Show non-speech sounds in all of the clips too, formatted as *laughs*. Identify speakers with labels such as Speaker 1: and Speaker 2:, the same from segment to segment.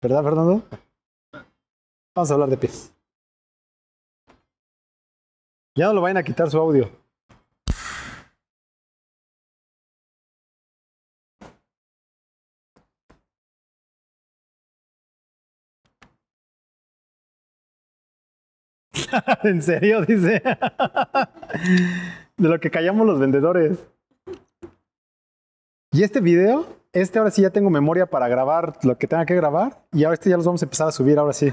Speaker 1: ¿Verdad, Fernando? Vamos a hablar de pies. Ya no lo vayan a quitar su audio. *laughs* ¿En serio? Dice. *laughs* De lo que callamos los vendedores. Y este video, este ahora sí ya tengo memoria para grabar lo que tenga que grabar. Y ahora este ya los vamos a empezar a subir, ahora sí.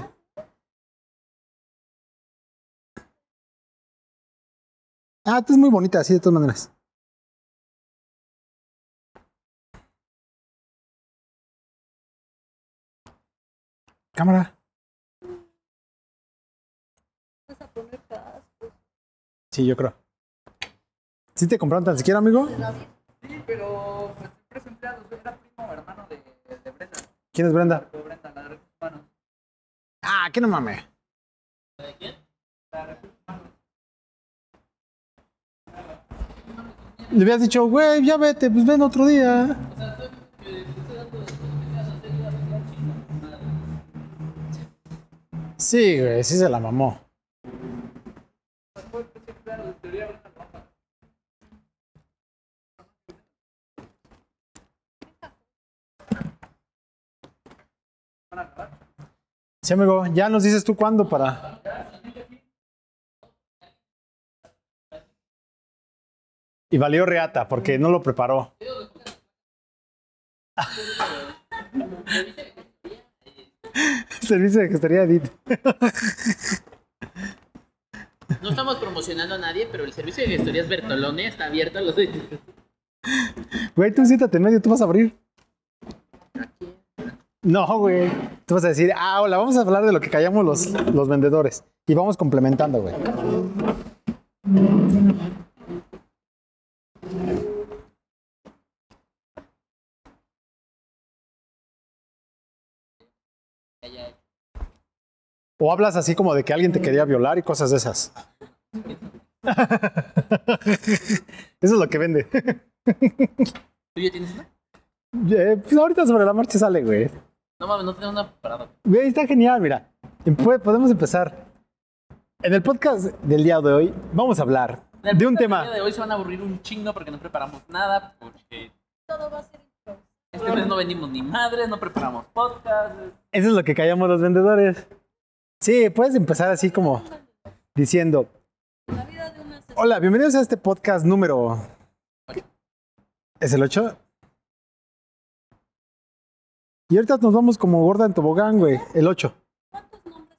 Speaker 1: Ah, esta es muy bonita, así de todas maneras. Cámara. Sí, yo creo. ¿Sí te compraron tan siquiera, amigo?
Speaker 2: Sí, pero pues siempre es empleado. Era primo o hermano de, de Brenda.
Speaker 1: ¿Quién es Brenda?
Speaker 2: De Brenda, la de recursos humanos.
Speaker 1: Ah, que no mames.
Speaker 2: La de recursos humanos.
Speaker 1: Le habías dicho, güey, ya vete, pues ven otro día.
Speaker 2: O sea, estoy, eh, te estoy dando después que tenías a hacer una sociedad chino.
Speaker 1: Sí, güey, sí se la mamó.
Speaker 2: Después pensé que claro, de teoría ahorita lo vamos a- ¿Van a acabar?
Speaker 1: Sí, amigo, ya nos dices tú cuándo para. Y valió reata porque no lo preparó. *laughs* Servicio de gestoría Edit.
Speaker 3: No estamos promocionando a nadie, pero el servicio de gestorías Bertolone está abierto a los
Speaker 1: Güey, tú siéntate en medio, tú vas a abrir. No, güey. Tú vas a decir, ah, hola, vamos a hablar de lo que callamos los, los vendedores. Y vamos complementando, güey. O hablas así como de que alguien te quería violar y cosas de esas. Eso es lo que vende. *laughs*
Speaker 3: ¿Tú ya tienes una?
Speaker 1: Eh, pues ahorita sobre la marcha sale, güey.
Speaker 3: No mames, no tienes una parada.
Speaker 1: Güey, está genial, mira. Empe- Podemos empezar. En el podcast del día de hoy vamos a hablar
Speaker 3: En el
Speaker 1: de un
Speaker 3: podcast del
Speaker 1: tema.
Speaker 3: día de hoy se van a aburrir un chingo porque no preparamos nada, porque
Speaker 4: Todo va a ser improvisado.
Speaker 3: este mes no vendimos ni madres, no preparamos podcast.
Speaker 1: Eso es lo que callamos los vendedores. Sí, puedes empezar así como diciendo,
Speaker 4: La vida de un asesino.
Speaker 1: hola, bienvenidos a este podcast número...
Speaker 3: Ocho.
Speaker 1: ¿Es el 8? Y ahorita nos vamos como gorda en tobogán, güey. El 8.
Speaker 4: ¿Cuántos nombres?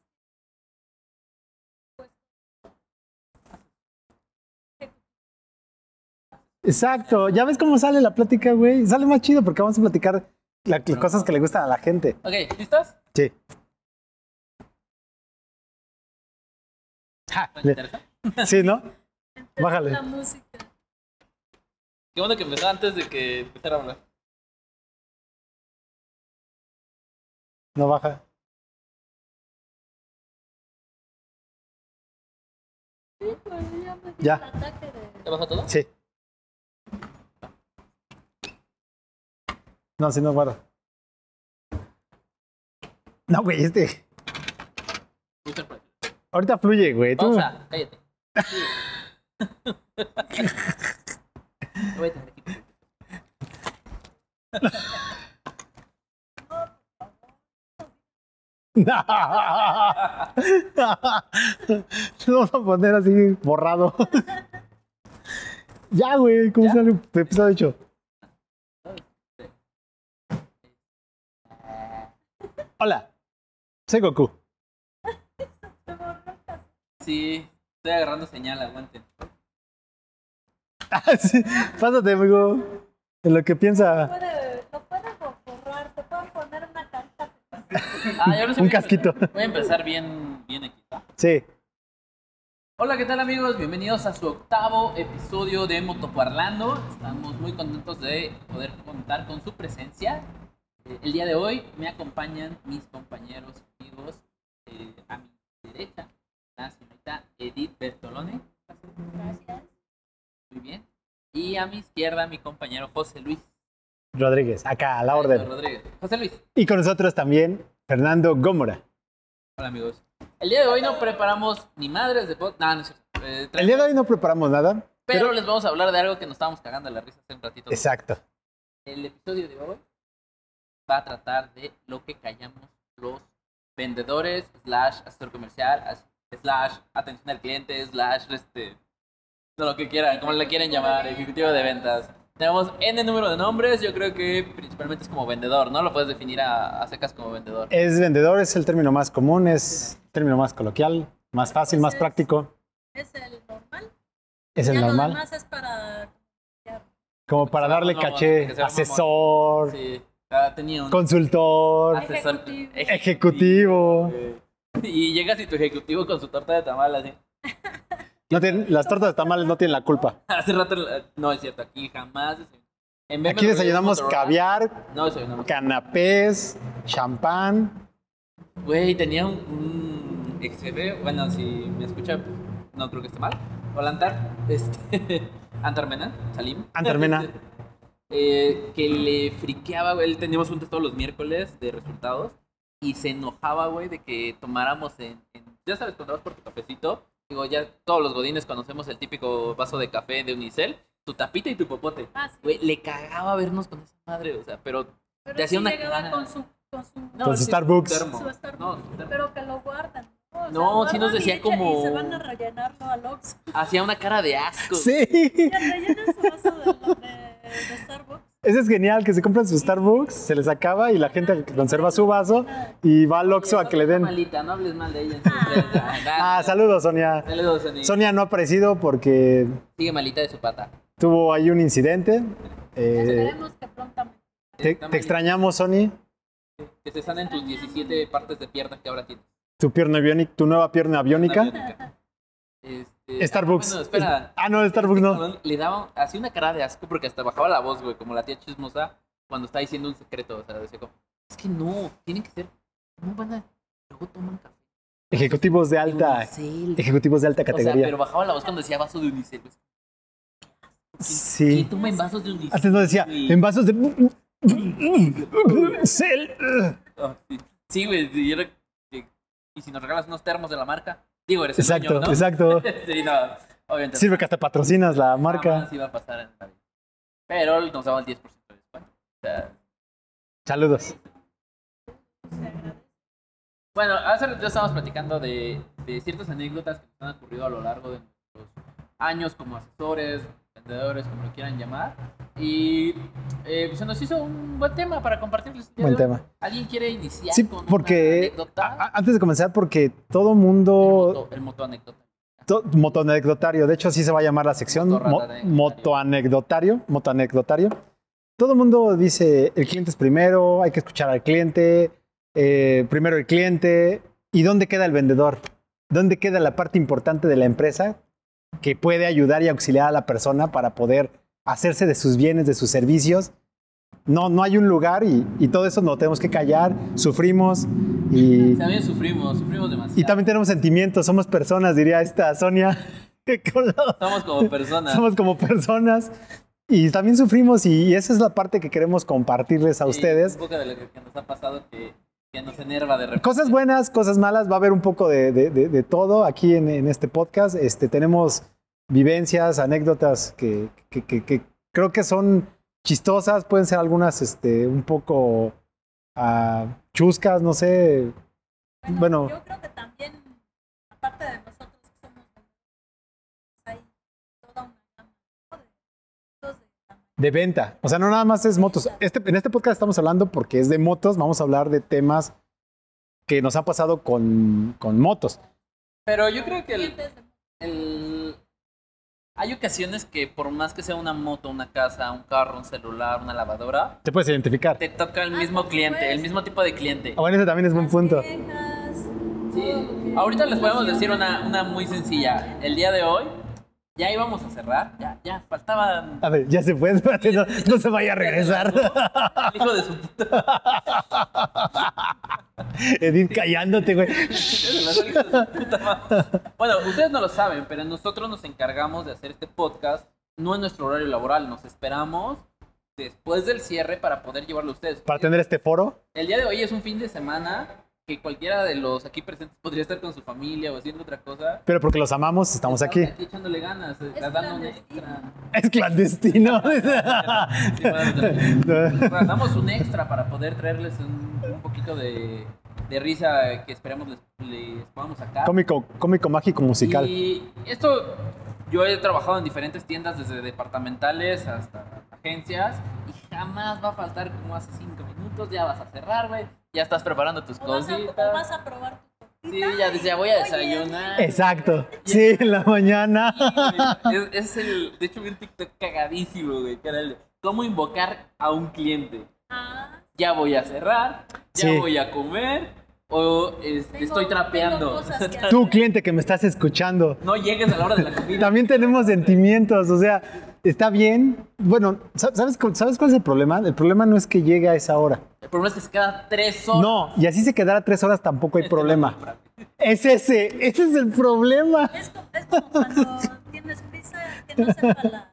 Speaker 1: Exacto. Ya ves cómo sale la plática, güey. Sale más chido porque vamos a platicar la- las cosas que le gustan a la gente.
Speaker 3: Ok, ¿listos?
Speaker 1: Sí.
Speaker 3: ¿Te interesa?
Speaker 1: Sí, ¿no? Bájale.
Speaker 4: La música.
Speaker 3: Qué bueno que empezó antes de que empezara a hablar.
Speaker 1: No baja.
Speaker 4: Híjole, ya me dio
Speaker 1: Ya.
Speaker 4: el ataque de...
Speaker 3: ¿Te bajó todo?
Speaker 1: Sí. No, sí, no guarda. No, güey, este.
Speaker 3: Muy sorprendido.
Speaker 1: Ahorita fluye, güey. Tú-
Speaker 3: Pausa,
Speaker 1: *laughs*
Speaker 3: cállate. Sí. *laughs* Lo voy a tener aquí.
Speaker 1: *laughs* No. Lo vamos a poner así borrado. *laughs* ya, güey, ¿cómo sale un episodio hecho? Hola, soy Goku.
Speaker 3: Sí, estoy agarrando señal, aguanten.
Speaker 1: *laughs* Ah, sí, Pásate, amigo. En lo que piensa
Speaker 4: Puede, lo puedes borrar, te pueden poner una carta.
Speaker 3: Ah, ya no sé,
Speaker 1: un
Speaker 3: voy a empezar-
Speaker 1: casquito.
Speaker 3: Voy a empezar bien, bien aquí. ¿va?
Speaker 1: Sí.
Speaker 3: Hola, ¿qué tal amigos? Bienvenidos a su octavo episodio de Motoparlando. Estamos muy contentos de poder contar con su presencia. Eh, el día de hoy me acompañan mis compañeros, amigos, eh, a mi derecha, la señorita Edith Bertolone.
Speaker 4: Gracias.
Speaker 3: Muy bien. Y a mi izquierda, mi compañero José Luis
Speaker 1: Rodríguez, acá, a la orden.
Speaker 3: Rodríguez. José Luis,
Speaker 1: Y con nosotros también Fernando Gómora.
Speaker 3: Hola amigos. El día de hoy no preparamos ni madres de podcast. No, no es cierto. Eh,
Speaker 1: El día de hoy no preparamos nada.
Speaker 3: pero, les vamos a hablar de algo que nos estábamos cagando la risa hace un ratito.
Speaker 1: Exacto.
Speaker 3: El episodio de hoy va a tratar de lo que callamos los vendedores, slash asesor comercial, as- slash atención al cliente, slash este, no, lo que quieran, como le quieren llamar, ejecutivo de ventas. Tenemos N número de nombres, yo creo que principalmente es como vendedor, ¿no? Lo puedes definir a, a secas como vendedor.
Speaker 1: Es vendedor, es el término más común, es el término más coloquial, más fácil, más práctico.
Speaker 4: Es el normal.
Speaker 1: Es el
Speaker 4: ya Lo
Speaker 1: normal.
Speaker 4: demás es para.
Speaker 1: Como para darle
Speaker 3: No, no,
Speaker 1: caché,
Speaker 3: que sea mamón.
Speaker 1: asesor,
Speaker 3: Sí, ya tenía un
Speaker 1: consultor,
Speaker 3: asesor
Speaker 4: Ejecutivo.
Speaker 1: ejecutivo.
Speaker 3: Eh, Y llegas y tu ejecutivo con su torta de ¿eh? tamal así.
Speaker 1: No tienen- las tortas de tamales no tienen la culpa.
Speaker 3: *laughs* Hace rato, la- no es cierto, aquí jamás. desayun- En BMW
Speaker 1: Aquí desayunamos
Speaker 3: Motorola-
Speaker 1: caviar,
Speaker 3: No desayunamos.
Speaker 1: canapés, champán.
Speaker 3: Güey, tenía un, un ex jefe, bueno, si me escucha, pues, no creo que esté mal. Hola, Antar. *laughs* Este, Antar Mena, Salim.
Speaker 1: Antar Mena.
Speaker 3: *laughs* Este, eh, que le friqueaba, güey. Teníamos juntas todos los miércoles de resultados y se enojaba, güey, de que tomáramos en, en- Ya sabes, cuando vas por tu cafecito, digo, ya todos los godines conocemos el típico vaso de café de Unicel, tu tapita y tu popote.
Speaker 4: Ah, sí.
Speaker 3: Güey, le cagaba vernos con esa madre, o sea, pero.
Speaker 4: pero
Speaker 3: te hacía
Speaker 4: sí
Speaker 3: una
Speaker 4: llegaba
Speaker 3: cara.
Speaker 4: con su. Con su
Speaker 3: No,
Speaker 1: Con su
Speaker 3: sí,
Speaker 1: Starbucks.
Speaker 3: termo.
Speaker 4: Su Starbucks.
Speaker 3: No, su termo.
Speaker 4: Pero que lo guardan. O sea,
Speaker 3: No,
Speaker 4: lo
Speaker 3: sí nos
Speaker 4: guardan y
Speaker 3: decía
Speaker 4: echan-
Speaker 3: como-
Speaker 4: Y se van a rellenarlo al Oxxo. *laughs*
Speaker 3: Hacía una cara de
Speaker 1: *laughs*
Speaker 3: asco.
Speaker 1: Sí,
Speaker 4: Ya rellenan su vaso de, de- de Starbucks.
Speaker 1: eso es genial, que se compran su Starbucks, se les acaba y la gente conserva su vaso eh,
Speaker 4: Ah,
Speaker 1: y va al Oxxo a que le den.
Speaker 3: Malita, no hables mal de ella.
Speaker 4: Ah.
Speaker 1: Ah, saludos, Sonia.
Speaker 3: Saludos, Sony.
Speaker 1: Sonia no ha aparecido porque
Speaker 3: Sigue malita de su pata.
Speaker 1: tuvo ahí un incidente. Eh,
Speaker 4: Esperemos
Speaker 3: *laughs*
Speaker 4: que prontamente.
Speaker 1: te,
Speaker 3: Está
Speaker 1: te
Speaker 3: malita.
Speaker 1: extrañamos, Sony.
Speaker 3: Que se sanen tus 17 partes de piernas que ahora tienes.
Speaker 1: Tu pierna biónica, tu nueva pierna biónica.
Speaker 3: Biónica. Este,
Speaker 1: Starbucks.
Speaker 3: ah, bueno, espera.
Speaker 1: Ah, no, Starbucks no.
Speaker 3: Le daba, hacía una cara de asco porque hasta bajaba la voz, güey, como la tía chismosa cuando está diciendo un secreto. O sea, decía como, es que no, tienen que ser, no van a, luego toman café.
Speaker 1: Ejecutivos de alta,
Speaker 3: Unicel.
Speaker 1: ejecutivos de alta
Speaker 3: O sea,
Speaker 1: categoría.
Speaker 3: pero bajaba la voz cuando decía vaso de unicel. güey. ¿Quién
Speaker 1: Sí.
Speaker 3: toma en vasos de unicel?
Speaker 1: Antes no decía,
Speaker 3: güey?
Speaker 1: en vasos de... Cel.
Speaker 3: Ah, sí. Sí, güey. Y, era- y- y si nos regalas unos termos de la marca, digo, eres el
Speaker 1: Exacto,
Speaker 3: dueño, ¿no?
Speaker 1: exacto.
Speaker 3: *laughs* sí, no, obviamente.
Speaker 1: Sirve que hasta patrocinas la marca.
Speaker 3: Jamás iba a pasar en la vida. Pero nos daban 10% de descuento. O sea,
Speaker 1: Saludos.
Speaker 4: se agradece.
Speaker 3: bueno, hace rato estábamos platicando de, de ciertas anécdotas que nos han ocurrido a lo largo de nuestros años como asesores, vendedores, como lo quieran llamar. Y eh, se nos hizo un buen tema para compartirles. el día
Speaker 1: Buen
Speaker 3: de hoy.
Speaker 1: tema.
Speaker 3: ¿Alguien quiere iniciar
Speaker 1: Sí,
Speaker 3: con una
Speaker 1: porque Ah,
Speaker 3: anécdota?
Speaker 1: a- a- antes de comenzar, porque todo
Speaker 3: el,
Speaker 1: mundo,
Speaker 3: moto, el moto anécdota.
Speaker 1: to- motoanecdotario, de hecho así se va a llamar la sección, mo-
Speaker 3: Motorrata
Speaker 1: motoanecdotario, motoanecdotario. Todo mundo dice, el cliente es primero, hay que escuchar al cliente, eh, primero el cliente, ¿y dónde queda el vendedor? ¿Dónde queda la parte importante de la empresa que puede ayudar y auxiliar a la persona para poder hacerse de sus bienes, de sus servicios? No, no hay un lugar y, y todo eso no tenemos que callar, sufrimos y
Speaker 3: También sufrimos, sufrimos demasiado.
Speaker 1: y también tenemos sentimientos, somos personas, diría esta Sonia. *laughs* que con la-
Speaker 3: Somos como personas.
Speaker 1: somos como personas y también sufrimos y, y esa es la parte que queremos compartirles a
Speaker 3: Sí,
Speaker 1: ustedes.
Speaker 3: Un poco eh, de lo que nos ha pasado que, que nos enerva de repente.
Speaker 1: Cosas buenas, cosas malas, va a haber un poco de, de- de- de todo aquí en, en este podcast. Este, tenemos vivencias, anécdotas que, que- que- que creo que son chistosas, pueden ser algunas este, un poco ah, chuscas, no sé. Bueno.
Speaker 4: Bueno, yo creo que también, aparte de nosotros que somos vendedores, hay toda una gama ¿no? de productos de tamaño.
Speaker 1: De venta. O sea, no nada más es motos. Este, en este podcast estamos hablando porque es de motos. Vamos a hablar de temas que nos ha pasado con, con motos.
Speaker 3: Pero yo creo que el,
Speaker 4: Clientes de-
Speaker 3: el- hay ocasiones que por más que sea una moto, una casa, un carro, un celular, una lavadora,
Speaker 1: Te puedes identificar.
Speaker 3: te toca el
Speaker 4: Ah,
Speaker 3: mismo
Speaker 4: por
Speaker 3: cliente, el
Speaker 4: supuesto.
Speaker 3: mismo tipo de cliente.
Speaker 1: Ah, Bueno, ese también es buen
Speaker 4: las
Speaker 1: punto.
Speaker 4: viejas,
Speaker 3: Sí.
Speaker 4: todo lo que-
Speaker 3: Ahorita les podemos decir una, una muy sencilla. El día de hoy ya íbamos a cerrar, ya, ya faltaban
Speaker 1: A ver, ya se fue. *laughs* Espérate, no, no se vaya a regresar. *laughs*
Speaker 3: *laughs* el hijo de su puta.
Speaker 1: Edith callándote, güey.
Speaker 3: Bueno, ustedes no lo saben, pero nosotros nos encargamos de hacer este podcast, no en nuestro horario laboral, nos esperamos después del cierre para poder llevarlo a ustedes.
Speaker 1: Para tener este foro.
Speaker 3: El día de hoy es un fin de semana que cualquiera de los aquí presentes *laughs* podría estar con su familia o haciendo otra cosa.
Speaker 1: Pero porque los amamos, estamos Pues aquí.
Speaker 3: echándole ganas, eh, dando un extra.
Speaker 1: Es clandestino. *laughs*
Speaker 3: Sí, bueno, bueno, damos un extra para poder traerles un, un poquito de, de risa que esperamos les, les podamos sacar.
Speaker 1: cómico, cómico mágico musical.
Speaker 3: Y esto, yo he trabajado en diferentes tiendas, desde departamentales hasta agencias, y jamás va a faltar como hace cinco minutos, ya vas a cerrar, güey, ya estás preparando tus
Speaker 4: O vas, a,
Speaker 3: cositas.
Speaker 4: o vas a probar tu
Speaker 3: Sí,
Speaker 4: tortita
Speaker 3: ya,
Speaker 4: y,
Speaker 3: decía, voy a
Speaker 4: oye,
Speaker 3: desayunar.
Speaker 1: Exacto. Sí, en la mañana.
Speaker 3: Es, es el, de hecho, vi un TikTok cagadísimo, güey, que era el de cómo invocar a un cliente.
Speaker 4: ah,
Speaker 3: Ya voy a cerrar, ya
Speaker 1: Sí.
Speaker 3: voy a comer, o este,
Speaker 4: Tengo-
Speaker 3: estoy trapeando.
Speaker 4: tengo
Speaker 3: *laughs*
Speaker 4: cosas que hacer.
Speaker 1: Tú, cliente que me estás escuchando.
Speaker 3: no llegues a la hora de la comida.
Speaker 1: También tenemos sentimientos, o sea, está bien. Bueno, sa- ¿sabes, cu- ¿sabes cuál es el problema? El problema no es que llegue a esa hora.
Speaker 3: El problema es que se queda tres horas.
Speaker 1: No, y así se quedara tres horas tampoco hay *laughs*
Speaker 3: Este no
Speaker 1: problema.
Speaker 3: compra.
Speaker 1: Es ese, ese es el problema.
Speaker 4: Es como, es como cuando tienes prisa que no sepa la. la-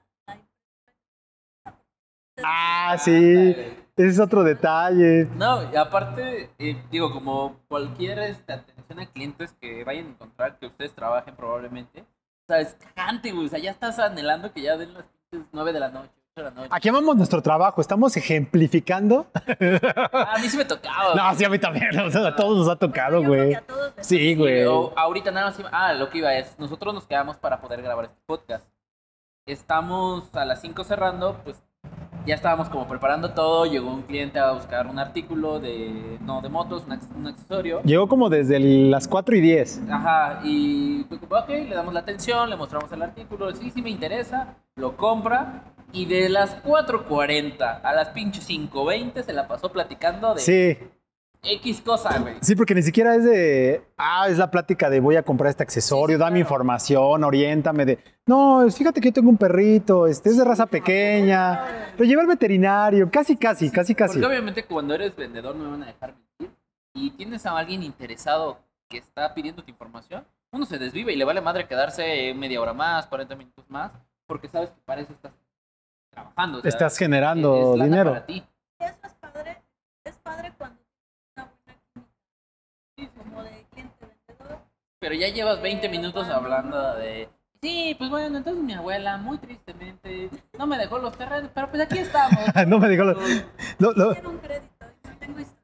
Speaker 1: Ah, sí, ese es otro detalle.
Speaker 3: No, y aparte, eh, digo, como cualquier este, atención a clientes que vayan a encontrar, que ustedes trabajen probablemente, o sea, es cagante, güey. O sea, ya estás anhelando que ya den las pinches 9 de la noche, 8 de la noche.
Speaker 1: Aquí amamos nuestro trabajo, estamos *laughs* ejemplificando.
Speaker 3: Ah, a mí sí me tocaba.
Speaker 1: No, sí, a mí también, o sea, a todos nos ha tocado,
Speaker 4: Yo creo
Speaker 1: güey.
Speaker 4: que a todos les-
Speaker 1: Sí,
Speaker 3: güey.
Speaker 1: güey.
Speaker 3: Pero ahorita nada más. iba- Ah, lo que iba es, nosotros nos quedamos para poder grabar este podcast. Estamos a las 5 cerrando, pues ya estábamos como preparando todo. Llegó un cliente a buscar un artículo de, no, de motos, un acces- un accesorio.
Speaker 1: Llegó como desde el- las 4 y 10.
Speaker 3: Ajá, y fue como, ok, le damos la atención, le mostramos el artículo, sí, sí me interesa, lo compra, y de las 4.40 a las pinches 5.20 se la pasó platicando de
Speaker 1: Sí,
Speaker 3: X cosa, güey.
Speaker 1: sí, porque ni siquiera es de, ah, es la plática de voy a comprar este accesorio,
Speaker 3: Sí, sí,
Speaker 1: dame
Speaker 3: claro.
Speaker 1: información, oriéntame de, no, fíjate que yo tengo un perrito, este es de raza pequeña, lo llevé al veterinario, casi, casi, casi, casi.
Speaker 3: Porque obviamente cuando eres vendedor no me van a dejar mentir, y tienes a alguien interesado que está pidiendo tu información, uno se desvive y le vale madre quedarse media hora más, 40 minutos más, porque sabes que para eso estás trabajando. o sea,
Speaker 1: Estás
Speaker 3: es- es
Speaker 1: generando
Speaker 3: lana
Speaker 1: dinero.
Speaker 3: para ti.
Speaker 4: Eso es padre. Es padre cuando tienes una buena química. Como de cliente vendedor.
Speaker 3: Pero ya llevas 20 minutos hablando de. Sí, pues bueno, entonces mi abuela, muy tristemente, no me dejó los terrenos, pero pues aquí estamos.
Speaker 1: *laughs* no me digas, lo- lo- lo-
Speaker 4: Quiero un crédito. y no tengo historia.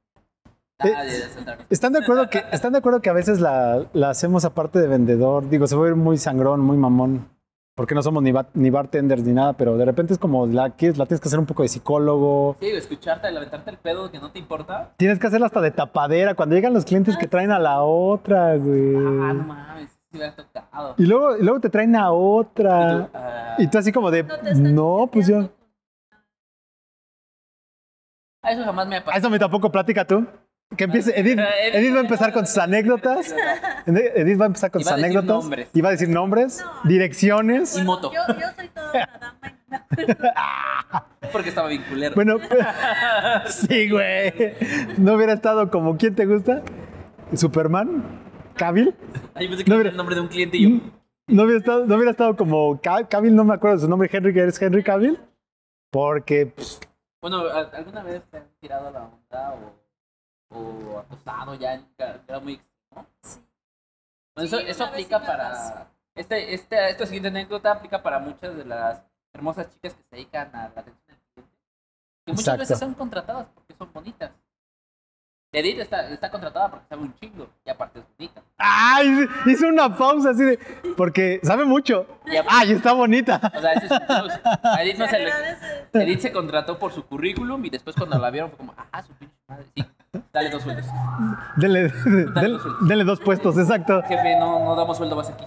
Speaker 3: Ah,
Speaker 1: Eh,
Speaker 3: de centrarme.
Speaker 1: ¿Están de acuerdo que, están de acuerdo que a veces la, la hacemos aparte de vendedor? Digo, se vuelve muy sangrón, muy mamón. Porque no somos ni, ba- ni bartenders ni nada, pero de repente es como la, que- la tienes que hacer un poco de psicólogo.
Speaker 3: Sí, escucharte, levantarte el pedo que no te importa.
Speaker 1: Tienes que hacerla hasta de tapadera cuando llegan los clientes que traen a la otra,
Speaker 3: Ah, no
Speaker 1: güey.
Speaker 3: mames, si me ha tocado.
Speaker 1: Y luego, y luego te traen a otra.
Speaker 3: Ah,
Speaker 1: Y tú así como de,
Speaker 4: No te están
Speaker 1: no, pues yo.
Speaker 4: coqueteando con-
Speaker 3: ah, eso jamás me ha
Speaker 1: A
Speaker 3: pasado.
Speaker 1: eso me tampoco platica tú. Que empiece, Edith, Edith va a empezar con sus anécdotas. Edith va a empezar con
Speaker 3: Iba
Speaker 1: sus
Speaker 3: a decir
Speaker 1: anécdotas.
Speaker 3: nombres.
Speaker 1: Iba a decir nombres,
Speaker 4: No.
Speaker 1: direcciones.
Speaker 3: Y moto.
Speaker 4: Yo, yo soy toda una dama y no me acuerdo.
Speaker 3: Porque estaba bien culero.
Speaker 1: Bueno, sí, güey. No hubiera estado como, ¿quién te gusta? ¿Superman? ¿Cabil?
Speaker 3: Ahí pensé que
Speaker 1: no, mira.
Speaker 3: era
Speaker 1: mm,
Speaker 3: el nombre de un cliente y yo.
Speaker 1: No hubiera estado, no hubiera estado como, Ca- Cavill, no me acuerdo su nombre, Henry, ¿eres Henry Cavill? Porque pues,
Speaker 3: Bueno, ¿al- ¿alguna vez te han tirado la onda o, o acostado ya? en- Era muy extremo.
Speaker 4: Sí.
Speaker 3: Bueno, eso
Speaker 4: Sí,
Speaker 3: eso
Speaker 4: una vez
Speaker 3: aplica
Speaker 4: sí me
Speaker 3: para.
Speaker 4: pasó.
Speaker 3: Este, este, esta siguiente anécdota aplica para muchas de las hermosas chicas que se dedican a la atención al cliente. Que muchas
Speaker 1: Exacto.
Speaker 3: veces son contratadas porque son bonitas. Edith está, está contratada porque sabe un chingo y aparte es bonita.
Speaker 1: ¡Ay! Hizo una pausa así de. Porque sabe mucho.
Speaker 3: Y aparte-
Speaker 1: ¡Ay, está bonita!
Speaker 3: o sea, ese es
Speaker 4: *laughs*
Speaker 3: un plus. A Edith, *laughs* no se le-
Speaker 4: Agradece.
Speaker 3: Edith se contrató por su currículum y después cuando la vieron fue como, ah, su pinche madre. Sí, dale dos sueldos.
Speaker 1: Denle, denle- denle dos puestos, exacto.
Speaker 3: Jefe, no, no damos sueldo más aquí.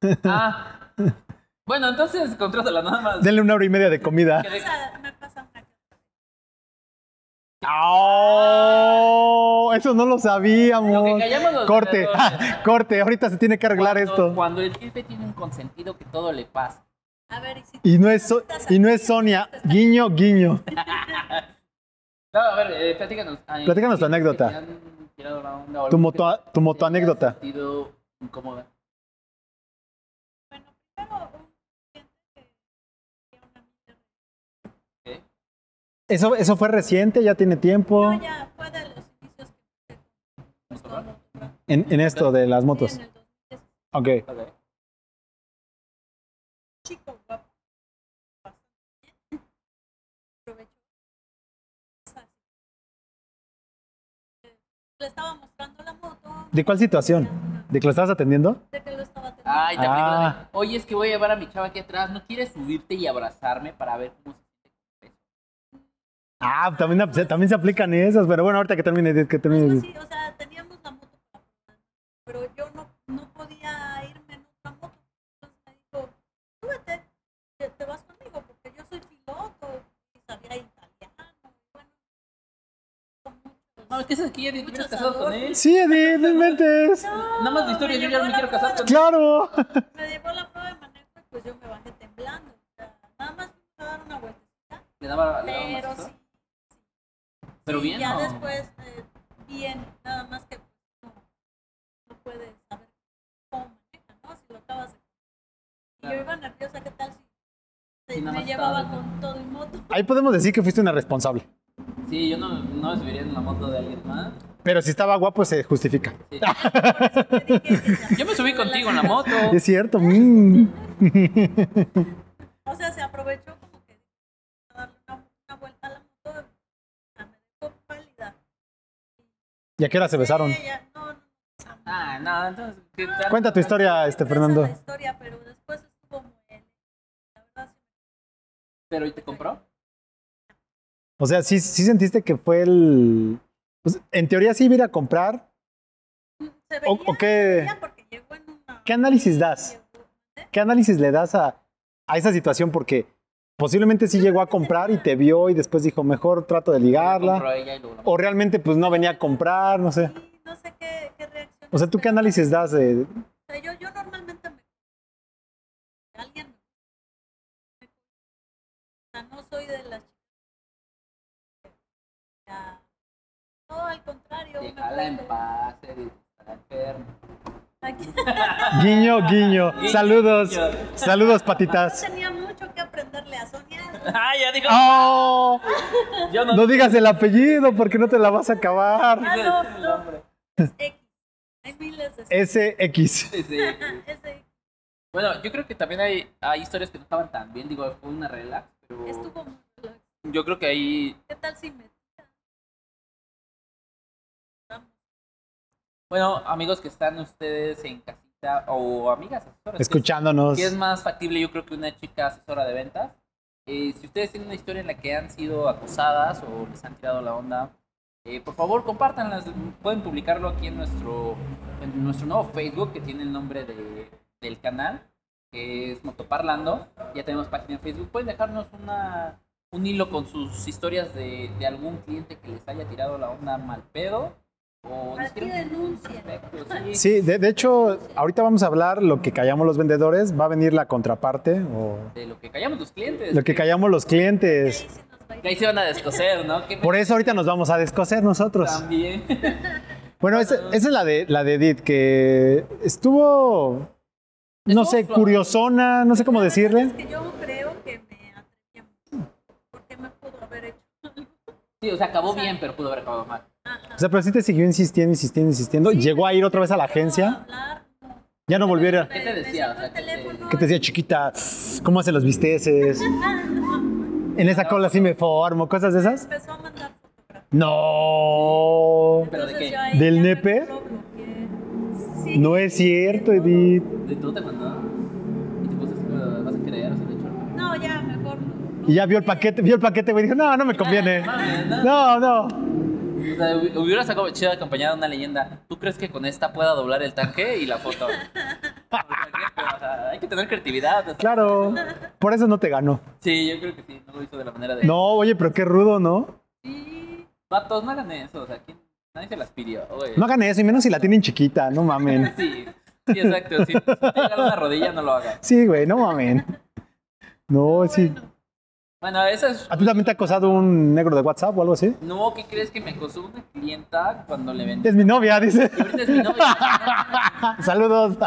Speaker 3: *laughs* Ah. Bueno, entonces contrátala nada más.
Speaker 1: Denle una hora y media de comida.
Speaker 3: Que
Speaker 4: O
Speaker 3: de-
Speaker 4: sea, me pasa una cosa.
Speaker 1: ¡Oh! Eso no lo
Speaker 3: Lo que
Speaker 1: sabíamos.
Speaker 3: callamos los
Speaker 1: Corte, *laughs*
Speaker 3: vendedores.
Speaker 1: corte, ahorita se tiene que arreglar
Speaker 3: cuando,
Speaker 1: esto.
Speaker 3: Cuando el jefe tiene un consentido que todo le pasa.
Speaker 4: A ver, y si
Speaker 1: Y no es, So- y no es Sonia. Guiño, guiño.
Speaker 3: No, a ver, eh, platícanos. Ay,
Speaker 1: Platícanos tu
Speaker 3: ¿qué-
Speaker 1: anécdota.
Speaker 3: qué te han tirado la onda o
Speaker 1: Tu
Speaker 3: algo
Speaker 1: moto, tu
Speaker 3: que te
Speaker 1: moto
Speaker 3: haya
Speaker 1: anécdota.
Speaker 3: sentido incómoda.
Speaker 4: Bueno, primero un cliente que quería una amiga
Speaker 3: ¿Qué?
Speaker 1: Eso, eso fue reciente, ya tiene tiempo
Speaker 4: No, ya fue de los inicios que empecé
Speaker 3: Vamos a
Speaker 4: con
Speaker 3: hablar.
Speaker 4: motocross.
Speaker 1: en, en esto de las
Speaker 4: Sí,
Speaker 1: motos.
Speaker 4: en el 2010,
Speaker 1: Ok.
Speaker 3: Ok.
Speaker 4: chico guapo. Bastante bien. Aprovechó. Exacto. Eh, Le estaba mostrando la moto.
Speaker 1: ¿De cuál situación? ¿De que lo estabas atendiendo?
Speaker 4: De que lo estaba teniendo.
Speaker 3: Ay, te aplico la de,
Speaker 1: Ah.
Speaker 3: Oye, es que voy a llevar a mi chava aquí atrás. ¿No quieres subirte y abrazarme para ver cómo se siente?
Speaker 1: Ah, también, se- también se aplican esas, pero bueno, ahorita que termine, que
Speaker 4: Algo
Speaker 1: termine.
Speaker 4: así, o sea, teníamos la moto para probar, pero yo no, no podía irme en otra moto. Entonces me dijo, súbete, te, te vas conmigo, porque yo soy piloto y sabía italiano. y Bueno, con muchos-
Speaker 3: No, es que es que ya te hubieras
Speaker 4: Mucho
Speaker 3: casado con
Speaker 4: sabor.
Speaker 3: él.
Speaker 1: Sí, Edith, no inventes.
Speaker 3: Nada más de historia,
Speaker 4: me
Speaker 3: yo ya no me
Speaker 4: llevó
Speaker 3: quiero
Speaker 4: la
Speaker 3: casar
Speaker 4: prueba-
Speaker 3: con
Speaker 1: Claro.
Speaker 4: Me llevó la prueba de manejo y pues yo me bajé temblando. O sea, nada más me dar una vueltecita,
Speaker 3: Le daba, le daba
Speaker 4: pero
Speaker 3: más
Speaker 4: sí.
Speaker 3: eso. Pero
Speaker 4: Sí,
Speaker 3: bien,
Speaker 4: Ya
Speaker 3: ¿no?
Speaker 4: después, eh, bien, nada más que no, no puedes saber cómo maneja, ¿no? Si lo acabas de. Y
Speaker 3: Claro.
Speaker 4: yo iba nerviosa, ¿qué tal si te-
Speaker 3: Sí, nada
Speaker 4: me
Speaker 3: más
Speaker 4: llevaba
Speaker 3: estaba-
Speaker 4: con todo y
Speaker 3: *laughs*
Speaker 4: moto?
Speaker 1: Ahí podemos decir que fuiste una responsable.
Speaker 3: Sí, yo no, no me subiría en la moto de alguien más.
Speaker 1: Pero si estaba guapo, se justifica.
Speaker 3: Sí.
Speaker 4: Te dije,
Speaker 3: *laughs* Yo me
Speaker 4: *laughs*
Speaker 3: subí contigo en la
Speaker 4: relaja.
Speaker 3: moto.
Speaker 1: Ah. *laughs* Es cierto. mm. *laughs*
Speaker 4: O sea, se aprovechó como que a darle una, una vuelta a la moto, ya me dejó pálida.
Speaker 1: ¿Y a qué hora se besaron?
Speaker 4: Sí, ya, no, no,
Speaker 3: Ah, no, entonces. ¿qué tal?
Speaker 1: Cuenta tu historia, este
Speaker 4: impresa
Speaker 1: Fernando.
Speaker 4: La historia, pero después estuvo muy bien. La verdad, sí,
Speaker 3: ¿Pero y te compró?
Speaker 1: O sea, sí, sí sentiste que fue el. pues, en teoría sí iba a ir a comprar.
Speaker 4: se veía,
Speaker 1: ¿O, o qué,
Speaker 4: veía porque llegó en una-
Speaker 1: qué análisis das?
Speaker 4: llegó-
Speaker 1: ¿Qué análisis le das a, a esa situación? Porque posiblemente sí llegó a comprar y te vio y después dijo, mejor trato de
Speaker 3: La
Speaker 1: ligarla.
Speaker 3: compró ella y luego la
Speaker 1: O realmente pues no venía a comprar, no sé.
Speaker 4: Sí, no sé qué, qué reacción.
Speaker 1: O sea, ¿tú qué análisis das? de-
Speaker 4: O sea, yo, yo normalmente me. Alguien. me- O sea, no soy de las chicas. que- ya- No, al contrario. me
Speaker 3: Déjala en
Speaker 4: pongo-
Speaker 3: paz, Edith. Está enferma.
Speaker 1: *laughs*
Speaker 4: Aquí-
Speaker 1: Guiño, guiño.
Speaker 3: Guiño,
Speaker 1: Saludos.
Speaker 3: guiño.
Speaker 1: Saludos,
Speaker 4: Yo
Speaker 1: patitas.
Speaker 4: tenía mucho que aprenderle a Sonia.
Speaker 3: *laughs* Ah, ya dijo.
Speaker 1: ¡Oh!
Speaker 3: Yo no.
Speaker 1: No digas el apellido porque no te la vas a acabar.
Speaker 4: Ah, no, no.
Speaker 3: Hombre.
Speaker 1: *laughs*
Speaker 4: Es X. Hay miles de. *laughs*
Speaker 1: SX.
Speaker 3: Sí, sí.
Speaker 4: Es X.
Speaker 3: Bueno, yo creo que también hay, hay historias que no estaban tan bien. Digo, fue una regla. Pero
Speaker 4: Estuvo muy relax.
Speaker 3: yo creo que ahí
Speaker 4: ¿Qué tal si me
Speaker 3: Bueno, amigos que están ustedes en casita o amigas asesoras.
Speaker 1: Escuchándonos.
Speaker 3: ¿Qué es más factible, yo creo, que una chica asesora de ventas? Eh, si ustedes tienen una historia en la que han sido acosadas o les han tirado la onda, eh, por favor, compártanlas. Pueden publicarlo aquí en nuestro, en nuestro nuevo Facebook que tiene el nombre de- del canal, que es Motoparlando. Ya tenemos página en Facebook. Pueden dejarnos una, un hilo con sus historias de, de algún cliente que les haya tirado la onda mal pedo. O ni
Speaker 4: Para ti
Speaker 3: siquiera-
Speaker 4: denuncia.
Speaker 3: Perfecto, sí.
Speaker 1: Sí, de, de hecho, ahorita vamos a hablar lo que callamos los vendedores, va a venir la contraparte o
Speaker 3: De lo que callamos los clientes.
Speaker 1: lo que callamos los
Speaker 4: Ahí
Speaker 1: clientes.
Speaker 4: sí nos va a ir
Speaker 3: Que ahí se van a descoser, ¿no? Que
Speaker 1: Por eso ahorita nos vamos a descoser nosotros.
Speaker 3: También. *laughs*
Speaker 1: Bueno, esa, esa es la de la de Edith, que estuvo, no sé, curiosona, no sé cómo
Speaker 4: La verdad
Speaker 1: decirle.
Speaker 4: Es que yo creo que me atreví mucho. Porque me pudo haber hecho.
Speaker 3: Sí, o sea, acabó bien, pero pudo haber acabado mal.
Speaker 4: Ajá.
Speaker 1: O sea, pero sí te siguió insistiendo, insistiendo, insistiendo.
Speaker 4: Sí,
Speaker 1: Llegó a ir otra vez a la
Speaker 4: me quiero
Speaker 1: agencia.
Speaker 4: hablar, no.
Speaker 1: Ya no volviera.
Speaker 3: ¿Qué te
Speaker 4: Me- me
Speaker 3: decía? O
Speaker 4: sacó
Speaker 3: sea,
Speaker 4: el
Speaker 3: que te-
Speaker 4: teléfono
Speaker 1: ¿Qué te decía, chiquita? ¿Cómo hacen los visteces? En esa cola sí me formo, cosas de
Speaker 4: y
Speaker 1: esas.
Speaker 4: Empezó a mandar fotografías.
Speaker 1: No.
Speaker 3: Pero de
Speaker 4: Entonces
Speaker 3: qué?
Speaker 4: yo ahí
Speaker 1: ¿Del
Speaker 4: ya me
Speaker 1: nepe?
Speaker 4: lo bloqueé. Sí.
Speaker 1: No es cierto, Edith.
Speaker 3: De todo te mandó. Y te pusiste, "Pero, eh, vas a creer, o sea, de hecho. no".
Speaker 4: No, ya mejor. lo-
Speaker 1: Y ya vio el
Speaker 4: bloqueé.
Speaker 1: paquete, vio el paquete, güey, dijo, no, no me conviene. No, no.
Speaker 3: O sea, hubi- hubieras acab- chido acompañado de una leyenda. ¿Tú crees que con esta pueda doblar el tanque y la foto? O sea, ¿qué? Pero, o sea, hay que tener creatividad. o sea.
Speaker 1: Claro. Por eso no te ganó.
Speaker 3: Sí, yo creo que sí. No lo hizo de la manera de.
Speaker 1: No, oye, pero qué rudo, ¿no?
Speaker 4: Sí.
Speaker 3: Vatos, no hagan eso. O sea, ¿quién- nadie se las pidió. oye.
Speaker 1: No hagan eso, y menos si la tienen chiquita, no mamen.
Speaker 3: Sí, sí, exacto. Si si te llega una rodilla, no lo hagas.
Speaker 1: Sí, güey, no mamen. No, sí.
Speaker 4: Bueno,
Speaker 3: Bueno, esa es
Speaker 1: ¿A tú también te ha acosado un negro de WhatsApp o algo así?
Speaker 3: No, ¿qué crees que me acosó una clienta cuando le
Speaker 1: *laughs*
Speaker 3: vendí?
Speaker 1: Es mi novia,
Speaker 3: *laughs*
Speaker 1: dice.
Speaker 3: Y ahorita es mi novia.
Speaker 1: Saludos.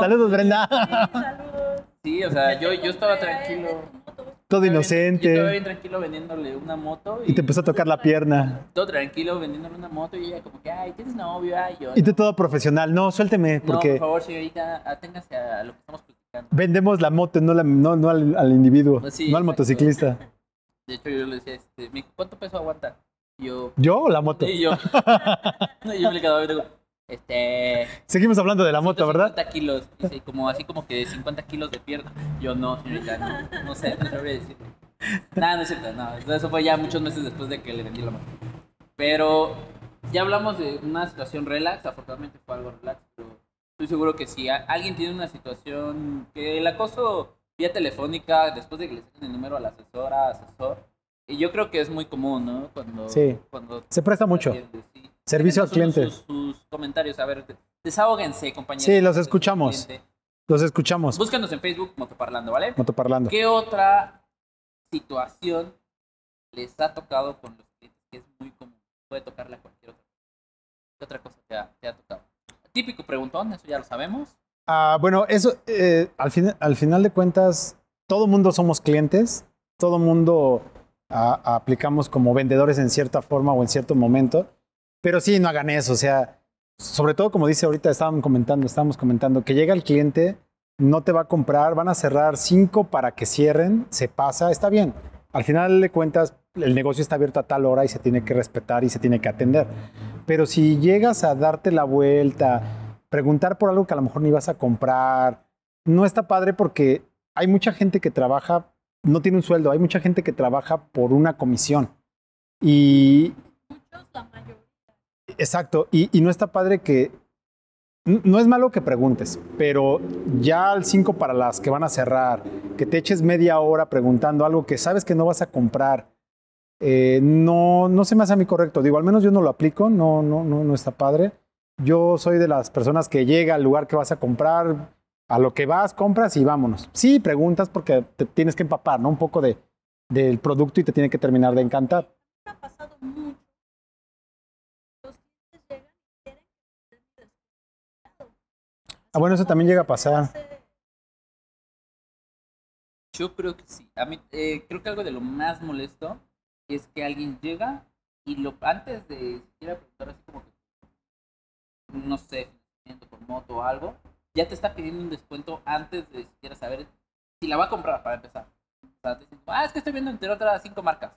Speaker 1: Saludos, Brenda.
Speaker 4: sí, saludos.
Speaker 3: Sí, o sea, yo,
Speaker 4: Te
Speaker 3: yo estaba
Speaker 4: compré
Speaker 3: tranquilo.
Speaker 4: tu moto.
Speaker 1: todo
Speaker 3: Yo
Speaker 1: inocente.
Speaker 3: estaba bien tranquilo vendiéndole una moto.
Speaker 1: Y te empezó a tocar la pierna.
Speaker 3: Todo tranquilo vendiéndole una moto y ella como que, ay, tienes novio, ay, yo.
Speaker 1: Y tú todo profesional. No, suélteme,
Speaker 3: no,
Speaker 1: porque
Speaker 3: por favor, señorita, aténgase a lo que estamos platicando.
Speaker 1: vendemos la moto, no, la- no, no al, al individuo,
Speaker 3: Pues sí,
Speaker 1: no al
Speaker 3: exacto.
Speaker 1: motociclista.
Speaker 3: *laughs* De hecho, yo le decía, este, me dijo, ¿cuánto peso aguanta? Y yo,
Speaker 1: ¿Yo o la moto? *laughs*
Speaker 3: y yo, *laughs* y yo me le quedaba viendo, como, este,
Speaker 1: Seguimos hablando de la moto, ¿verdad?
Speaker 3: 50 kilos, dice, como así como que 50 kilos de pierna. Yo no, señorita, no, no sé, no sabría decir. Nada, no es cierto, no. Eso fue ya muchos meses después de que le vendí la moto. Pero ya hablamos de una situación relax, afortunadamente fue algo relax, pero estoy seguro que si a- alguien tiene una situación que el acoso vía telefónica, después de que le sacan el número a la asesora, asesor, y yo creo que es muy común, ¿no? Cuando,
Speaker 1: Sí.
Speaker 3: cuando
Speaker 1: Se presta mucho.
Speaker 3: Atiende, sí.
Speaker 1: Servicio
Speaker 3: Déjenos
Speaker 1: al cliente.
Speaker 3: unos- Sus, sus comentarios, a ver, desahóguense, compañeros.
Speaker 1: Sí, los
Speaker 3: Servicio al
Speaker 1: escuchamos.
Speaker 3: cliente.
Speaker 1: Los escuchamos,
Speaker 3: Búscanos en Facebook Motoparlando, ¿vale?
Speaker 1: motoparlando.
Speaker 3: ¿Qué otra situación les ha tocado con los clientes que es muy común? Puede tocarla cualquier otra. ¿Qué otra cosa te ha, te ha tocado? Típico preguntón, eso ya lo sabemos.
Speaker 1: Ah, bueno, eso, eh, al, fin- al final de cuentas, todo mundo somos clientes, todo mundo ah, aplicamos como vendedores en cierta forma o en cierto momento, pero sí, no hagan eso, o sea, sobre todo como dice ahorita, estaban comentando, estábamos comentando, que llega el cliente, no te va a comprar, van a cerrar cinco para que cierren, se pasa, está bien. Al final de cuentas, el negocio está abierto a tal hora y se tiene que respetar y se tiene que atender. Pero si llegas a darte la vuelta, preguntar por algo que a lo mejor ni vas a comprar, no está padre porque hay mucha gente que trabaja, no tiene un sueldo, hay mucha gente que trabaja por una comisión. Y,
Speaker 4: Muchos, la mayoría.
Speaker 1: Exacto, y, y no está padre que... n- No es malo que preguntes, pero ya al 5 para las que van a cerrar, que te eches media hora preguntando algo que sabes que no vas a comprar, eh, no, no se me hace a mí correcto. Digo, al menos yo no lo aplico, no, no, no, no está padre. Yo soy de las personas que llega al lugar que vas a comprar, a lo que vas, compras y vámonos. Sí, preguntas porque te tienes que empapar, ¿no? Un poco de, del producto y te tiene que terminar de encantar.
Speaker 4: Me ha pasado mucho. Los clientes llegan y quieren que les des descuento.
Speaker 1: Ah, bueno, eso
Speaker 4: Así
Speaker 1: también
Speaker 4: como
Speaker 1: llega a
Speaker 4: se
Speaker 1: pasar.
Speaker 4: hace-
Speaker 3: Yo creo que sí. A mí, eh, creo que algo de lo más molesto es que alguien llega y lo antes de siquiera preguntar así como que, no sé, financiamiento por moto o algo, ya te está pidiendo un descuento antes de siquiera saber si la va a comprar para empezar. O sea, te dicen, ah, es que estoy viendo entre otras cinco marcas.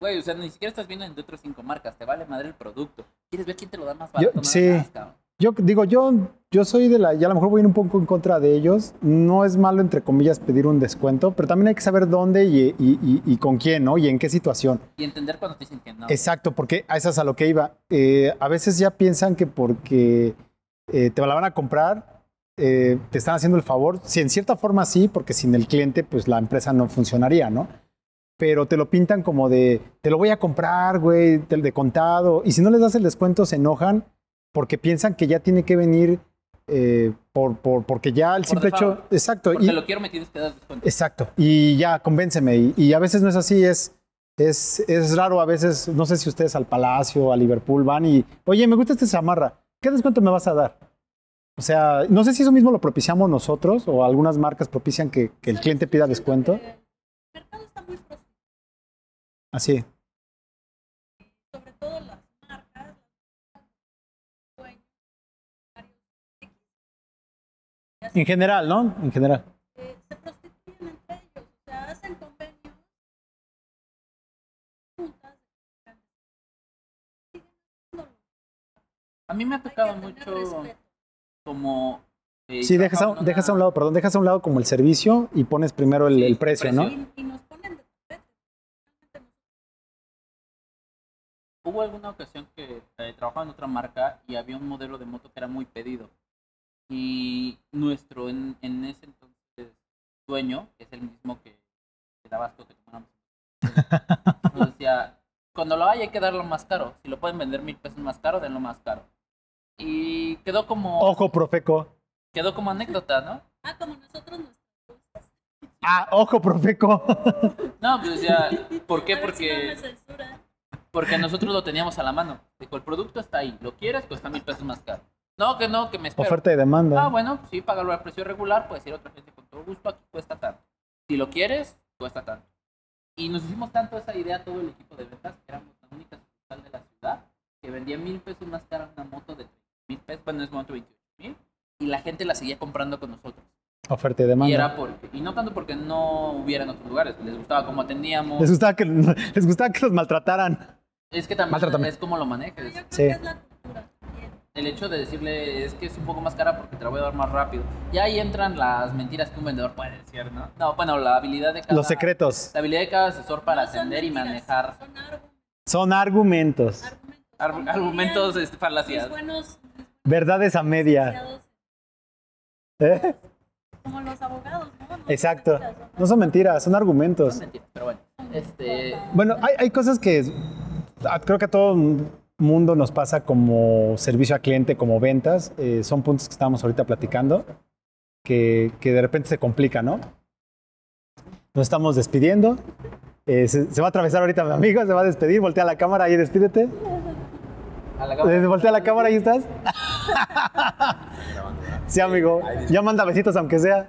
Speaker 3: Güey, o sea, ni siquiera estás viendo entre otras cinco marcas, te vale madre el producto. ¿Quieres ver quién te lo da más barato? nada
Speaker 1: sí.
Speaker 3: más, cabrón.
Speaker 1: Yo digo, yo, yo soy de la, y a lo mejor voy a ir un poco en contra de ellos. No es malo, entre comillas, pedir un descuento, pero también hay que saber dónde y, y- y- y con quién, ¿no? Y en qué situación.
Speaker 3: Y entender cuando te dicen que no.
Speaker 1: Exacto, porque a esas a lo que iba. Eh, a veces ya piensan que porque eh, te la van a comprar, eh, te están haciendo el favor. Sí, en cierta forma sí, porque sin el cliente, pues la empresa no funcionaría, ¿no? Pero te lo pintan como de, te lo voy a comprar, güey, te- de contado. Y si no les das el descuento, se enojan porque piensan que ya tiene que venir eh, por, por, porque ya el simple hecho.
Speaker 3: default.
Speaker 1: Exacto.
Speaker 3: Porque
Speaker 1: y-
Speaker 3: lo quiero, me tienes que dar descuento.
Speaker 1: Exacto. Y ya, convénceme. Y, y a veces no es así, es, es, es raro. A veces, no sé si ustedes al Palacio, a Liverpool van y, oye, me gusta esta chamarra, ¿qué descuento me vas a dar? O sea, no sé si eso mismo lo propiciamos nosotros o algunas marcas propician que, que el
Speaker 4: ¿Sabes?
Speaker 1: cliente
Speaker 4: Yo
Speaker 1: pida
Speaker 4: siento
Speaker 1: descuento.
Speaker 4: que El mercado está muy prostituido,
Speaker 1: Así.
Speaker 4: sobre todo las marcas, las dueños, varios equipos,
Speaker 1: En general, ¿no? En general.
Speaker 4: eh, se prostituyen entre ellos, o sea, hacen convenios, juntas, siguen haciéndolo.
Speaker 3: A mí me ha
Speaker 4: Hay que
Speaker 3: tocado
Speaker 4: tener
Speaker 3: mucho...
Speaker 4: respeto.
Speaker 3: como... eh,
Speaker 1: Sí, dejas a,
Speaker 3: trabaja una-
Speaker 1: dejas a un lado, perdón, dejas a un lado como el servicio y pones primero el,
Speaker 3: Sí,
Speaker 1: el precio, ¿no?
Speaker 3: precio.
Speaker 4: Y, y nos ponen de tapete.
Speaker 3: Hubo alguna ocasión que eh, trabajaba en otra marca y había un modelo de moto que era muy pedido. Y nuestro, en, en ese entonces, dueño, que es el mismo que el Tabasco
Speaker 1: *laughs*
Speaker 3: que tomáramos, nos decía, cuando lo haya hay que darlo más caro. Si lo pueden vender mil pesos más caro, denlo más caro. Y quedó como,
Speaker 1: Ojo, Profeco.
Speaker 3: quedó como anécdota, ¿no?
Speaker 4: Ah, como nosotros nuestras bolsas.
Speaker 1: Ah, ojo,
Speaker 3: *laughs*
Speaker 1: Profeco.
Speaker 3: No, pues decía, ¿por
Speaker 4: *laughs*
Speaker 3: qué?
Speaker 4: A ver si no me
Speaker 3: Porque...
Speaker 4: censuran.
Speaker 3: Porque nosotros lo teníamos a la mano. Dijo, el producto está ahí. ¿Lo quieres? Cuesta mil pesos más caro. No, que no, que me espero.
Speaker 1: Oferta y demanda.
Speaker 3: Ah, bueno, sí, págalo al precio regular. Puedes ir a otra gente con todo gusto. Aquí cuesta tanto. Si lo quieres, cuesta tanto. Y nos hicimos tanto esa idea todo el equipo de ventas, que éramos la única sucursal de la ciudad que vendía mil pesos más cara una moto de mil pesos, bueno, en ese momento 28 mil, y la gente la seguía comprando con nosotros.
Speaker 1: Oferta y demanda.
Speaker 3: Y era porque, y no tanto porque no hubiera en otros lugares, les gustaba cómo atendíamos,
Speaker 1: Les, gustaba que, *laughs* les gustaba que los maltrataran.
Speaker 3: es que también
Speaker 1: Maltrátame.
Speaker 3: es como lo
Speaker 4: Pero yo
Speaker 3: manejes.
Speaker 4: creo
Speaker 1: Sí.
Speaker 4: que es la cultura. también.
Speaker 3: el hecho de decirle es que es un poco más cara porque te la voy a dar más rápido. Y ahí entran las mentiras que un vendedor puede decir, ¿no? No, bueno, la habilidad de cada...
Speaker 1: Los secretos.
Speaker 3: La habilidad de cada asesor para
Speaker 4: No son
Speaker 3: atender y
Speaker 4: mentiras,
Speaker 3: manejar
Speaker 4: Son argu-
Speaker 1: Son argumentos.
Speaker 4: argumentos.
Speaker 3: ar-
Speaker 4: Son
Speaker 3: argumentos este,
Speaker 4: Mis
Speaker 3: falacias.
Speaker 4: buenos
Speaker 1: Verdades a media.
Speaker 4: licenciados,
Speaker 1: ¿Eh?
Speaker 4: como los abogados, ¿no? No
Speaker 1: Exacto.
Speaker 4: son mentiras,
Speaker 1: No son mentiras, son argumentos.
Speaker 3: Son mentiras, pero bueno. Este,
Speaker 1: Bueno, hay, hay cosas que ah, creo que a todo mundo nos pasa como servicio a cliente, como ventas. eh, son puntos que estábamos ahorita platicando que, que de repente se complica, ¿no? Nos estamos despidiendo. eh, se, se va a atravesar ahorita mi amigo, se va a despedir. Voltea a la cámara y despídete.
Speaker 3: a la
Speaker 1: Eh, Voltea a la cámara, ahí estás. *laughs* Sí, amigo. Ya manda besitos aunque sea.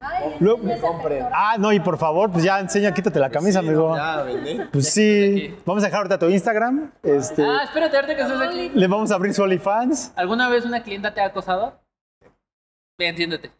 Speaker 4: Ay,
Speaker 1: Lo-
Speaker 4: ese es el
Speaker 5: compren.
Speaker 4: pectoral.
Speaker 1: Ah, no, y por favor, pues ya enseña, quítate la camisa, amigo.
Speaker 5: Ya, vendé.
Speaker 1: Pues
Speaker 3: aquí.
Speaker 1: sí. Vamos a dejar ahorita tu Instagram. Este,
Speaker 3: Ah, espérate, ahorita que estás aquí.
Speaker 1: Le vamos a abrir su OnlyFans.
Speaker 3: ¿Alguna vez una clienta te ha acosado? Ve, entiéndete.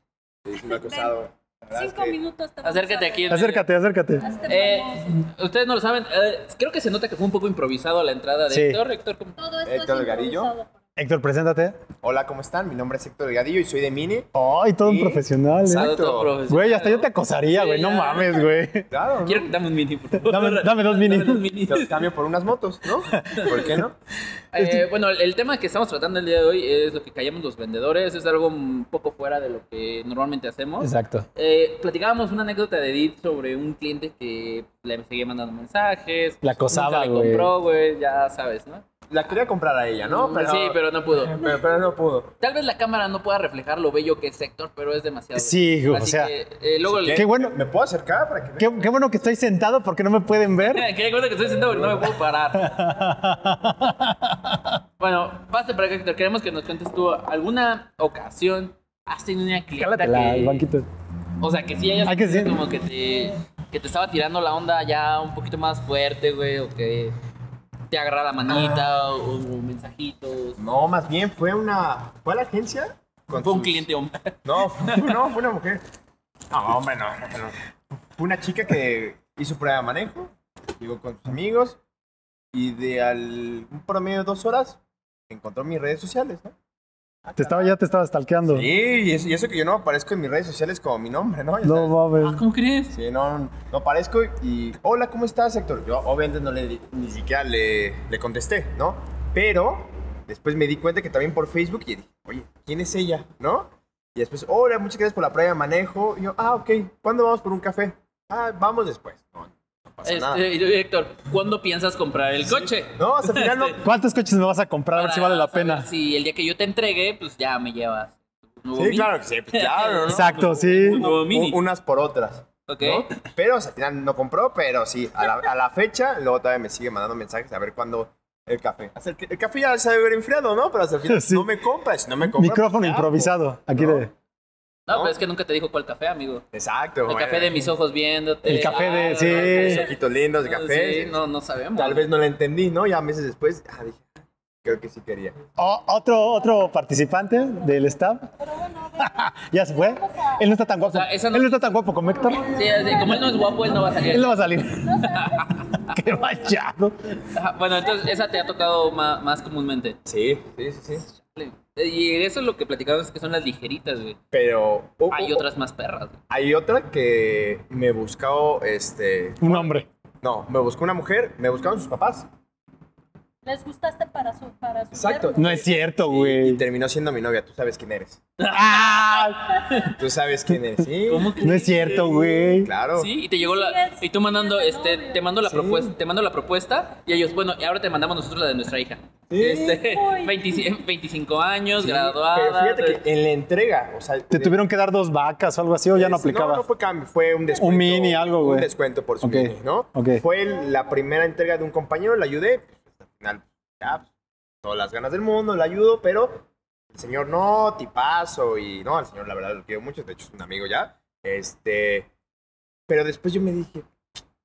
Speaker 5: Sí, sí me ha acosado. La verdad es
Speaker 4: Cinco
Speaker 5: que-
Speaker 4: minutos. este te vamos a
Speaker 3: Acércate
Speaker 4: ver.
Speaker 3: aquí. en medio.
Speaker 1: Acércate, acércate.
Speaker 4: Hazte
Speaker 3: Eh,
Speaker 4: famoso.
Speaker 3: ustedes no lo saben, eh, creo que se nota que fue un poco improvisado la entrada de
Speaker 1: Sí.
Speaker 3: Héctor. Héctor, ¿cómo-
Speaker 4: Todo esto
Speaker 5: Héctor
Speaker 4: es
Speaker 5: Delgadillo.
Speaker 4: improvisado.
Speaker 1: Héctor, preséntate.
Speaker 5: Hola, ¿cómo están? Mi nombre es Héctor Delgadillo y soy de Mine.
Speaker 1: Ay, todo un
Speaker 5: Sí.
Speaker 1: profesional. ¿eh?
Speaker 5: Exacto.
Speaker 3: Todo profesional.
Speaker 1: Güey, hasta yo te acosaría,
Speaker 3: Sí,
Speaker 1: güey. No
Speaker 3: ya.
Speaker 1: mames, güey.
Speaker 5: Claro, ¿no?
Speaker 3: Quiero que dame un mini, por favor.
Speaker 1: Dame- dame dos minis.
Speaker 3: minis.
Speaker 5: Los cambio por unas motos, ¿no? ¿Por qué no?
Speaker 3: Eh, bueno, el- el tema que estamos tratando el día de hoy es lo que callamos los vendedores. Es algo un poco fuera de lo que normalmente hacemos.
Speaker 1: Exacto.
Speaker 3: Eh, platicábamos una anécdota de Edith sobre un cliente que le seguía mandando mensajes.
Speaker 1: La acosaba,
Speaker 3: nunca le
Speaker 1: güey.
Speaker 3: compró, güey, ya sabes, ¿no?
Speaker 5: La quería comprar a ella, ¿no?
Speaker 3: Mm, Sí, pero no pudo.
Speaker 5: Pero, pero no pudo.
Speaker 3: Tal vez la cámara no pueda reflejar lo bello que es Héctor, pero es demasiado.
Speaker 1: Sí,
Speaker 3: bello.
Speaker 1: o
Speaker 3: Así
Speaker 1: sea,
Speaker 3: que, eh, luego le-
Speaker 1: Qué bueno.
Speaker 5: ¿Me puedo acercar para que vean?
Speaker 1: Qué, qué bueno que estoy sentado porque no me pueden
Speaker 3: *laughs*
Speaker 1: ver.
Speaker 3: Qué bueno que estoy sentado porque no me puedo parar. bueno, pase para acá, Héctor. Queremos que nos cuentes tú alguna ocasión has tenido una clienta
Speaker 1: Cálatela,
Speaker 3: que...
Speaker 1: el banquito.
Speaker 3: O sea, que sí hayas
Speaker 1: Hay que
Speaker 3: sentido
Speaker 1: sí.
Speaker 3: como que te, que te estaba tirando la onda ya un poquito más fuerte, güey, o que te agarra la manita o, o mensajitos.
Speaker 5: No, más bien fue una. ¿Fue a la agencia? Con
Speaker 3: Fue un
Speaker 5: sus-
Speaker 3: cliente hombre.
Speaker 5: No, fue- no, fue una mujer. No, hombre, no, no. Fue una chica que hizo prueba de manejo, llegó con sus amigos y de al, un promedio de dos horas encontró mis redes sociales, ¿no?
Speaker 1: Te estaba, ya te estaba stalkeando.
Speaker 5: Sí, y eso, y eso que yo no aparezco en mis redes sociales como mi nombre, ¿no? Ya
Speaker 1: No
Speaker 5: sabes.
Speaker 3: Ah,
Speaker 1: mames.
Speaker 3: *laughs* ¿Cómo crees?
Speaker 5: Sí, no, no aparezco y hola, ¿cómo estás, Héctor? Yo obviamente no le di- ni siquiera le, le contesté, ¿no? Pero después me di cuenta que también por Facebook y dije, oye, ¿quién es ella? ¿No? Y después, hola, muchas gracias por la prueba de manejo. Y yo, ah, ok, ¿cuándo vamos por un café? Ah, vamos después. No, no pasa nada.
Speaker 3: Este, y yo, Héctor, ¿cuándo piensas comprar el coche?
Speaker 5: No, hasta el final no.
Speaker 1: ¿Cuántos coches me vas a comprar? A ver
Speaker 3: Para
Speaker 1: si vale
Speaker 5: Ah,
Speaker 1: la
Speaker 3: saber
Speaker 1: pena.
Speaker 3: Si el día que yo te entregue, pues ya me llevas. Un nuevo
Speaker 5: Sí,
Speaker 3: Mini.
Speaker 5: claro que sí, pues claro, ¿no?
Speaker 1: Exacto, sí.
Speaker 3: Un nuevo Mini.
Speaker 5: U- unas por otras.
Speaker 3: Ok.
Speaker 5: ¿no? Pero o sea, al final no compró, pero sí, a la, a la fecha, luego todavía me sigue mandando mensajes a ver cuándo el café. Hasta el, que- el café ya se debe haber enfriado, ¿no? Pero hasta el final
Speaker 1: *laughs* Sí.
Speaker 5: no me compras, no me compras.
Speaker 1: Micrófono
Speaker 5: pues, ya,
Speaker 1: improvisado. Aquí
Speaker 5: No.
Speaker 1: de.
Speaker 3: No,
Speaker 5: ¿no?
Speaker 3: pero es que nunca te dijo cuál café, amigo.
Speaker 5: pues. Exacto.
Speaker 3: El café de mis ojos viéndote.
Speaker 1: El café de-
Speaker 3: Ah,
Speaker 1: sí.
Speaker 5: Mis
Speaker 3: ok.
Speaker 5: ojitos lindos de café.
Speaker 3: Ah, Sí, no, no sabemos.
Speaker 5: Tal vez no la entendí, ¿no? Ya meses después, ah, dije, creo que sí quería.
Speaker 1: O- otro, otro participante del staff. *laughs*
Speaker 4: Pero bueno, a ver,
Speaker 1: Ya se fue. Él no está tan guapo.
Speaker 3: sea, esa no-
Speaker 1: Él no está tan guapo como Héctor.
Speaker 3: Sí, así, como él no es guapo, él no va a salir.
Speaker 1: Él no va a
Speaker 5: *laughs*
Speaker 1: salir. *laughs* Qué machado.
Speaker 3: Ajá, Bueno, entonces esa te ha tocado ma- más, comúnmente.
Speaker 5: Sí, sí, sí, sí.
Speaker 3: Y eso es lo que platicamos, que son las ligeritas, güey.
Speaker 5: Pero oh,
Speaker 3: Hay
Speaker 5: oh,
Speaker 3: otras más perras, güey.
Speaker 5: hay otra que me buscó, este,
Speaker 1: Un hombre.
Speaker 5: no, me buscó una mujer, me buscaron sus papás.
Speaker 4: les gustaste para su para su
Speaker 5: Exacto.
Speaker 4: yerno.
Speaker 1: No es cierto,
Speaker 5: Y, y
Speaker 1: güey.
Speaker 5: terminó siendo mi novia, tú sabes quién eres.
Speaker 1: ¡Ah!
Speaker 5: Tú sabes quién eres, sí.
Speaker 3: ¿Cómo que?
Speaker 1: No es cierto, güey.
Speaker 5: Claro.
Speaker 3: Sí, y te llegó
Speaker 4: Sí,
Speaker 3: la
Speaker 4: es-
Speaker 3: y tú mandando
Speaker 4: es de
Speaker 3: este
Speaker 4: novio.
Speaker 3: te mando la
Speaker 5: Oh. Sí.
Speaker 3: propuesta, te mando la propuesta y ellos, bueno, y ahora te mandamos nosotros la de nuestra hija.
Speaker 5: Sí.
Speaker 3: Este, *laughs*
Speaker 4: Uy.
Speaker 3: 25, 25 años,
Speaker 5: Sí,
Speaker 3: pues, graduada. pues.
Speaker 5: Pero fíjate que en la entrega, o sea.
Speaker 1: Te tuvieron que dar dos vacas o algo así, o ya no aplicaba.
Speaker 5: No, no fue cambio, fue un descuento.
Speaker 1: Un mini, algo, güey.
Speaker 5: Un descuento por su
Speaker 1: Ok,
Speaker 5: mini, ¿no?
Speaker 1: ok.
Speaker 5: Fue el- la primera entrega de un compañero, le ayudé. pues, Al final, ya, pues, todas las ganas del mundo, le ayudo, pero el señor no, tipazo, y no, al señor la verdad lo quiero mucho, de hecho es un amigo ya. Este. Pero después yo me dije,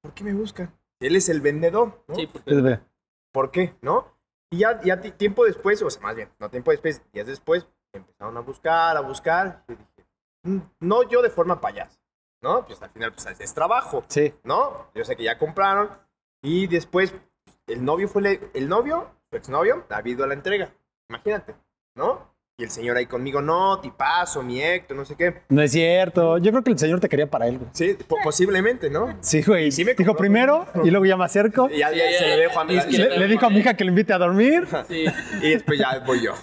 Speaker 5: ¿por qué me buscan? Él es el vendedor, ¿no?
Speaker 3: Sí, porque
Speaker 1: Entonces, ve,
Speaker 5: ¿Por qué? ¿No? Y ya, ya ti- tiempo después, o sea, más bien, no tiempo después, días después, me empezaron a buscar, a buscar. Yo dije, "Mm, no yo de forma payasa, ¿no? Pues al final, pues es trabajo,
Speaker 1: Sí,
Speaker 5: ¿no? Yo sé que ya compraron. Y después, el novio fue, le- el novio, su exnovio, ha habido a la entrega. Imagínate, ¿no? Y el señor ahí conmigo, no, tipazo, mi Héctor, no sé qué.
Speaker 1: no es cierto. Yo creo que el señor te quería para él, güey.
Speaker 5: Sí, po- posiblemente, ¿no?
Speaker 1: Sí, güey.
Speaker 5: sí me
Speaker 1: dijo
Speaker 5: compró,
Speaker 1: primero
Speaker 5: güey.
Speaker 1: y luego ya me acerco.
Speaker 5: Y ya, ya se lo dejo a mi
Speaker 3: Es que
Speaker 1: Le, le dijo a mi hija que le invite a dormir.
Speaker 3: sí.
Speaker 5: Y después ya voy yo.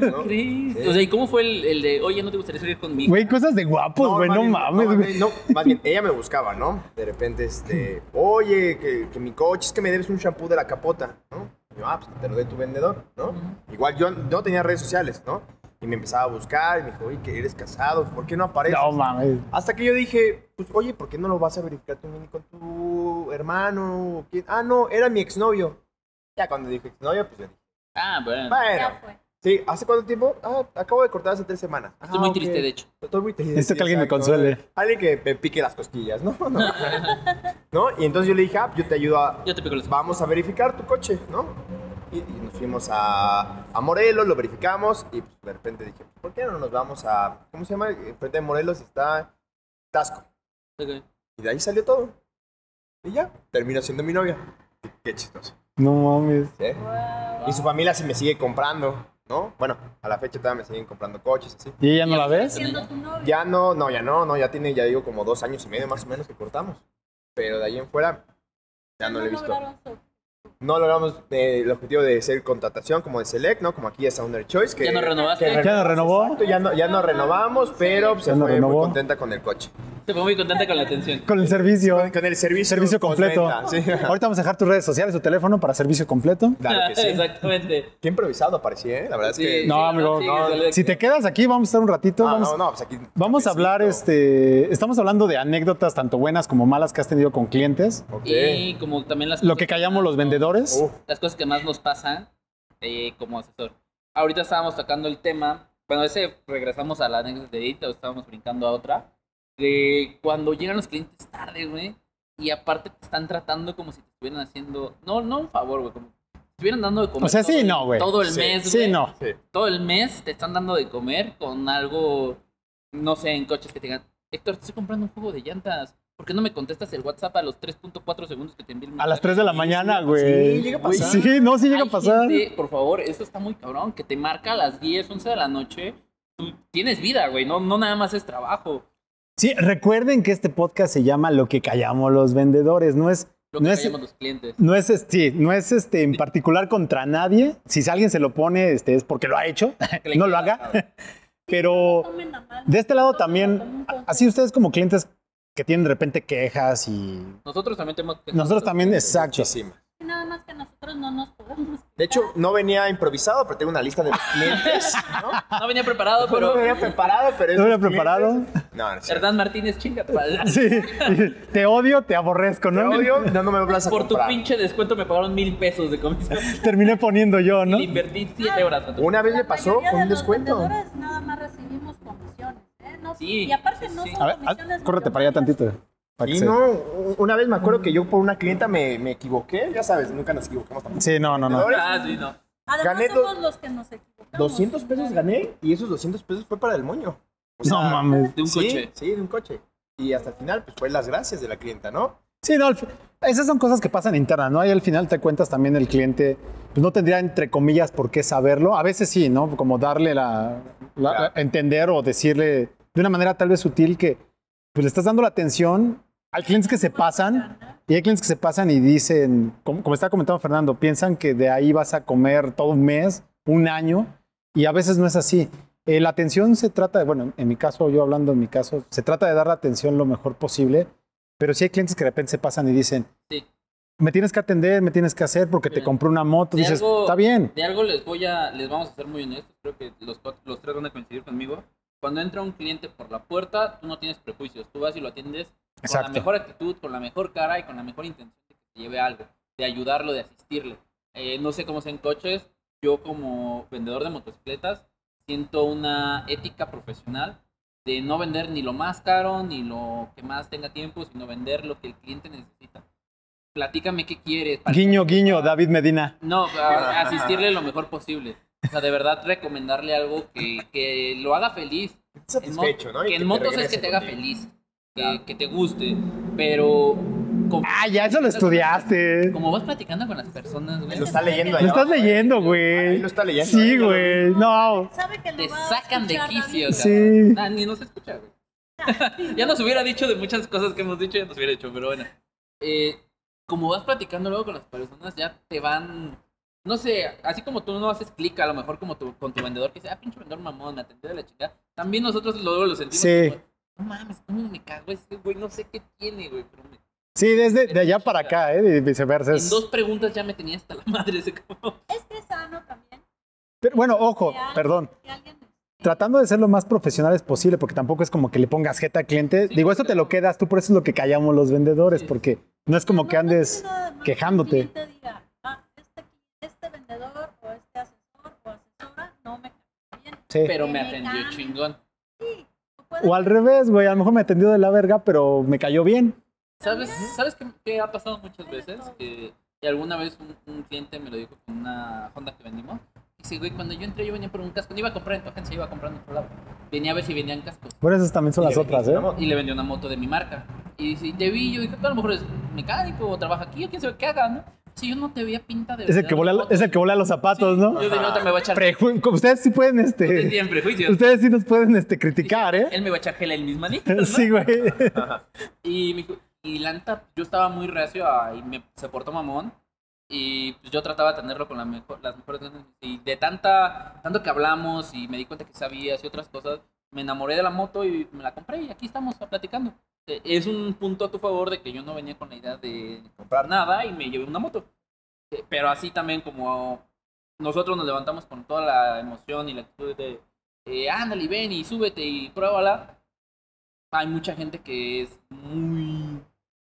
Speaker 3: ¿Cómo crees? O sea, ¿y cómo fue el, el de, oye, no te gustaría salir conmigo?
Speaker 1: Güey, cosas de guapos, Pues, güey.
Speaker 5: más
Speaker 1: No
Speaker 5: bien,
Speaker 1: mames, güey.
Speaker 5: No, más bien, ella me buscaba, ¿no? De repente, este, oye, que, que mi coche, es que me debes un shampoo de la capota, ¿no? Y yo, ah, pues te lo doy tu vendedor, ¿no? Igual yo no tenía redes sociales, ¿no? Y me empezaba a buscar, y me dijo, oye, que eres casado, ¿por qué no apareces?
Speaker 1: No mames.
Speaker 5: Hasta que yo dije, pues, oye, ¿por qué no lo vas a verificar tú ni con tu hermano? o quién? Ah, no, era mi exnovio. Ya cuando dije exnovio, pues yo dije,
Speaker 3: Ah, bueno.
Speaker 5: bueno.
Speaker 4: Ya fue.
Speaker 5: Sí, ¿hace cuánto tiempo? Ah, acabo de cortar hace tres semanas.
Speaker 3: Estoy muy
Speaker 5: Ah, ok.
Speaker 3: triste, de hecho.
Speaker 5: Estoy muy triste.
Speaker 1: Necesito que alguien me consuele.
Speaker 5: Alguien que me pique las cosquillas, ¿no? *laughs* No. ¿No? Y entonces yo le dije, ah, yo te ayudo a...
Speaker 3: Yo te pico los
Speaker 5: Vamos a verificar tu coche, ¿no? Y, y nos fuimos a, a Morelos, lo verificamos y pues, de repente dije, ¿por qué no nos vamos a... ¿Cómo se llama? Frente de Morelos está Tasco.
Speaker 3: Ok.
Speaker 5: Y de ahí salió todo. Y ya, terminó siendo mi novia. Qué, qué chistoso.
Speaker 1: No mames.
Speaker 5: ¿sí? Y su familia se me sigue comprando, ¿no? Bueno, a la fecha todavía me siguen comprando coches, así.
Speaker 1: ¿Y ella no la ves?
Speaker 4: Siendo tu novio.
Speaker 5: Ya no, no, ya no, no, ya tiene, ya digo, como dos años y medio más o menos que cortamos. Pero de ahí en fuera, ya no lo he visto.
Speaker 4: lograron su-
Speaker 5: No logramos eh, el objetivo de ser contratación como de Select, ¿no? Como aquí es Sounder Choice. Que,
Speaker 3: Ya no renovaste.
Speaker 5: que
Speaker 1: ¿Ya no renovó?
Speaker 5: Exacto, ya no, ya no renovamos, pero pues, se
Speaker 1: Ya no
Speaker 5: fue
Speaker 1: renovó.
Speaker 5: muy contenta con el coche.
Speaker 3: Se fue muy contenta con la atención.
Speaker 1: Con el servicio.
Speaker 5: Con el servicio.
Speaker 1: Servicio completo. *laughs*
Speaker 5: postventa, sí.
Speaker 1: Ahorita vamos a dejar tus redes sociales, tu teléfono para servicio completo.
Speaker 5: *laughs* Claro que
Speaker 3: *laughs*
Speaker 5: sí.
Speaker 3: Exactamente.
Speaker 5: Qué improvisado aparecía, ¿eh? La verdad es que...
Speaker 1: No, amigo,
Speaker 5: no,
Speaker 3: sale-
Speaker 1: Si te quedas aquí, vamos a estar un ratito.
Speaker 5: Ah,
Speaker 1: vamos,
Speaker 5: no, no, pues aquí...
Speaker 1: vamos a hablar, este. Estamos hablando de anécdotas tanto buenas como malas que has tenido con clientes.
Speaker 5: Ok.
Speaker 3: Y como también las
Speaker 1: Lo que callamos los vendedores.
Speaker 5: Uf,
Speaker 3: las cosas que más nos pasan eh, como asesor. Ahorita estábamos tocando el tema, bueno, ese regresamos a la anécdota de Edith, o estábamos brincando a otra, de cuando llegan los clientes tarde, güey, y aparte te están tratando como si te estuvieran haciendo, no, no un favor, güey, como si te estuvieran dando de comer.
Speaker 1: O sea,
Speaker 3: todo
Speaker 1: sí,
Speaker 3: el-
Speaker 1: no, güey.
Speaker 3: Todo el
Speaker 5: Sí,
Speaker 3: mes,
Speaker 1: Sí,
Speaker 3: güey,
Speaker 1: no.
Speaker 5: sí.
Speaker 3: Todo el mes te están dando de comer con algo, no sé, en coches que te digan, Héctor, te estoy comprando un juego de llantas. ¿Por qué no me contestas el WhatsApp a los 3.4 segundos que te envío el
Speaker 1: A las
Speaker 3: mensaje?"
Speaker 1: 3 de la
Speaker 3: Y
Speaker 1: mañana,
Speaker 3: sí,
Speaker 1: güey.
Speaker 5: sí, llega a pasar.
Speaker 1: Sí, no, sí llega a
Speaker 3: hay
Speaker 1: pasar.
Speaker 3: gente, por favor, eso está muy cabrón, que te marca a las 10, 11 de la noche. Tú tienes vida, güey, no, no nada más es trabajo.
Speaker 1: Sí, recuerden que este podcast se llama Lo que callamos los vendedores. No es,
Speaker 3: Lo que
Speaker 1: no es,
Speaker 3: callamos los clientes.
Speaker 1: no es, este- sí, no es este en particular contra nadie. Si alguien se lo pone, este es porque lo ha hecho.
Speaker 3: Que
Speaker 1: *laughs*
Speaker 3: le
Speaker 1: No lo
Speaker 3: queda,
Speaker 1: haga. *laughs* Pero
Speaker 4: Tomen a mal.
Speaker 1: de este lado
Speaker 4: Tómenlo como
Speaker 1: también,
Speaker 4: un consejo.
Speaker 1: así ustedes como clientes que tienen de repente quejas y
Speaker 3: Nosotros también tenemos que-
Speaker 1: nosotros también, exacto.
Speaker 5: Muchísimo.
Speaker 4: Y Nada más que nosotros no nos podemos.
Speaker 5: De hecho, no venía improvisado, pero tengo una lista
Speaker 3: *laughs*
Speaker 5: de los clientes, ¿no?
Speaker 3: No venía
Speaker 1: *laughs*
Speaker 3: preparado,
Speaker 5: No
Speaker 3: pero
Speaker 5: lo había preparado, pero...
Speaker 1: ¿No lo había
Speaker 5: estos
Speaker 1: preparado?
Speaker 5: clientes- No, no es cierto.
Speaker 3: Hernán Martínez, chinga. tu madre.
Speaker 1: Sí, te odio, te aborrezco,
Speaker 5: Te
Speaker 1: ¿no?
Speaker 5: odio, no, no me vuelvas a
Speaker 3: Por tu
Speaker 5: comprar.
Speaker 3: pinche descuento me pagaron mil pesos de comisión.
Speaker 1: Terminé poniendo yo, ¿no?
Speaker 3: Le invertí siete horas. a tu-
Speaker 5: Una vez
Speaker 4: La
Speaker 5: me pasó
Speaker 4: mayoría
Speaker 5: con
Speaker 4: de
Speaker 5: un
Speaker 4: los
Speaker 5: descuento.
Speaker 4: vendedores Nada más recibimos comisiones. ¿eh? No,
Speaker 3: Sí,
Speaker 4: y aparte
Speaker 3: sí,
Speaker 4: no
Speaker 3: sí.
Speaker 4: son
Speaker 1: A ver,
Speaker 4: comisiones.
Speaker 1: ah, córrete para allá
Speaker 4: millonarias.
Speaker 1: tantito. para que
Speaker 5: Y
Speaker 1: se-
Speaker 5: no, u- una vez me acuerdo que yo por una clienta me, me equivoqué, ya sabes, nunca nos equivocamos tampoco.
Speaker 1: Sí, no, no, no.
Speaker 3: Ah, sí, no.
Speaker 4: Además,
Speaker 5: Gané do-
Speaker 4: somos los que nos equivocamos.
Speaker 5: 200 pesos gané y esos 200 pesos fue para el moño. O sea,
Speaker 1: No mames.
Speaker 3: De un
Speaker 5: sí,
Speaker 3: coche.
Speaker 5: Sí, de un coche. Y hasta el final, pues fue las gracias de la clienta, ¿no?
Speaker 1: Sí, no, al fi- esas son cosas que pasan internas, ¿no? Y al final te cuentas también el cliente, pues no tendría entre comillas por qué saberlo. A veces sí, ¿no? Como darle la, la-
Speaker 5: Claro.
Speaker 1: entender o decirle de una manera tal vez sutil que pues le estás dando la atención. Hay clientes que se pasan y hay clientes que se pasan y dicen, como, como estaba comentando Fernando, piensan que de ahí vas a comer todo un mes, un año, y a veces no es así. Eh, la atención se trata de, bueno, en mi caso, yo hablando en mi caso, se trata de dar la atención lo mejor posible, pero sí hay clientes que de repente se pasan y dicen,
Speaker 3: Sí.
Speaker 1: me tienes que atender, me tienes que hacer porque te
Speaker 3: Bien.
Speaker 1: compré una moto.
Speaker 3: De
Speaker 1: Dices,
Speaker 3: algo-
Speaker 1: está bien.
Speaker 3: De algo les voy a, les vamos a ser muy honestos, creo que los, cuat- los tres van a coincidir conmigo. Cuando entra un cliente por la puerta, tú no tienes prejuicios, tú vas y lo atiendes con la
Speaker 1: Exacto.
Speaker 3: mejor actitud, con la mejor cara y con la mejor intención de que te lleve algo, de ayudarlo, de asistirle. Eh, no sé cómo sea en coches, yo como vendedor de motocicletas siento una ética profesional de no vender ni lo más caro, ni lo que más tenga tiempo, sino vender lo que el cliente necesita. Platícame qué quieres. para-
Speaker 1: Guiño, guiño, David Medina.
Speaker 3: No, a- asistirle lo mejor posible. O sea, de verdad recomendarle algo que, que lo haga feliz. En mo-
Speaker 5: Satisfecho, ¿no? Y
Speaker 3: que en
Speaker 5: te
Speaker 3: motos es
Speaker 5: regrese
Speaker 3: que te haga
Speaker 5: contigo.
Speaker 3: feliz, que, que te guste, pero... con-
Speaker 1: Ah, ya eso lo estudiaste.
Speaker 3: Como vas platicando con las personas, güey,
Speaker 5: Lo está leyendo
Speaker 1: Lo
Speaker 5: allá
Speaker 1: estás
Speaker 5: abajo, eh.
Speaker 1: leyendo, güey.
Speaker 5: Ahí lo está leyendo.
Speaker 1: Sí,
Speaker 5: ahí lo-
Speaker 1: güey. Eh, No.
Speaker 4: Sabe que lo
Speaker 3: te
Speaker 4: va a
Speaker 3: sacan de
Speaker 4: escuchar
Speaker 3: quicio.
Speaker 4: David.
Speaker 3: o sea,
Speaker 1: Sí.
Speaker 3: nah, ni nos escucha, güey. *laughs* ya nos hubiera dicho de muchas cosas que hemos dicho, ya nos hubiera hecho, pero bueno. Eh, como vas platicando luego con las personas, ya te van. No sé, así como tú no haces clic, a lo mejor como tu, con tu vendedor que dice, ah, pinche vendedor mamón, me atendió de la chingada. También nosotros luego lo sentimos.
Speaker 1: Sí.
Speaker 3: como, no mames, ¿cómo me cago este güey? No sé qué tiene, güey. Pero me-
Speaker 1: Sí, desde de allá para acá, ¿eh? Y viceversa.
Speaker 3: En
Speaker 1: es-
Speaker 3: dos preguntas ya me tenía hasta la madre ese como.
Speaker 4: Es que es sano también
Speaker 1: Pero bueno, ojo, perdón.
Speaker 4: que alguien
Speaker 1: Tratando de ser lo más profesionales posible, porque tampoco es como que le pongas jeta al cliente.
Speaker 3: Sí,
Speaker 1: Digo, esto te
Speaker 3: claro.
Speaker 1: lo quedas tú, por eso es lo que callamos los vendedores,
Speaker 3: Sí.
Speaker 1: porque no es como
Speaker 4: No,
Speaker 1: que
Speaker 4: no tiene
Speaker 1: andes.
Speaker 4: nada de malo
Speaker 1: quejándote.
Speaker 4: que el cliente diga, "Ah, este, este vendedor o este asesor o asesora no me cae bien.
Speaker 1: Sí.
Speaker 3: Pero me atendió chingón.
Speaker 4: Sí, o puede
Speaker 1: O al revés, güey. A lo mejor me atendió de la verga, pero me cayó bien.
Speaker 3: ¿Sabes, ¿sabes qué, qué ha pasado muchas
Speaker 4: Hay de
Speaker 3: veces?
Speaker 4: todo.
Speaker 3: Que, que alguna vez un, un cliente me lo dijo con una Honda que vendimos. Dice, güey, cuando yo entré yo venía por un casco. No iba a comprar en tu agencia, iba comprando por lado. Venía a ver si vendían cascos.
Speaker 1: Por eso también son
Speaker 5: Y
Speaker 1: las
Speaker 5: le
Speaker 1: otras,
Speaker 5: vendiste
Speaker 1: ¿eh?
Speaker 5: la moto.
Speaker 3: Y le vendió una moto de mi marca. Y dice, te vi, yo dije, "Tú a lo mejor es mecánico o trabaja aquí o quién sabe qué haga, ¿no? Si yo no te veía pinta de...
Speaker 1: Es el
Speaker 3: vender
Speaker 1: que volea,
Speaker 3: motos".
Speaker 1: es el que volea los zapatos,
Speaker 3: Sí,
Speaker 1: ¿no?
Speaker 3: Yo dije, no te me va a echar...
Speaker 1: Preju- ustedes sí pueden,
Speaker 3: Ustedes
Speaker 1: este.
Speaker 3: tienen prejuicios.
Speaker 1: Ustedes sí nos pueden, este, criticar, ¿eh?
Speaker 3: *laughs* Él me va a echar gel en mis manitas, ¿no?
Speaker 1: *laughs* Sí, güey.
Speaker 3: Y me dijo, y la neta, yo estaba muy reacio a- y me, se portó mamón. Y pues yo trataba de tenerlo con la mejor, las mejores ganas. Y de tanta, tanto que hablamos y me di cuenta que sabías y otras cosas, me enamoré de la moto y me la compré y aquí estamos platicando. Eh, Es un punto a tu favor de que yo no venía con la idea de comprar nada y me llevé una moto. Eh, Pero así también como nosotros nos levantamos con toda la emoción y la actitud de, eh, ándale, y ven y súbete y pruébala hay mucha gente que es muy,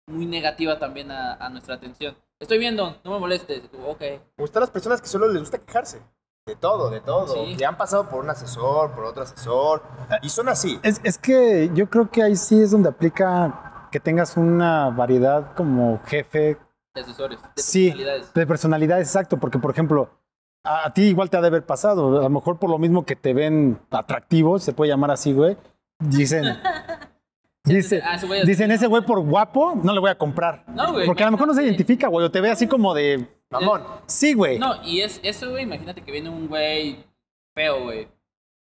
Speaker 3: muy negativa también a, a nuestra atención. Estoy viendo, no me molestes. Ok.
Speaker 5: Me gustan las personas que solo les gusta quejarse. De todo, de todo.
Speaker 3: Sí.
Speaker 5: Que han pasado por un asesor, por otro asesor. Y son así.
Speaker 1: Es, es que yo creo que ahí sí es donde aplica que tengas una variedad como jefe
Speaker 3: De asesores, de
Speaker 1: Sí.
Speaker 3: personalidades.
Speaker 1: de personalidad, exacto, porque por ejemplo, a, a ti igual te ha de haber pasado, a lo mejor por lo mismo que te ven atractivo, se puede llamar así, güey,
Speaker 3: *laughs*
Speaker 1: dicen, dice,
Speaker 3: Ah, ese güey es-
Speaker 1: dicen, ese güey por guapo no le voy a comprar.
Speaker 3: No, güey.
Speaker 1: Porque a lo mejor no se
Speaker 3: Sí.
Speaker 1: identifica, güey, o te ve así como de,
Speaker 5: Mamón.
Speaker 1: sí, güey.
Speaker 3: No, y es eso, güey. Imagínate que viene un güey feo, güey.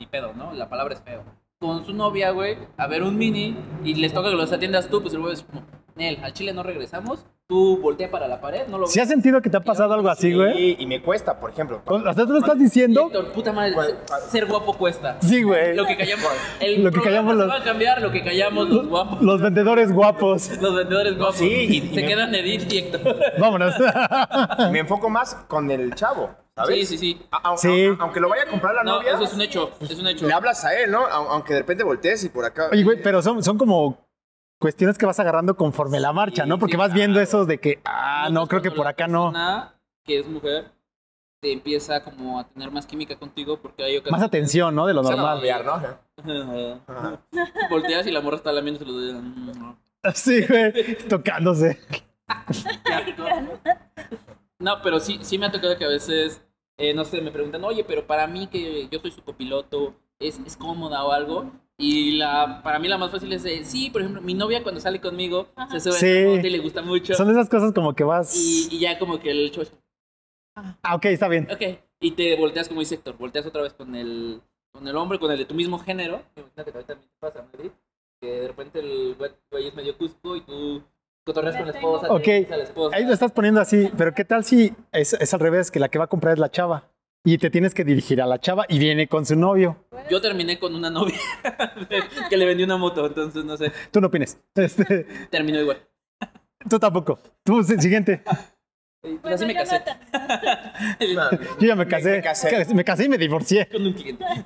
Speaker 3: Y pedo, ¿no? La palabra es feo. Con su novia, güey, a ver un mini y les toca que los atiendas tú, pues el güey es como, Nel, al chile no regresamos. Tú voltea para la pared, no lo
Speaker 1: ¿Si has sentido que te ha pasado algo así, güey?
Speaker 5: Y, y me cuesta, por ejemplo.
Speaker 1: O
Speaker 5: cuando-
Speaker 1: sea, tú lo estás diciendo,
Speaker 3: Héctor, puta madre,
Speaker 5: ¿Cuál-
Speaker 3: ser-
Speaker 5: cuál?
Speaker 3: ser guapo cuesta.
Speaker 1: sí, güey.
Speaker 3: Lo que callamos. El
Speaker 1: Lo que
Speaker 3: programa
Speaker 1: callamos
Speaker 3: se
Speaker 1: los-
Speaker 3: va a cambiar lo que callamos los guapos.
Speaker 1: Los vendedores guapos. *laughs*
Speaker 3: Los vendedores guapos.
Speaker 5: sí, y- y
Speaker 3: se
Speaker 5: me-
Speaker 3: quedan Edith y Héctor.
Speaker 1: Vámonos.
Speaker 5: *laughs*
Speaker 1: *laughs*
Speaker 5: me enfoco más con el chavo,
Speaker 3: Sí,
Speaker 5: ¿sabes?
Speaker 3: sí, sí.
Speaker 5: A- a-
Speaker 1: Sí.
Speaker 5: a- aunque lo vaya a comprar la
Speaker 3: No,
Speaker 5: novia,
Speaker 3: eso es un hecho. Es un hecho.
Speaker 5: le hablas a él, ¿no? A- aunque de repente voltees y por acá.
Speaker 1: Oye, güey, pero son, son como cuestiones que vas agarrando conforme la marcha,
Speaker 3: Sí,
Speaker 1: ¿no? Porque
Speaker 3: sí,
Speaker 1: vas viendo
Speaker 3: claro.
Speaker 1: esos de que, ah, no,
Speaker 3: Notas
Speaker 1: creo que
Speaker 3: cuando
Speaker 1: por
Speaker 3: la
Speaker 1: acá no.
Speaker 3: persona que es mujer te empieza como a tener más química contigo porque hay
Speaker 1: Más
Speaker 3: ocasiones.
Speaker 1: atención, ¿no? De lo
Speaker 3: O sea, no,
Speaker 1: normal.
Speaker 3: güey.
Speaker 5: Cambiar, ¿no? Ajá.
Speaker 3: *laughs* Volteas y la morra está lamiéndose los dedos. Mm,
Speaker 1: *laughs* Sí, güey, tocándose.
Speaker 3: qué asco. No, pero sí, sí me ha tocado que a veces, eh, no sé, me preguntan, oye, pero para mí que yo soy su copiloto, ¿es, es cómoda o algo? Y la, para mí la más fácil es de, sí, por ejemplo, mi novia cuando sale conmigo
Speaker 4: Ajá.
Speaker 3: se sube
Speaker 1: Sí.
Speaker 3: en la moto y le gusta mucho.
Speaker 1: Son esas cosas como que vas.
Speaker 3: Y, y ya como que el show es,
Speaker 1: Ah, ok, está bien.
Speaker 3: ok. Y te volteas como dice Héctor, volteas otra vez con el, con el hombre, con el de tu mismo género. Me imagino que ahorita también te pasa, ¿no, Edith? Que de repente el güey- güey es medio cusco y tú cotorreas con la esposa. te
Speaker 1: Ok.
Speaker 3: dices a la esposa.
Speaker 1: Ahí lo estás poniendo así, pero ¿qué tal si es, es al revés, que la que va a comprar es la chava? Y te tienes que dirigir a la chava y viene con su novio.
Speaker 3: Yo terminé con una novia *laughs* que le vendí una moto, entonces no sé,
Speaker 1: Tú no opines. *laughs* Este,
Speaker 3: terminó igual.
Speaker 1: tú tampoco. Tú, sí, siguiente.
Speaker 3: Pues
Speaker 4: Bueno,
Speaker 3: así me
Speaker 4: yo no
Speaker 3: casé *laughs*
Speaker 4: te-
Speaker 1: Yo ya me casé.
Speaker 5: me casé.
Speaker 1: Me casé y me divorcié.
Speaker 3: con un cliente.
Speaker 4: no, yo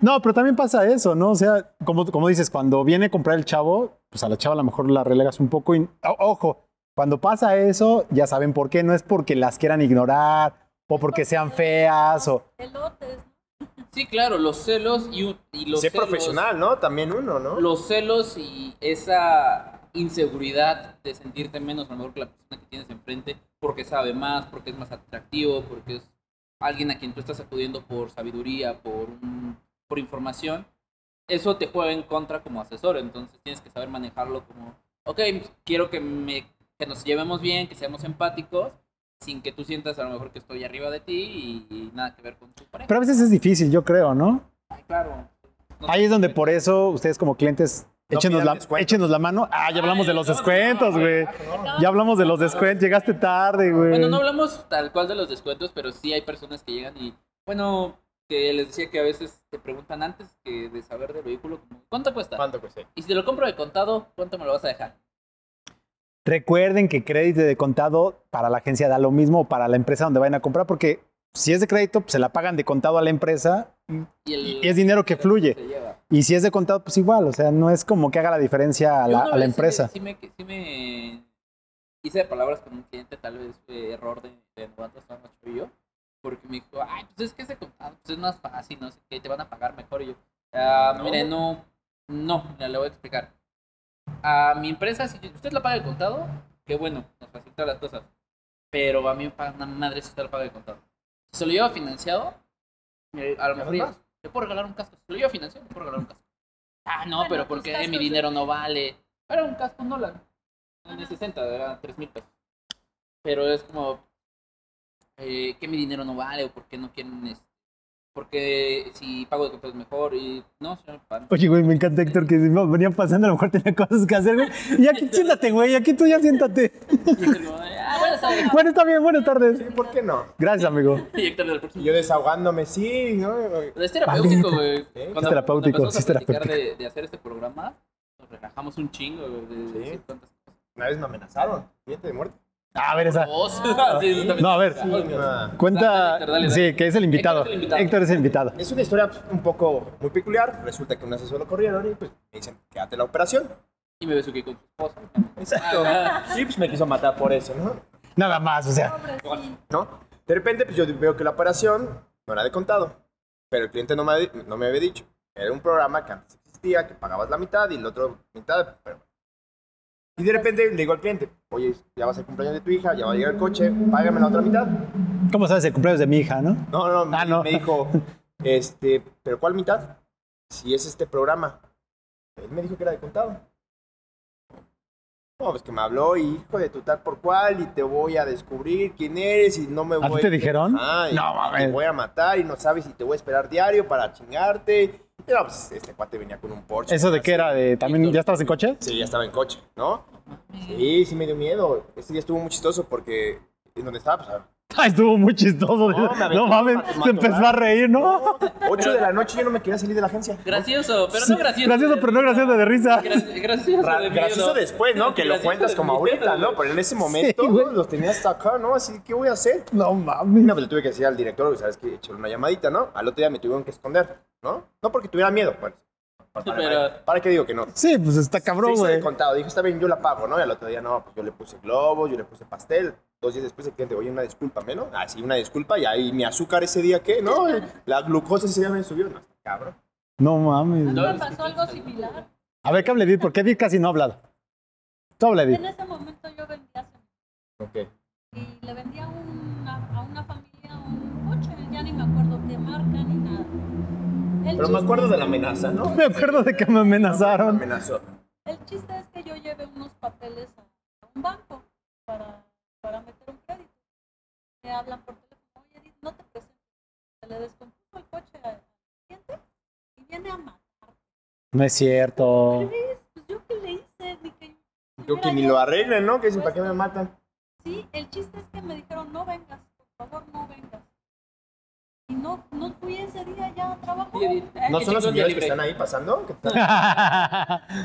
Speaker 1: No, pero también pasa eso, ¿no? O sea, como, como dices, cuando viene a comprar el chavo, pues a la chava a lo mejor la relegas un poco y, o- ojo, cuando pasa eso, ya saben por qué, no es porque las quieran ignorar o porque sean feas o...
Speaker 4: Elotes, ¿no?
Speaker 3: Sí, claro, los celos y, un- y los
Speaker 5: Sé
Speaker 3: celos-
Speaker 5: profesional, ¿no? También uno, ¿no?
Speaker 3: Los celos y esa inseguridad de sentirte menos a lo mejor que la persona que tienes enfrente porque sabe más, porque es más atractivo, porque es alguien a quien tú estás acudiendo por sabiduría, por, un- por información, eso te juega en contra como asesor, entonces tienes que saber manejarlo como, ok, quiero que, me, que nos llevemos bien, que seamos empáticos, sin que tú sientas a lo mejor que estoy arriba de ti y, nada que ver con tu pareja.
Speaker 1: Pero a veces es difícil, yo creo, ¿no?
Speaker 3: Ay, claro. No
Speaker 1: Ahí es donde
Speaker 3: sé.
Speaker 1: por eso ustedes como clientes
Speaker 5: No
Speaker 1: échenos,
Speaker 5: pidan
Speaker 1: la,
Speaker 5: descuento.
Speaker 1: échenos la mano. Ah, ya hablamos de los
Speaker 3: Ay, no,
Speaker 1: descuentos,
Speaker 3: no,
Speaker 1: güey. Ya hablamos de los descuentos, llegaste tarde, güey.
Speaker 3: Bueno, no hablamos tal cual de los descuentos, pero sí hay personas que llegan y, bueno, que les decía que a veces te preguntan antes que de saber del vehículo, como, ¿cuánto cuesta?
Speaker 5: ¿Cuánto cuesta?
Speaker 3: Y si te lo compro de contado, ¿cuánto me lo vas a dejar?
Speaker 1: Recuerden que crédito de contado para la agencia da lo mismo o para la empresa donde vayan a comprar, porque si es de crédito, pues, se la pagan de contado a la empresa
Speaker 3: Y, el-
Speaker 1: y es dinero que fluye.
Speaker 3: se lleva.
Speaker 1: Y si es de contado, pues igual, o sea, no es como que haga la diferencia a
Speaker 3: Yo
Speaker 1: la,
Speaker 3: una
Speaker 1: a la
Speaker 3: vez sí me-
Speaker 1: empresa.
Speaker 3: Sí me, sí me hice de palabras con un cliente, tal vez eh, error de, de novato, estaba más chico yo, porque me dijo, ay, pues es que ese contado pues es más fácil, no sé qué, te van a pagar mejor. Y yo, "Ah,
Speaker 5: No.
Speaker 3: mire, no, no, mira, le voy a explicar. A mi empresa, si usted la paga el contado, qué bueno, nos facilita las cosas. Pero a mí me paga una madre si usted la paga el contado. Si se lo lleva financiado, me- a lo mejor ya- le puedo regalar un casco. Si se lo lleva financiado, le puedo regalar un casco. Ah, no,
Speaker 4: Bueno,
Speaker 3: pero
Speaker 4: pues
Speaker 3: porque eh, mi
Speaker 4: cascos.
Speaker 3: dinero no vale. Era un casco en dólar. En el
Speaker 4: Ajá.
Speaker 3: 60, era 3 mil pesos. Pero es como eh, que mi dinero no vale o por qué no quieren esto. Porque si pago de compras mejor y no, señor,
Speaker 1: *laughs*
Speaker 3: para-
Speaker 1: Oye, güey, me encanta Héctor, que si no, venían pasando, a lo mejor tenía cosas que hacer, güey. Y aquí, siéntate, güey, aquí tú ya siéntate.
Speaker 3: Y Héctor como, ah, bueno, está *laughs* bien.
Speaker 1: Bueno, está bien, buenas tardes.
Speaker 5: Sí, ¿por qué no?
Speaker 1: Gracias, amigo.
Speaker 3: Y Héctor del próximo.
Speaker 5: Y yo desahogándome, sí, ¿no?
Speaker 3: Pero es terapéutico,
Speaker 1: Vale.
Speaker 3: güey. Cuando-
Speaker 1: terapéutico,
Speaker 3: cuando empezamos
Speaker 1: sí es
Speaker 3: a platicar
Speaker 1: terapéutico.
Speaker 3: De, de hacer este programa, nos relajamos un chingo, güey. De,
Speaker 5: Sí.
Speaker 3: decir tantas
Speaker 5: Una vez me amenazaron, diente de muerte.
Speaker 1: A ver, esa.
Speaker 3: cosas. *laughs* Sí, sí, también.
Speaker 1: No, a ver.
Speaker 5: Sí, una-
Speaker 1: Cuenta.
Speaker 3: Dale, Héctor, dale, dale.
Speaker 1: Sí, que es el invitado.
Speaker 3: Héctor es el invitado.
Speaker 1: Héctor es el invitado.
Speaker 5: Es una historia pues, un poco muy peculiar. Resulta que un asesor lo corrieron y pues me dicen, quédate la operación.
Speaker 3: Y me besuqué con su esposa. Ah,
Speaker 5: Exacto. Sí, pues me quiso matar por eso, ¿no?
Speaker 1: Nada más, o sea.
Speaker 4: Pobrecito.
Speaker 5: ¿no? De repente, pues yo veo que la operación no era de contado, pero el cliente no me, ha- no me había dicho. Era un programa que antes existía, que pagabas la mitad y la otra mitad, pero... Y de repente le digo al cliente, oye, ya va a ser cumpleaños de tu hija, ya va a llegar el coche, págame la otra mitad.
Speaker 1: ¿Cómo sabes el cumpleaños de mi hija, no?
Speaker 5: No, no, me,
Speaker 1: Ah, no.
Speaker 5: me dijo, este, ¿pero cuál mitad? Si es este programa. Él me dijo que era de contado. No, pues que me habló, hijo de tu tal por cual, y te voy a descubrir quién eres y no me
Speaker 1: ¿A
Speaker 5: voy
Speaker 1: ti te dijeron?
Speaker 5: Ah, y
Speaker 1: No,
Speaker 5: te
Speaker 1: mames.
Speaker 5: voy a matar y no sabes si te voy a esperar diario para chingarte. Pero pues este cuate venía con un Porsche.
Speaker 1: ¿Eso de qué era? ¿De también ya estabas en coche?
Speaker 5: Sí, ya estaba en coche, ¿no? Sí, sí me dio miedo. Este día estuvo muy chistoso porque en donde estaba, pues, a-
Speaker 1: Ah, estuvo muy chistoso.
Speaker 5: No, me
Speaker 1: No,
Speaker 5: aventó
Speaker 1: mames,
Speaker 5: para
Speaker 1: se empezó a reír, ¿no?
Speaker 5: 8 de la noche yo no me quería salir de la agencia.
Speaker 3: Gracioso, pero no gracioso.
Speaker 1: Gracioso, pero no gracioso de risa.
Speaker 3: Gra- gracioso
Speaker 5: Ra-
Speaker 3: de miedo.
Speaker 5: gracioso después, ¿no? Que lo
Speaker 3: Gracioso
Speaker 5: cuentas
Speaker 3: de
Speaker 5: como
Speaker 3: miedo,
Speaker 5: ahorita, ¿no?
Speaker 3: güey.
Speaker 5: Pero en ese momento
Speaker 1: Sí, güey.
Speaker 5: los tenías hasta acá, ¿no? Así, ¿qué voy a hacer?
Speaker 1: No
Speaker 5: No,
Speaker 1: mames.
Speaker 5: pues le tuve que decir al director, güey, ¿sabes qué? Echarle una llamadita, ¿no? Al otro día me tuvieron que esconder, ¿no? No porque tuviera miedo, bueno. Para,
Speaker 3: Pero-
Speaker 5: para qué digo que no.
Speaker 1: Sí, pues está *laughs* cabrón,
Speaker 5: Se hizo de
Speaker 1: güey.
Speaker 5: contado, dijo, está bien, yo la pago, ¿no? Y al otro día, no, pues yo le puse globos, yo le puse pastel. Dos días después el cliente, oye, una disculpa, ¿no? Ah, sí, una disculpa, y ahí mi azúcar ese día, ¿qué? ¿No? La glucosa ese día me subió, no, cabrón.
Speaker 1: No
Speaker 4: A
Speaker 1: mames.
Speaker 4: mí
Speaker 1: güey.
Speaker 4: me pasó algo similar.
Speaker 1: A ver, ¿qué habla Edith? Porque Edith casi no ha hablado. Tú habla, Edith.
Speaker 4: En ese momento yo vendía semillas.
Speaker 5: Ok.
Speaker 4: y le vendía a una, a una familia un coche, ya ni me acuerdo qué marca ni nada. El
Speaker 5: Pero me
Speaker 4: chiste-
Speaker 5: acuerdo de la amenaza, ¿no?
Speaker 1: Me acuerdo de que me amenazaron.
Speaker 5: Amenazó.
Speaker 4: El chiste es que yo llevé unos papeles a, a un banco para, para meter un crédito. Me hablan por teléfono, oye, Edith, no te presentes. Se le descompuso el coche al cliente y viene a matar.
Speaker 1: No es
Speaker 4: ¿Qué
Speaker 1: cierto. *laughs*
Speaker 4: crees? Pues yo qué le hice, ni que pues,
Speaker 5: Yo que ni lo arreglen, ¿no? Que dicen, ¿para qué me matan?
Speaker 4: Sí, el chiste es que me dijeron, no vengas, por favor, no vengas. Y no, no fui ese día ya a trabajo.
Speaker 3: Y Edith, ah,
Speaker 5: ¿No
Speaker 3: qué
Speaker 5: son
Speaker 3: chingón, ya
Speaker 5: los señores que
Speaker 3: libre.
Speaker 5: están ahí pasando? ¿Qué tal?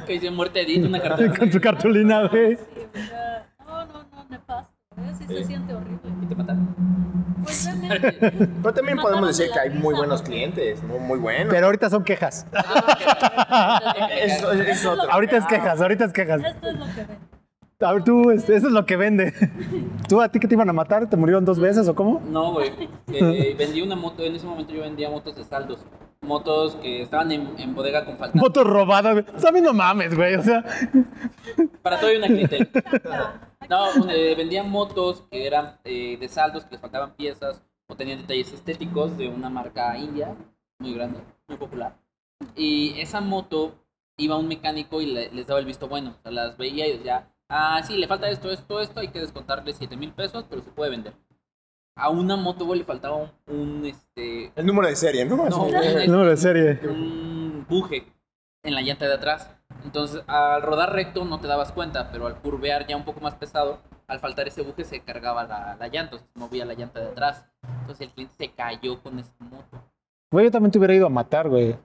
Speaker 3: Que dice muerte de Edith, una carta.
Speaker 1: Con tu cartulina, güey.
Speaker 4: Sí, o sea, no, no, no, nefasto. ¿eh? Sí,
Speaker 5: Sí.
Speaker 4: se siente horrible.
Speaker 3: Te matan. *laughs*
Speaker 4: Pues realmente,
Speaker 5: *laughs* *laughs* Pero también
Speaker 4: Me
Speaker 5: podemos
Speaker 4: mataron
Speaker 5: decir
Speaker 4: de
Speaker 5: que
Speaker 4: la
Speaker 5: hay muy
Speaker 4: risa,
Speaker 5: buenos
Speaker 4: porque-
Speaker 5: clientes, muy, muy buenos.
Speaker 1: Pero ahorita son quejas.
Speaker 5: Ah,
Speaker 3: Eh,
Speaker 5: Eso- eh. eso es otro.
Speaker 1: Ahorita es quejas, ahorita es quejas.
Speaker 4: esto es lo que ven.
Speaker 1: A ver, tú, este, eso es lo que vende. ¿Tú a ti que te iban a matar? ¿Te murieron dos veces o cómo?
Speaker 3: No, güey. Eh, vendí una moto. En ese momento yo vendía motos de saldos. motos que estaban en, en bodega con falta.
Speaker 1: Moto robada, güey. O sea, a mí no mames, güey. O sea,
Speaker 3: Para todo hay una clientela.
Speaker 4: Tanta.
Speaker 3: No, eh, vendían motos que eran eh, de saldos, que les faltaban piezas o tenían detalles estéticos de una marca india muy grande, muy popular. Y esa moto iba un mecánico y le- les daba el visto bueno. O sea, las veía y decía, ah, sí, le falta esto, esto, esto, hay que descontarle 7 mil pesos, pero se puede vender. A una moto, güey, le faltaba un, un, este...
Speaker 5: El número de serie, ¿no? *laughs*
Speaker 3: No,
Speaker 5: Así.
Speaker 3: güey,
Speaker 1: el número de serie.
Speaker 3: un buje en la llanta de atrás. Entonces, al rodar recto no te dabas cuenta, pero al curvear ya un poco más pesado, al faltar ese buje se cargaba la, la llanta, o sea, se movía la llanta de atrás. Entonces el cliente se cayó con esa moto.
Speaker 1: Güey, yo también te hubiera ido a matar, güey.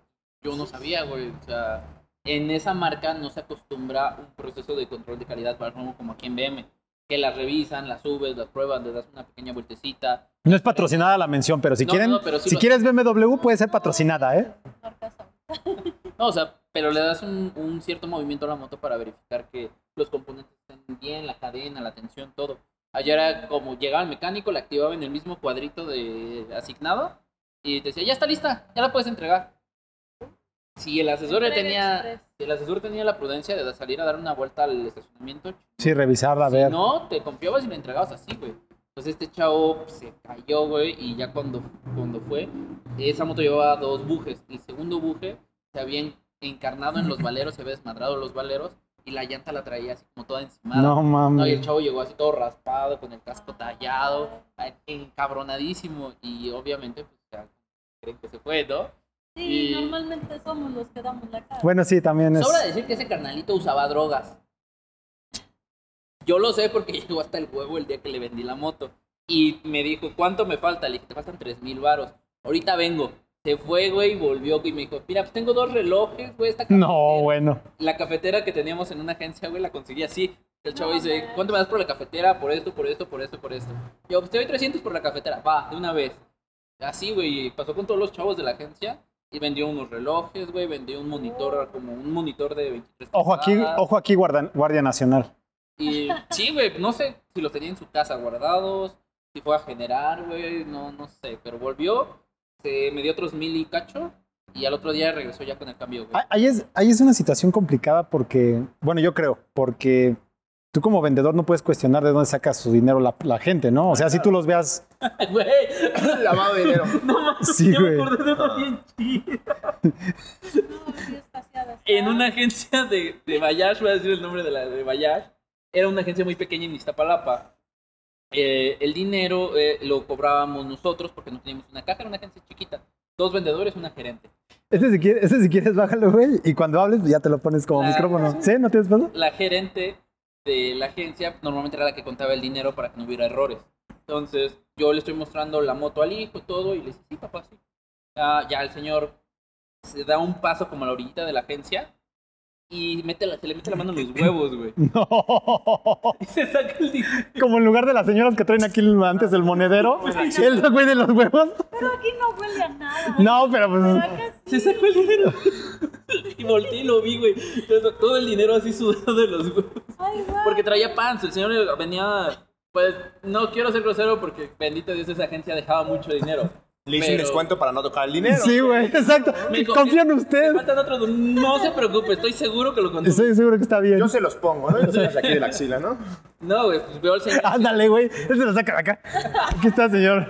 Speaker 3: Yo no sabía, güey. O sea, en esa marca no se acostumbra un proceso de control de calidad para como- como aquí en BM, que la revisan, la subes, la pruebas, le das una pequeña vueltecita.
Speaker 1: No es patrocinada la mención, pero si
Speaker 3: No,
Speaker 1: quieren,
Speaker 3: no, pero sí
Speaker 1: si
Speaker 3: lo-
Speaker 1: quieres BMW puede ser patrocinada, ¿eh?
Speaker 4: Marcas ahorita.
Speaker 3: No, o sea, pero le das un, un cierto movimiento a la moto para verificar que los componentes estén bien, la cadena, la tensión, todo. Allá era como llegaba el mecánico, la activaba en el mismo cuadrito de asignado y te decía, ya está lista, ya la puedes entregar. Si el asesor le
Speaker 4: Entrega
Speaker 3: tenía,
Speaker 4: express.
Speaker 3: si el asesor tenía la prudencia de salir a dar una vuelta al estacionamiento,
Speaker 1: Sí, revisarla, a ver.
Speaker 3: si no, te confiabas y le entregabas así, güey. Entonces este chavo pues, se cayó, güey, y ya cuando, cuando fue, esa moto llevaba dos bujes. El segundo buje se había en- encarnado
Speaker 1: *laughs*
Speaker 3: en los valeros, se había desmadrado los valeros, y la llanta la traía así como toda encimada.
Speaker 1: No
Speaker 3: No, y el
Speaker 1: mames.
Speaker 3: chavo llegó así todo raspado, con el casco tallado, encabronadísimo, y obviamente, pues, ya creen que se fue, ¿no?
Speaker 4: Sí,
Speaker 3: Y-
Speaker 4: normalmente somos los que damos la cara.
Speaker 1: Bueno, sí, también es.
Speaker 3: Sobra decir que ese carnalito usaba drogas. Yo lo sé porque *laughs* llegó hasta el huevo el día que le vendí la moto. Y me dijo, ¿cuánto me falta? Le dije, te faltan tres mil varos. Ahorita vengo. Se fue, güey, y volvió. Y me dijo, mira, pues tengo dos relojes, güey, esta cafetera.
Speaker 1: No, bueno.
Speaker 3: La cafetera que teníamos en una agencia, güey, la conseguí así. El chavo
Speaker 4: No,
Speaker 3: dice,
Speaker 4: man.
Speaker 3: ¿cuánto me das por la cafetera? Por esto, por esto, por esto, por esto. Yo, pues te doy 300 por la cafetera. Va, de una vez. Así, güey, y pasó con todos los chavos de la agencia. Y vendió unos relojes, güey, vendió un monitor, como un monitor de 23
Speaker 1: Ojo aquí,
Speaker 3: pulgadas.
Speaker 1: ojo aquí, guarda- Guardia Nacional.
Speaker 3: *laughs* Y sí, güey, no sé si los tenía en su casa guardados, si fue a generar, güey, no, no sé. Pero volvió, se me dio otros mil y cacho. Y al otro día regresó ya con el cambio, güey.
Speaker 1: Ah, Ahí es, ahí es una situación complicada porque, bueno, yo creo, porque tú como vendedor no puedes cuestionar de dónde saca su dinero la, la gente, ¿no? O sea, si tú los veas,
Speaker 3: Güey,
Speaker 5: Lavado de dinero.
Speaker 1: sí,
Speaker 3: yo me
Speaker 1: güey.
Speaker 3: acordé de una bien chida.
Speaker 4: No, sí, está así, está.
Speaker 3: En una agencia de, de Bayash, voy a decir el nombre de la de Bayash, era una agencia muy pequeña en Iztapalapa. Eh, el dinero eh, lo cobrábamos nosotros porque no teníamos una caja, era una agencia chiquita. Dos vendedores, una gerente.
Speaker 1: Ese si, quieres, ese si quieres, bájalo, güey. Y cuando hables, ya te lo pones como
Speaker 3: Claro.
Speaker 1: micrófono. ¿Sí? ¿No tienes pedo?
Speaker 3: La gerente de la agencia normalmente era la que contaba el dinero para que no hubiera errores. Entonces, yo le estoy mostrando la moto al hijo y todo, y le dice, sí, papá, sí. Ah, ya el señor se da un paso como a la orillita de la agencia y mete la- se le mete la mano en los huevos, güey.
Speaker 1: *laughs*
Speaker 3: *laughs*
Speaker 1: No.
Speaker 3: Y se saca el dinero.
Speaker 1: Como en lugar de las señoras que traen aquí antes el monedero,
Speaker 3: Pues
Speaker 1: el güey de los huevos.
Speaker 4: Pero aquí no huele a nada.
Speaker 1: No, pero
Speaker 4: Pero
Speaker 1: pues.
Speaker 4: acá sí.
Speaker 3: Se sacó el dinero. *laughs* Y volteé y lo vi, güey. Entonces, todo el dinero así sudado de los huevos.
Speaker 4: Ay, guau.
Speaker 3: Porque traía pants. El señor venía. Pues no quiero ser grosero porque bendito Dios esa agencia dejaba mucho dinero.
Speaker 5: Le hice un
Speaker 3: Pero-
Speaker 5: descuento para no tocar el dinero.
Speaker 1: Sí, güey, exacto.
Speaker 3: Me dijo,
Speaker 1: Confía en
Speaker 3: "Eh, te
Speaker 1: usted.
Speaker 3: faltan otros dos". No se preocupe, estoy seguro que lo contó.
Speaker 1: Estoy seguro que está bien.
Speaker 5: Yo se los pongo, ¿no? Yo se los saqué de la axila, ¿no?
Speaker 3: No, güey, pues veo al señor.
Speaker 1: Ándale, güey. Él se lo saca de acá. Aquí está, señor.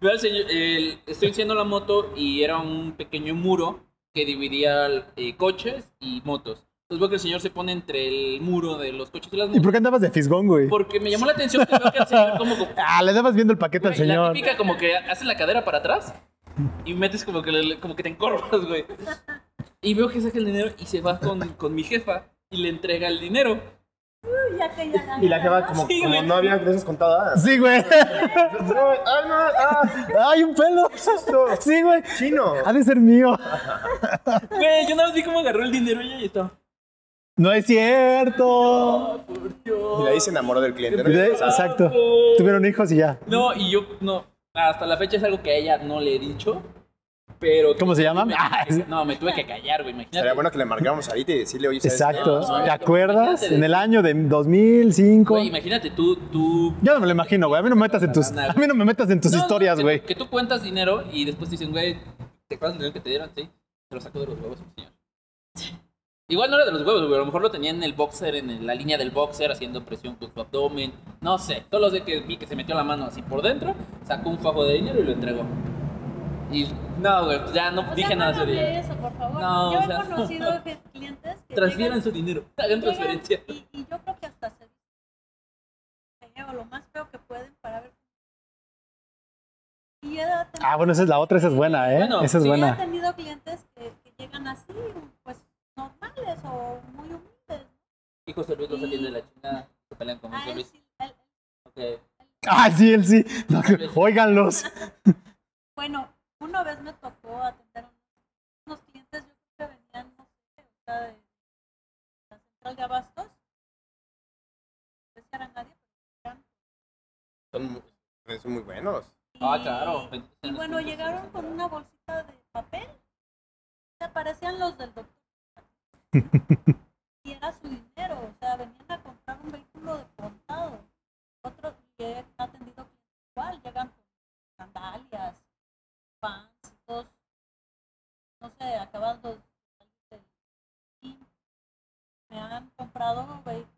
Speaker 3: Veo al señor el- estoy enseñando la moto y era un pequeño muro que dividía eh, coches y motos. Entonces veo que el señor se pone entre el muro de los coches y las
Speaker 1: ¿Y por
Speaker 3: motos.
Speaker 1: qué andabas de fisgón, güey?
Speaker 3: Porque me llamó la atención que veo que el
Speaker 1: *laughs*
Speaker 3: señor como que-
Speaker 1: Ah, le dabas viendo el paquete al
Speaker 3: Güey, La
Speaker 1: señor.
Speaker 3: típica como que hace la cadera para atrás y metes como que, le- como que te encorvas, güey. Y veo que saca el dinero y se va con, con mi jefa y le entrega el dinero.
Speaker 4: Ya que ya
Speaker 5: Y la jeva como,
Speaker 3: Sí,
Speaker 5: como
Speaker 3: güey.
Speaker 5: no había veces contado nada.
Speaker 1: Sí, güey. *laughs*
Speaker 5: No, ah, no, ah,
Speaker 1: Ay, un pelo.
Speaker 5: esto,
Speaker 1: Sí, güey.
Speaker 5: chino.
Speaker 1: Ha de ser mío.
Speaker 3: Güey, yo nada más vi cómo agarró el dinero ella y estaba.
Speaker 1: No es cierto.
Speaker 3: "Ah, por Dios".
Speaker 5: Y de ahí se enamoró del cliente. ¿no?
Speaker 1: De-
Speaker 5: O sea,
Speaker 1: Exacto. Tuvieron hijos y ya.
Speaker 3: "Ah, No, y yo, no. Hasta la fecha es algo que a ella no le he dicho. Pero.
Speaker 1: ¿Cómo se llama?
Speaker 3: Me-
Speaker 1: Ah, sí.
Speaker 3: no, me tuve que callar, güey. Imagínate.
Speaker 5: Estaría bueno que le marcáramos ahorita y decirle, oye, ¿sabes
Speaker 1: Exacto.
Speaker 5: qué?
Speaker 1: ¿Te acuerdas? En el año de 2005.
Speaker 3: Güey, imagínate tú. tú
Speaker 1: Ya no me lo imagino, güey. A mí no me metas en tus, a mí no me metas en tus
Speaker 3: No,
Speaker 1: historias,
Speaker 3: que-
Speaker 1: güey.
Speaker 3: Que, tú cuentas dinero y después te dicen, güey, ¿Te acuerdas del dinero que te dieron? Sí. Te lo saco de los huevos, señor. Igual no era de los huevos, güey. A lo mejor lo tenía en el boxer, en el- la línea del boxer, haciendo presión con su abdomen. No sé. Solo sé que vi que se metió la mano así por dentro, sacó un fajo de dinero y lo entregó. Y no, güey, ya no
Speaker 4: O
Speaker 3: dije
Speaker 4: sea,
Speaker 3: nada ese
Speaker 4: no hable
Speaker 3: día.
Speaker 4: eso, por favor.
Speaker 3: No,
Speaker 4: Yo
Speaker 3: o
Speaker 4: he
Speaker 3: sea. *laughs*
Speaker 4: conocido que- clientes que
Speaker 3: Transfieran
Speaker 4: llegan-
Speaker 3: su dinero. Hagan
Speaker 4: llegan
Speaker 3: transferencia.
Speaker 4: Y, y yo creo que hasta se feo, lo más feo que pueden para ver. Y he dado-
Speaker 1: Ah, bueno, esa es la otra, esa es buena, ¿eh?
Speaker 3: Bueno,
Speaker 1: esa es
Speaker 4: sí, he
Speaker 1: buena.
Speaker 4: tenido clientes que, que llegan así, pues normales o muy humildes.
Speaker 3: Y José Luis lo salió de la chingada. Se pelean con
Speaker 4: Ah,
Speaker 3: José
Speaker 4: él
Speaker 3: Luis.
Speaker 4: sí, él-
Speaker 3: Ok.
Speaker 1: Ah, sí, él sí. No, que- óiganlos.
Speaker 4: Bueno, una vez me tocó atender a unos clientes, yo creo que venían, no sé, o sea, de la central de abastos. No sé si eran nadie, pero eran.
Speaker 5: Son, mu- son muy buenos.
Speaker 3: Ah,
Speaker 4: Y-
Speaker 3: claro.
Speaker 4: Y bueno, llegaron con una bolsita de papel. Se parecían los del doctor. y era su dinero, o sea, venían a comprar un vehículo de contado. Otros que he atendido igual, llegan con sandalias, pants, todos, no sé, acabando de salir del gym. Me han comprado vehículos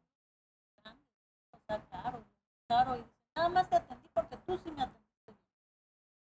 Speaker 4: grandes, o sea, caros, caros. Y nada más te atendí porque tú sí me atendiste.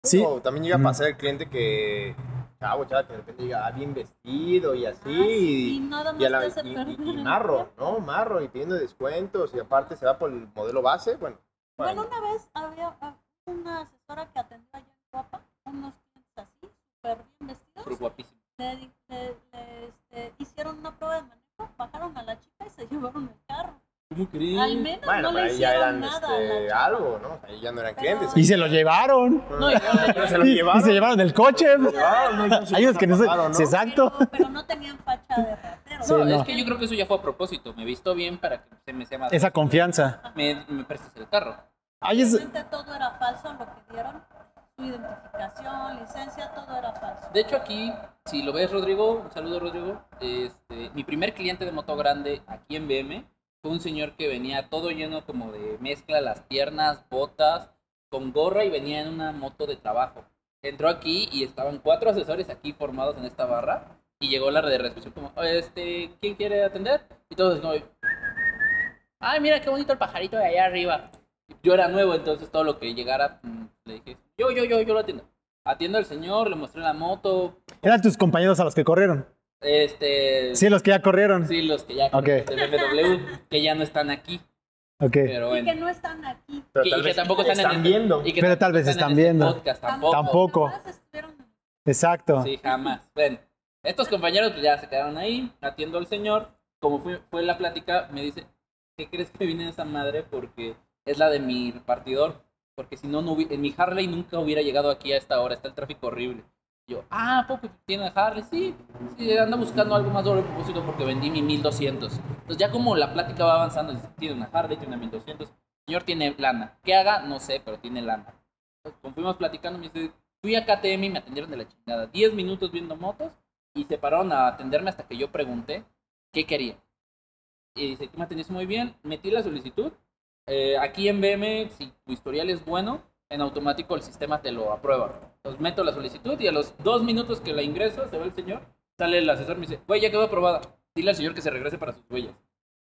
Speaker 1: Sí.
Speaker 5: O también llega a
Speaker 1: Mm.
Speaker 5: pasar el cliente que, chavo, chava, que de repente llega ah, bien vestido y así.
Speaker 4: Ah, sí, y
Speaker 5: y-
Speaker 4: nada más
Speaker 5: y, a la-
Speaker 4: te hace
Speaker 5: y-
Speaker 4: perder
Speaker 5: y- y
Speaker 4: el
Speaker 5: marro,
Speaker 4: tiempo.
Speaker 5: ¿no? Marro y pidiendo descuentos y aparte se va por el modelo base. Bueno,
Speaker 4: Bueno, una vez había ah, una asesora que atendió allá en Guapa, unos clientes así, súper bien
Speaker 3: Pero
Speaker 4: vestidos.
Speaker 3: guapísimo.
Speaker 4: Le, di- le- le, este, hicieron una prueba de manejo, bajaron a la chica y se *laughs* llevaron el carro.
Speaker 3: ¿Cómo crees?
Speaker 4: Al menos
Speaker 5: bueno,
Speaker 4: no
Speaker 5: pero
Speaker 4: le
Speaker 5: ahí ya
Speaker 4: hicieron
Speaker 5: eran
Speaker 4: nada. a la
Speaker 5: este,
Speaker 4: chava.
Speaker 5: algo, ¿no? Ahí ya no eran
Speaker 4: Pero-
Speaker 5: clientes.
Speaker 1: Y se lo llevaron.
Speaker 3: No, igual.
Speaker 5: Pero
Speaker 1: Y, y se llevaron el coche.
Speaker 5: llevaron, ¿no?
Speaker 1: Hay unos que no se.
Speaker 5: Pagaron, ¿no?
Speaker 1: Exacto.
Speaker 4: Pero, pero no tenían facha de ratero.
Speaker 1: Sí,
Speaker 3: No,
Speaker 1: no.
Speaker 3: es que yo creo que eso ya fue a propósito. Me visto bien para que se me sea más.
Speaker 1: Esa confianza.
Speaker 3: Me, me prestas el carro.
Speaker 1: Ay, es-
Speaker 4: Realmente todo era falso lo que dieron. Su identificación, licencia, todo era falso.
Speaker 3: De hecho, aquí, si lo ves, Rodrigo, un saludo, Rodrigo. Este, mi primer cliente de moto grande aquí en BM fue un señor que venía todo lleno como de mezcla, las piernas, botas, con gorra y venía en una moto de trabajo. Entró aquí y estaban cuatro asesores aquí formados en esta barra y llegó la de recepción como, "Oye, este, ¿quién quiere atender? Y todos como, ay, mira qué bonito el pajarito de allá arriba. Yo era nuevo, entonces todo lo que llegara mm, le dije, yo, yo, yo, yo lo atiendo. Atiendo al señor, le mostré la moto,
Speaker 1: Eran tus compañeros a los que corrieron.
Speaker 3: este...
Speaker 1: Sí, los que ya corrieron.
Speaker 3: sí, los que ya
Speaker 1: Ok.
Speaker 3: conocen de BMW, que ya no están aquí,
Speaker 1: Ok.
Speaker 3: pero
Speaker 4: Y
Speaker 3: bueno.
Speaker 4: que no están aquí.
Speaker 5: Pero
Speaker 3: Y-
Speaker 5: tal
Speaker 3: y que
Speaker 5: vez
Speaker 3: tampoco están, en este-
Speaker 5: viendo.
Speaker 3: y que
Speaker 1: Pero
Speaker 3: tampoco
Speaker 1: tal vez
Speaker 3: en
Speaker 1: están
Speaker 3: este
Speaker 1: viendo.
Speaker 3: podcast, tampoco.
Speaker 1: Tampoco.
Speaker 4: jamás estuvieron en
Speaker 1: Exacto.
Speaker 3: Sí, jamás. Bueno, estos compañeros pues, ya se quedaron ahí, atiendo al señor. Como fue, fue la plática, me dice, ¿qué crees que viene esa madre? Porque es la de mi partidor. Porque si no, no hubi- en mi Harley nunca hubiera llegado aquí a esta hora. Está el tráfico horrible. Yo, ah, ¿a poco tiene Harley? Sí, sí, anda buscando algo más doble propósito porque vendí mi 1200. Entonces ya como la plática va avanzando, dice, tiene una Harley, tiene una 1200. El señor tiene lana. ¿Qué haga? No sé, pero tiene lana. Entonces, como fuimos platicando, me dice, fui a KTM y me atendieron de la chingada. 10 minutos viendo motos y se pararon a atenderme hasta que yo pregunté qué quería. Y dice, tú me atendiste muy bien, metí la solicitud. eh, aquí en BM, si tu historial es bueno, en automático el sistema te lo aprueba. Entonces meto la solicitud y a los dos minutos que la ingreso, se va el señor, sale el asesor y me dice, güey, ya quedó aprobada. Dile al señor que se regrese para sus huellas.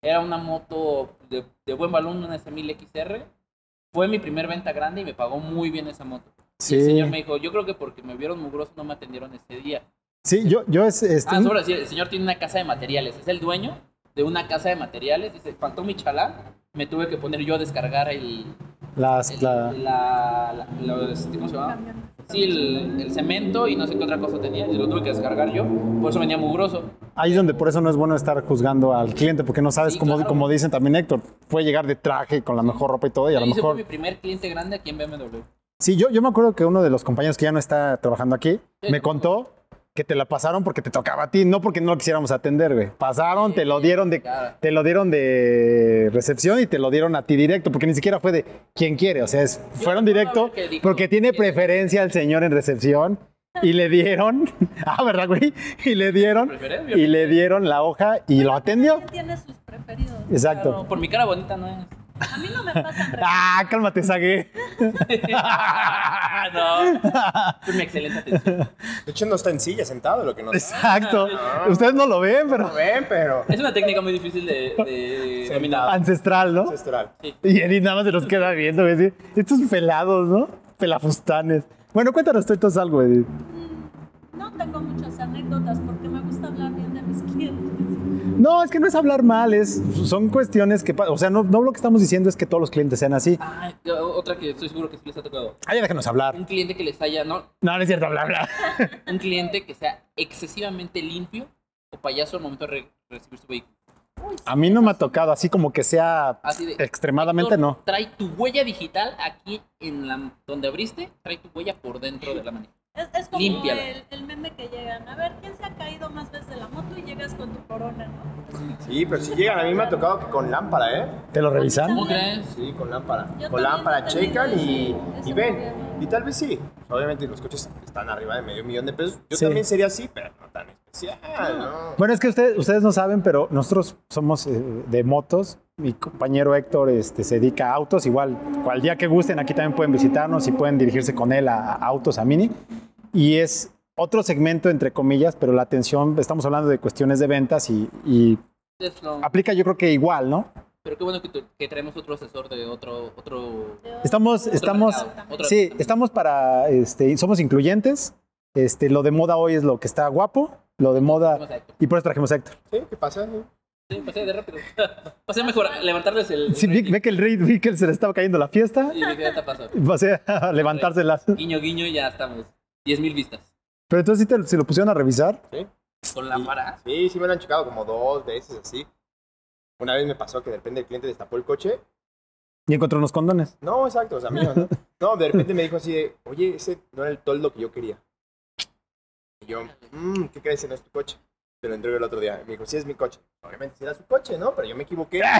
Speaker 3: Era una moto de, de buen balón, una S1000XR. Fue mi primer venta grande y me pagó muy bien esa moto. Y el
Speaker 1: Sí.
Speaker 3: señor me dijo, yo creo que porque me vieron mugroso no me atendieron ese día.
Speaker 1: Sí, yo, yo es. este,
Speaker 3: Ah, sobre decir, el señor tiene una casa de materiales, es el dueño de una casa de materiales, dice, faltó mi chalán, me tuve que poner yo a descargar el...
Speaker 1: las,
Speaker 3: el-
Speaker 1: la-
Speaker 3: la- la- los- ¿Cómo se llama? Sí, el, el cemento y no sé qué otra cosa tenía, y lo tuve que descargar yo, por eso venía mugroso.
Speaker 1: Ahí es donde por eso no es bueno estar juzgando al cliente, porque no sabes,
Speaker 3: Sí,
Speaker 1: como,
Speaker 3: claro.
Speaker 1: como dicen también Héctor, puede llegar de traje con la mejor ropa y todo, y a lo
Speaker 3: Y ese fue
Speaker 1: mejor.
Speaker 3: mi primer cliente grande aquí en BMW.
Speaker 1: Sí, yo, yo me acuerdo que uno de los compañeros que ya no está trabajando aquí
Speaker 3: Sí,
Speaker 1: me
Speaker 3: tampoco.
Speaker 1: contó que te la pasaron porque te tocaba a ti, no porque no lo quisiéramos atender, güey. Pasaron, te lo dieron de
Speaker 3: Claro.
Speaker 1: te lo dieron de recepción y te lo dieron a ti directo, porque ni siquiera fue de quien quiere, o sea, es- fueron
Speaker 3: recuerdo
Speaker 1: directo
Speaker 3: haber que dijo,
Speaker 1: porque tiene
Speaker 3: "¿Quién quiere?".
Speaker 1: preferencia el señor en recepción y le dieron, *laughs* ah, ¿verdad, güey? Y le dieron
Speaker 3: Preferencia.
Speaker 1: y le dieron la hoja y lo atendió.
Speaker 4: Tiene sus preferidos.
Speaker 1: Exacto. *laughs*
Speaker 3: Claro, por mi cara bonita no es. *laughs*
Speaker 4: A mí no me pasan regalos.
Speaker 1: Ah, cálmate, Sague.
Speaker 3: no, es una excelente atención.
Speaker 5: De hecho, no está en silla sentado, lo que nos
Speaker 1: *laughs*
Speaker 3: *laughs*
Speaker 1: Exacto.
Speaker 3: Ah.
Speaker 1: Ustedes no lo ven, pero
Speaker 5: No ven, *laughs* pero.
Speaker 3: Es una técnica muy difícil de, de
Speaker 5: Sentado.
Speaker 1: Ah,
Speaker 3: dominar.
Speaker 1: ancestral, ¿no?
Speaker 5: Ancestral.
Speaker 1: Y Edith nada más se nos queda viendo, güey. así, Estos pelados, ¿no? Pelafustanes. Bueno, cuéntanos tú entonces algo, Edith.
Speaker 4: Mm, No tengo muchas anécdotas porque me gusta hablar bien de mis clientes.
Speaker 1: No, es que no es hablar mal, es, son cuestiones que... pa- O sea, no, no lo que estamos diciendo es que todos los clientes sean así.
Speaker 3: Ah, otra que estoy seguro que sí les ha tocado.
Speaker 1: Ah, ya déjanos hablar.
Speaker 3: Un cliente que les haya, no,
Speaker 1: No, no es cierto, bla, bla.
Speaker 3: un cliente que sea excesivamente limpio o payaso al momento de re- recibir su vehículo.
Speaker 1: A mí no me ha tocado así como que sea
Speaker 3: Así de,
Speaker 1: extremadamente,
Speaker 3: Héctor,
Speaker 1: no.
Speaker 3: Trae tu huella digital aquí en la donde abriste, trae tu huella por dentro de la manija.
Speaker 4: Es, es como
Speaker 3: Límpiala.
Speaker 4: el, el meme que llegan. A ver, ¿quién se ha caído más veces de la moto y llegas con tu corona, no?
Speaker 5: Sí, pero si llegan, a mí me ha tocado que con lámpara, ¿eh?
Speaker 1: ¿Te lo revisan?
Speaker 3: ¿Cómo crees?
Speaker 5: Sí, con lámpara.
Speaker 4: Yo
Speaker 5: con
Speaker 4: también
Speaker 5: lámpara
Speaker 4: he tenido
Speaker 5: checan y,
Speaker 4: ese-
Speaker 5: y
Speaker 4: ese
Speaker 5: ven.
Speaker 4: problema.
Speaker 5: Y tal vez sí. Obviamente los coches están arriba de medio millón de pesos. Yo
Speaker 1: Sí.
Speaker 5: también sería así, pero no tan especial, ¿no?
Speaker 1: Bueno, es que ustedes, ustedes no saben, pero nosotros somos eh, de motos. Mi compañero Héctor este, se dedica a autos. Igual, cual día que gusten, aquí también pueden visitarnos y pueden dirigirse con él a, a autos, a Mini. Y es otro segmento, entre comillas, pero la atención, estamos hablando de cuestiones de ventas y, y
Speaker 3: Es lo-
Speaker 1: aplica yo creo que igual, ¿no?
Speaker 3: Pero qué bueno que, tu- que traemos otro asesor de otro... otro
Speaker 4: Yo-
Speaker 1: Estamos,
Speaker 4: yo-
Speaker 1: estamos,
Speaker 3: mercado, otro-
Speaker 1: sí, estamos para, este, somos incluyentes. Este, lo de moda hoy es lo que está guapo, lo de moda,
Speaker 3: Vamos a Héctor.
Speaker 1: y por eso trajimos a Héctor.
Speaker 5: Sí, ¿qué pasa? Sí.
Speaker 3: Sí, pasé de rápido. *laughs* Pasé mejor, a levantarles el... el
Speaker 1: Sí, vi,
Speaker 3: rating.
Speaker 1: ve que el rey, vi que se le estaba cayendo la fiesta.
Speaker 3: Y dije, ya está pasado.
Speaker 1: pasé *laughs* a levantárselas.
Speaker 3: Guiño, guiño, ya estamos. 10.000 vistas.
Speaker 1: Pero entonces sí te, se lo pusieron a revisar.
Speaker 3: Con la para.
Speaker 5: Sí, sí me lo han checado como dos veces así. Una vez me pasó que de repente el cliente destapó el coche.
Speaker 1: Y encontró unos condones. *laughs*
Speaker 5: No, exacto, o sea, mío, ¿no? No, de repente me dijo así de, oye, ese no era el toldo que yo quería. Y yo, "Mm, ¿qué crees? Ese no es tu coche. Te lo entregué el otro día. Me dijo, sí, es mi coche. Obviamente, sí era su coche, ¿no? Pero yo me equivoqué.
Speaker 1: Ese Ah,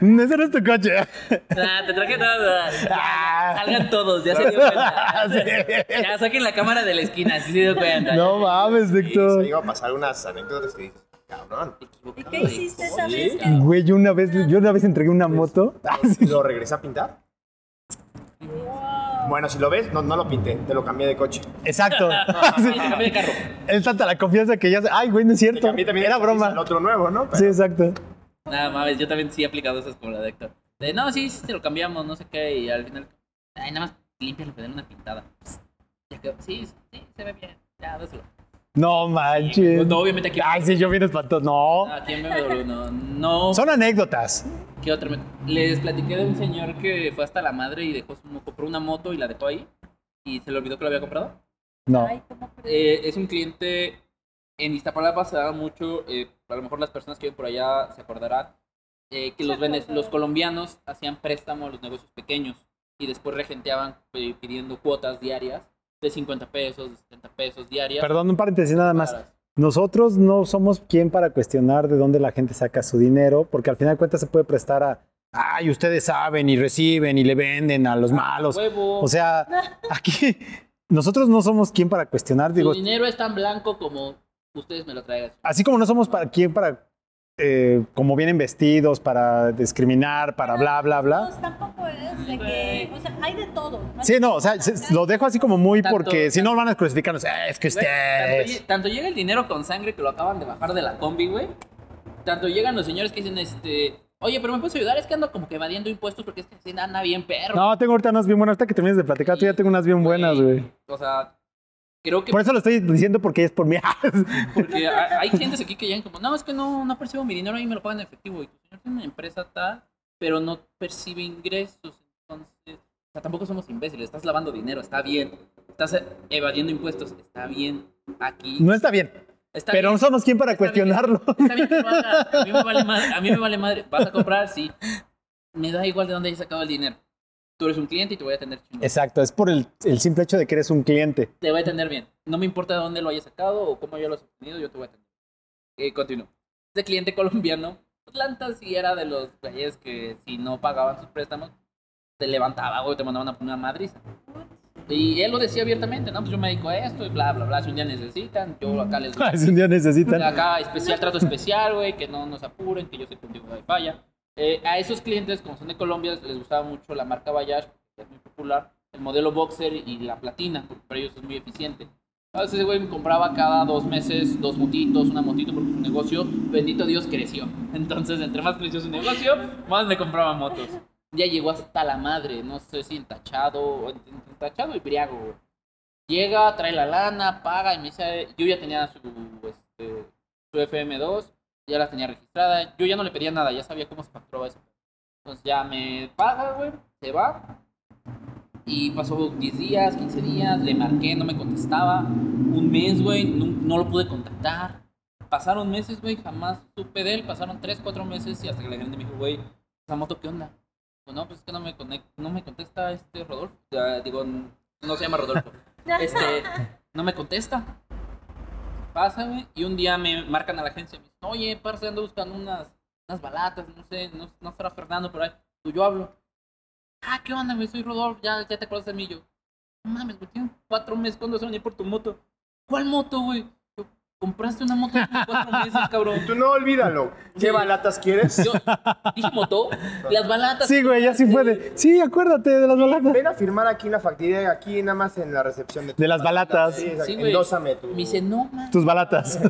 Speaker 1: güey, ese no es tu coche.
Speaker 3: *laughs*
Speaker 1: *laughs*
Speaker 3: Ah, te traje nada.
Speaker 1: Ah.
Speaker 3: Ya, Salgan todos, ya se dio cuenta.
Speaker 1: *laughs*
Speaker 3: *laughs*
Speaker 1: Sí.
Speaker 3: Ya saquen la cámara de la esquina, si se dio cuenta.
Speaker 1: No mames,
Speaker 5: Se
Speaker 1: Héctor.
Speaker 5: iba a pasar unas anécdotas que dices,
Speaker 1: *laughs*
Speaker 5: cabrón.
Speaker 3: Te equivocaste.
Speaker 4: ¿Y qué hiciste esa
Speaker 5: Sí.
Speaker 4: vez? que-
Speaker 1: Güey, yo una vez, yo una vez entregué una moto. *laughs* Ah,
Speaker 5: ¿Lo regresé a pintar?
Speaker 4: Wow.
Speaker 5: Bueno, si lo ves, no, no lo pinté, te lo cambié de coche.
Speaker 3: *laughs*
Speaker 1: Exacto. Sí.
Speaker 3: Te cambié de carro.
Speaker 1: *laughs* Es tanta la confianza que ya se. Ay, güey, no es
Speaker 5: Te
Speaker 1: cierto.
Speaker 5: cambié también
Speaker 1: Era
Speaker 5: de chasis al
Speaker 1: broma.
Speaker 5: otro nuevo, ¿no? Pero-
Speaker 1: Sí, exacto.
Speaker 3: Nada mames, yo también sí he aplicado esas como la de Héctor. De, no, sí, sí, te lo cambiamos, no sé qué, y al final. Ay, nada más limpia lo que den una pintada. Ya quedó. Sí, sí, se ve bien. Ya, dáselo.
Speaker 1: No manches.
Speaker 3: No, obviamente aquí.
Speaker 1: Ay, sí, yo bien espantoso. No.
Speaker 3: No, aquí en BMW, no. No.
Speaker 1: Son anécdotas.
Speaker 3: ¿Qué otro? me- Les platiqué de un señor que fue hasta la madre y dejó su, compró una moto y la dejó ahí. Y se le olvidó que lo había comprado.
Speaker 1: No.
Speaker 4: Ay, ¿cómo crees?
Speaker 3: Eh, es un cliente en Iztapalapa se da mucho, eh, a lo mejor las personas que viven por allá se acordarán, eh, que los, vene- los colombianos hacían préstamo a los negocios pequeños y después regenteaban eh, pidiendo cuotas diarias de 50 pesos, de 70 pesos diarias.
Speaker 1: Perdón, un paréntesis nada más.
Speaker 3: Para-
Speaker 1: Nosotros no somos quien para cuestionar de dónde la gente saca su dinero, porque al final de cuentas se puede prestar a, ay, ustedes saben y reciben y le venden a los malos.
Speaker 3: Ah, Huevo,
Speaker 1: O
Speaker 3: *laughs*
Speaker 1: sea, aquí nosotros no somos quien para cuestionar,
Speaker 3: su
Speaker 1: digo,
Speaker 3: dinero es tan blanco como ustedes me lo traigan.
Speaker 1: así como no somos para quien para, eh, como vienen vestidos, para discriminar,
Speaker 3: Ah,
Speaker 1: para bla, bla, bla.
Speaker 4: Pues tampoco es de que, o sea, hay de todo.
Speaker 1: Sí, no, o sea, se- lo dejo así como muy porque si no van a crucificarnos, "Eh, es que
Speaker 3: Güey, Tanto,
Speaker 1: ustedes...
Speaker 3: lle- tanto llega el dinero con sangre que lo acaban de bajar de la combi, güey. Tanto llegan los señores que dicen, este, oye, pero me puedes ayudar, es que ando como que evadiendo impuestos porque es que así anda bien perro.
Speaker 1: No, tengo ahorita unas bien buenas, ahorita que termines de platicar, tú ya tengo unas bien buenas, güey.
Speaker 3: O sea, creo que
Speaker 1: Por eso lo estoy diciendo porque es por mí. *laughs*
Speaker 3: porque ha- hay clientes aquí que llegan como, no, es que no, no percibo mi dinero, ahí me lo pagan en efectivo. Y tu señor tiene una empresa tal, pero no percibe ingresos. Entonces, o sea, tampoco somos imbéciles, estás lavando dinero, está bien. Estás eh, evadiendo impuestos, está bien. Aquí.
Speaker 1: No está bien,
Speaker 3: está
Speaker 1: pero
Speaker 3: bien.
Speaker 1: no somos quien para
Speaker 3: Está bien.
Speaker 1: cuestionarlo.
Speaker 3: Está bien que lo hagas, A mí me vale madre. A mí me vale madre. Vas a comprar, sí. Me da igual de dónde hayas sacado el dinero. Tú eres un cliente y te voy a atender chingón.
Speaker 1: Exacto, es por el, el simple hecho de que eres un cliente. *laughs*
Speaker 3: Te voy a atender bien. No me importa de dónde lo hayas sacado o cómo yo lo he obtenido, yo te voy a atender. Eh, continúo. Este cliente colombiano, Atlanta sí era de los güeyes que si no pagaban sus préstamos, te levantaba o te mandaban a poner una madriza. Y él lo decía abiertamente, no, pues yo me dedico a esto y bla, bla, bla. Si un día necesitan, yo acá
Speaker 1: *laughs*
Speaker 3: les doy
Speaker 1: Ah, Si un día necesitan.
Speaker 3: Acá especial, trato especial, güey, que no nos apuren, que yo soy contigo de falla. Eh, a esos clientes, como son de Colombia, les gustaba mucho la marca Bayash, que es muy popular, el modelo Boxer y la Platina, porque para ellos es muy eficiente. Entonces ese güey me compraba cada dos meses dos motitos, una motito, porque su negocio, bendito Dios, creció. *laughs* Entonces, entre más creció su negocio, más me compraba motos. Ya llegó hasta la madre, no sé si entachado, o en- en- entachado y briago, güey. Llega, trae la lana, paga y me dice, yo ya tenía su, este, su FM2, ya la tenía registrada, yo ya no le pedía nada, ya sabía cómo se facturaba eso. Entonces ya me paga, güey, se va. Y pasó 10 días, 15 días, le marqué, no me contestaba. Un mes, güey, no, no lo pude contactar. Pasaron meses, güey, jamás supe de él. Pasaron 3, 4 meses y hasta que la gente me dijo, güey, esa moto, ¿qué onda? Digo, no, pues es que no me, conec- no me contesta este Rodolfo. Ya, digo, no se llama Rodolfo. Este, no me contesta. Pasa, güey, y un día me marcan a la agencia. Me dicen, oye, parce, ando buscando unas, unas balatas, no sé, no, no estará Fernando por ahí. Tú, yo hablo. Ah, ¿qué onda, güey? Soy Rodolfo, ya, ya te acuerdas de mí. Yo, no mames, güey, tienen cuatro meses cuando se venir por tu moto. ¿Cuál moto, güey? Yo, Compraste una moto hace cuatro meses, cabrón.
Speaker 5: Tú no olvídalo. ¿Qué balatas quieres?
Speaker 1: *laughs*
Speaker 3: Yo dije moto, las balatas.
Speaker 1: Sí, güey, ya sí puede. Sí, acuérdate de las balatas.
Speaker 5: Ven a firmar aquí en la factoría, aquí nada más en la recepción de tu-
Speaker 1: De las balatas.
Speaker 5: Sí, exacto.
Speaker 3: Sí, güey.
Speaker 5: Endósame tu.
Speaker 3: Me dice, no, mames.
Speaker 1: Tus balatas.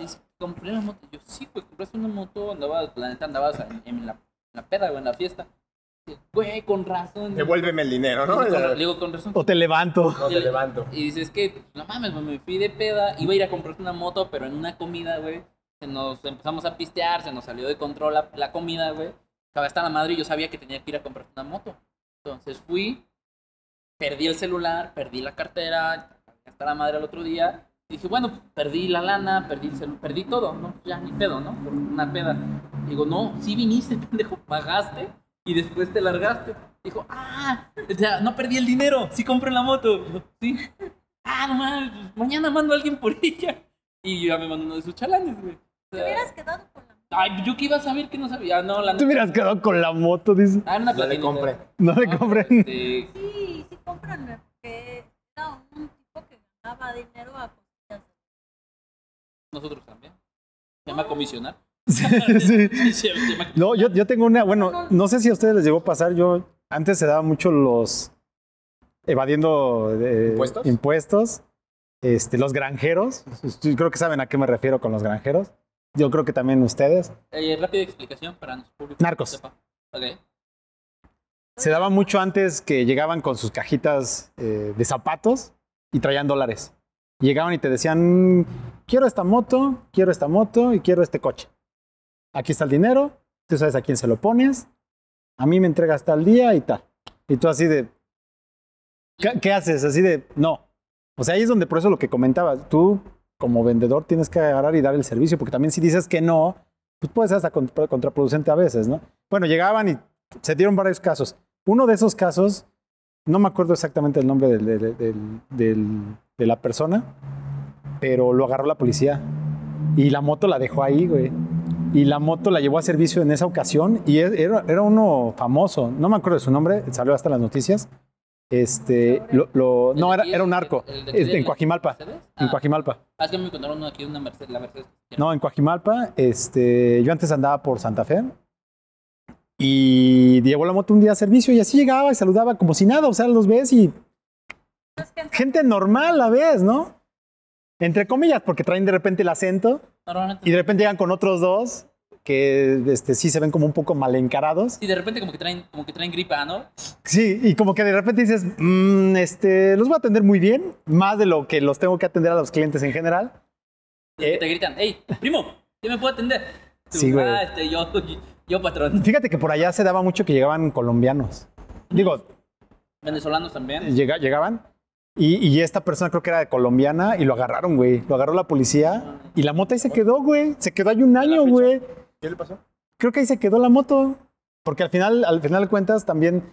Speaker 3: Dice, compré la moto. Yo, sí, güey, compraste una moto, andabas, la neta andabas en, en la, en la peda, güey, en la fiesta. Dice, Güey, con razón.
Speaker 5: Devuélveme el dinero, ¿no? Eh,
Speaker 3: Digo, con, ra- digo, con razón.
Speaker 1: O te levanto.
Speaker 5: No te levanto.
Speaker 3: Y dices que, no mames, güey, me fui de peda, iba a ir a comprarte una moto, pero en una comida, güey, se nos empezamos a pistear, se nos salió de control la, la comida, güey. Estaba hasta la madre y yo sabía que tenía que ir a comprar una moto. Entonces fui, perdí el celular, perdí la cartera, hasta la madre al otro día. Y dije, bueno, perdí la lana, perdí el celu- perdí todo, ¿no? Ya ni pedo, ¿no? Por una peda. Digo, no, sí viniste, *laughs* pendejo, pagaste y después te largaste. Dijo, ah, o sea, no perdí el dinero, sí compré la moto. Yo, sí. Ah, no mames, pues, mañana mando a alguien por *laughs* ella. Y ya me mandó uno de sus chalanes, güey. O
Speaker 4: Te
Speaker 3: sea,
Speaker 4: hubieras quedado con la
Speaker 3: Ay, yo que iba a saber que no sabía. Ah, No, la
Speaker 1: Te hubieras quedado con la moto, dice.
Speaker 3: Ah, era una
Speaker 5: No le
Speaker 3: platinita.
Speaker 5: compré.
Speaker 1: No le
Speaker 3: No,
Speaker 1: compren.
Speaker 3: este,
Speaker 4: Sí, sí, cómpranme, porque era un tipo que ganaba dinero a costillas.
Speaker 3: nosotros también. Se llama comisionar.
Speaker 1: *laughs* Sí, sí.
Speaker 3: Se llama-
Speaker 1: No, yo, yo tengo una, bueno, no sé si a ustedes les llegó a pasar, yo antes se daba mucho los evadiendo eh,
Speaker 5: ¿Impuestos?
Speaker 1: impuestos, este, los granjeros, Yo creo que saben a qué me refiero con los granjeros, yo creo que también ustedes,
Speaker 3: Eh, rápida explicación para nuestro público.
Speaker 1: Narcos.
Speaker 3: que sepa. Ok.
Speaker 1: se daba mucho antes que llegaban con sus cajitas eh, de zapatos y traían dólares. Llegaban y te decían, quiero esta moto, quiero esta moto y quiero este coche. Aquí está el dinero, tú sabes a quién se lo pones, a mí me entregas tal día y tal. Y tú así de, ¿qué, qué haces? Así de, no. O sea, ahí es donde por eso lo que comentabas, tú como vendedor tienes que agarrar y dar el servicio, porque también si dices que no, pues puede ser hasta contra- contraproducente a veces, ¿no? Bueno, llegaban y se dieron varios casos. Uno de esos casos, no me acuerdo exactamente el nombre del- del- del- del- de la persona, pero lo agarró la policía y la moto la dejó ahí, güey. Y la moto la llevó a servicio en esa ocasión y e- era, era uno famoso, no me acuerdo de su nombre, salió hasta en las noticias. Este, lo- lo- no, era, era un arco,
Speaker 3: El de aquí, el de-
Speaker 1: en Coajimalpa,
Speaker 3: ¿Mercedes?
Speaker 1: en
Speaker 3: Ah,
Speaker 1: Coajimalpa.
Speaker 3: ah, es que me contaron uno aquí, una Mercedes, la Mercedes.
Speaker 1: No, en Coajimalpa, este, yo antes andaba por Santa Fe y llevó la moto un día a servicio y así llegaba y saludaba como si nada, o sea, los ves y gente normal la ves, ¿no? Entre comillas, porque traen de repente el acento
Speaker 3: Normalmente.
Speaker 1: y de repente llegan con otros dos que este, sí se ven como un poco mal encarados.
Speaker 3: Sí, de repente como que traen, como que traen gripa, ¿no?
Speaker 1: Sí, y como que de repente dices, "Mm, este, los voy a atender muy bien, más de lo que los tengo que atender a los clientes en general.
Speaker 3: Que Te gritan, hey, primo, ¿qué me puedo atender? Tú,
Speaker 1: Eh. Sí, güey.
Speaker 3: Ah, este, yo, yo, patrón.
Speaker 1: Fíjate que por allá se daba mucho que llegaban colombianos. Digo,
Speaker 3: Venezolanos también.
Speaker 1: Llega- llegaban y, y esta persona creo que era colombiana y lo agarraron, güey. Lo agarró la policía y la moto ahí se quedó, güey. Se quedó ahí un año,
Speaker 5: fecha?
Speaker 1: güey.
Speaker 5: ¿Qué le pasó?
Speaker 1: Creo que ahí se quedó la moto. Porque al final, al final de cuentas, también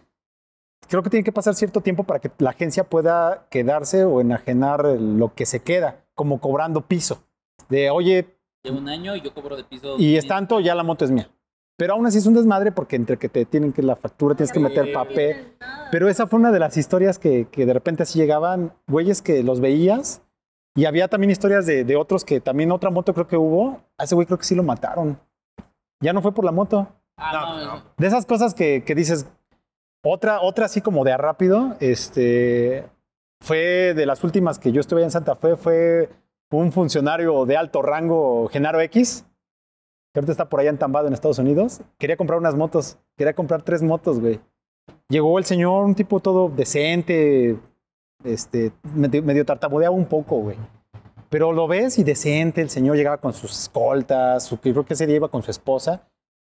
Speaker 1: creo que tiene que pasar cierto tiempo para que la agencia pueda quedarse o enajenar lo que se queda, como cobrando piso. De, oye,
Speaker 3: Llevo un año y yo cobro de piso.
Speaker 1: y es tanto, ya la moto es mía. Pero aún así es un desmadre porque entre que te tienen que la factura, tienes que meter
Speaker 5: Sí.
Speaker 1: papel. Pero esa fue una de las historias que, que de repente así llegaban, güeyes que los veías. Y había también historias de, de otros que también otra moto creo que hubo. A ese güey creo que sí lo mataron. Ya no fue por la moto.
Speaker 3: Ah,
Speaker 5: No,
Speaker 3: no,
Speaker 5: pues, no.
Speaker 3: eso-
Speaker 1: De esas cosas que, que dices, otra, otra así como de a rápido, este, fue de las últimas que yo estuve allá en Santa Fe, fue un funcionario de alto rango, Genaro X, que ahorita está por allá entambado en Estados Unidos, quería comprar unas motos, quería comprar tres motos, güey. Llegó el señor, un tipo todo decente, este, medio, medio tartamudeaba un poco, güey. Pero lo ves y decente, el señor llegaba con sus escoltas, su, creo que ese día iba con su esposa.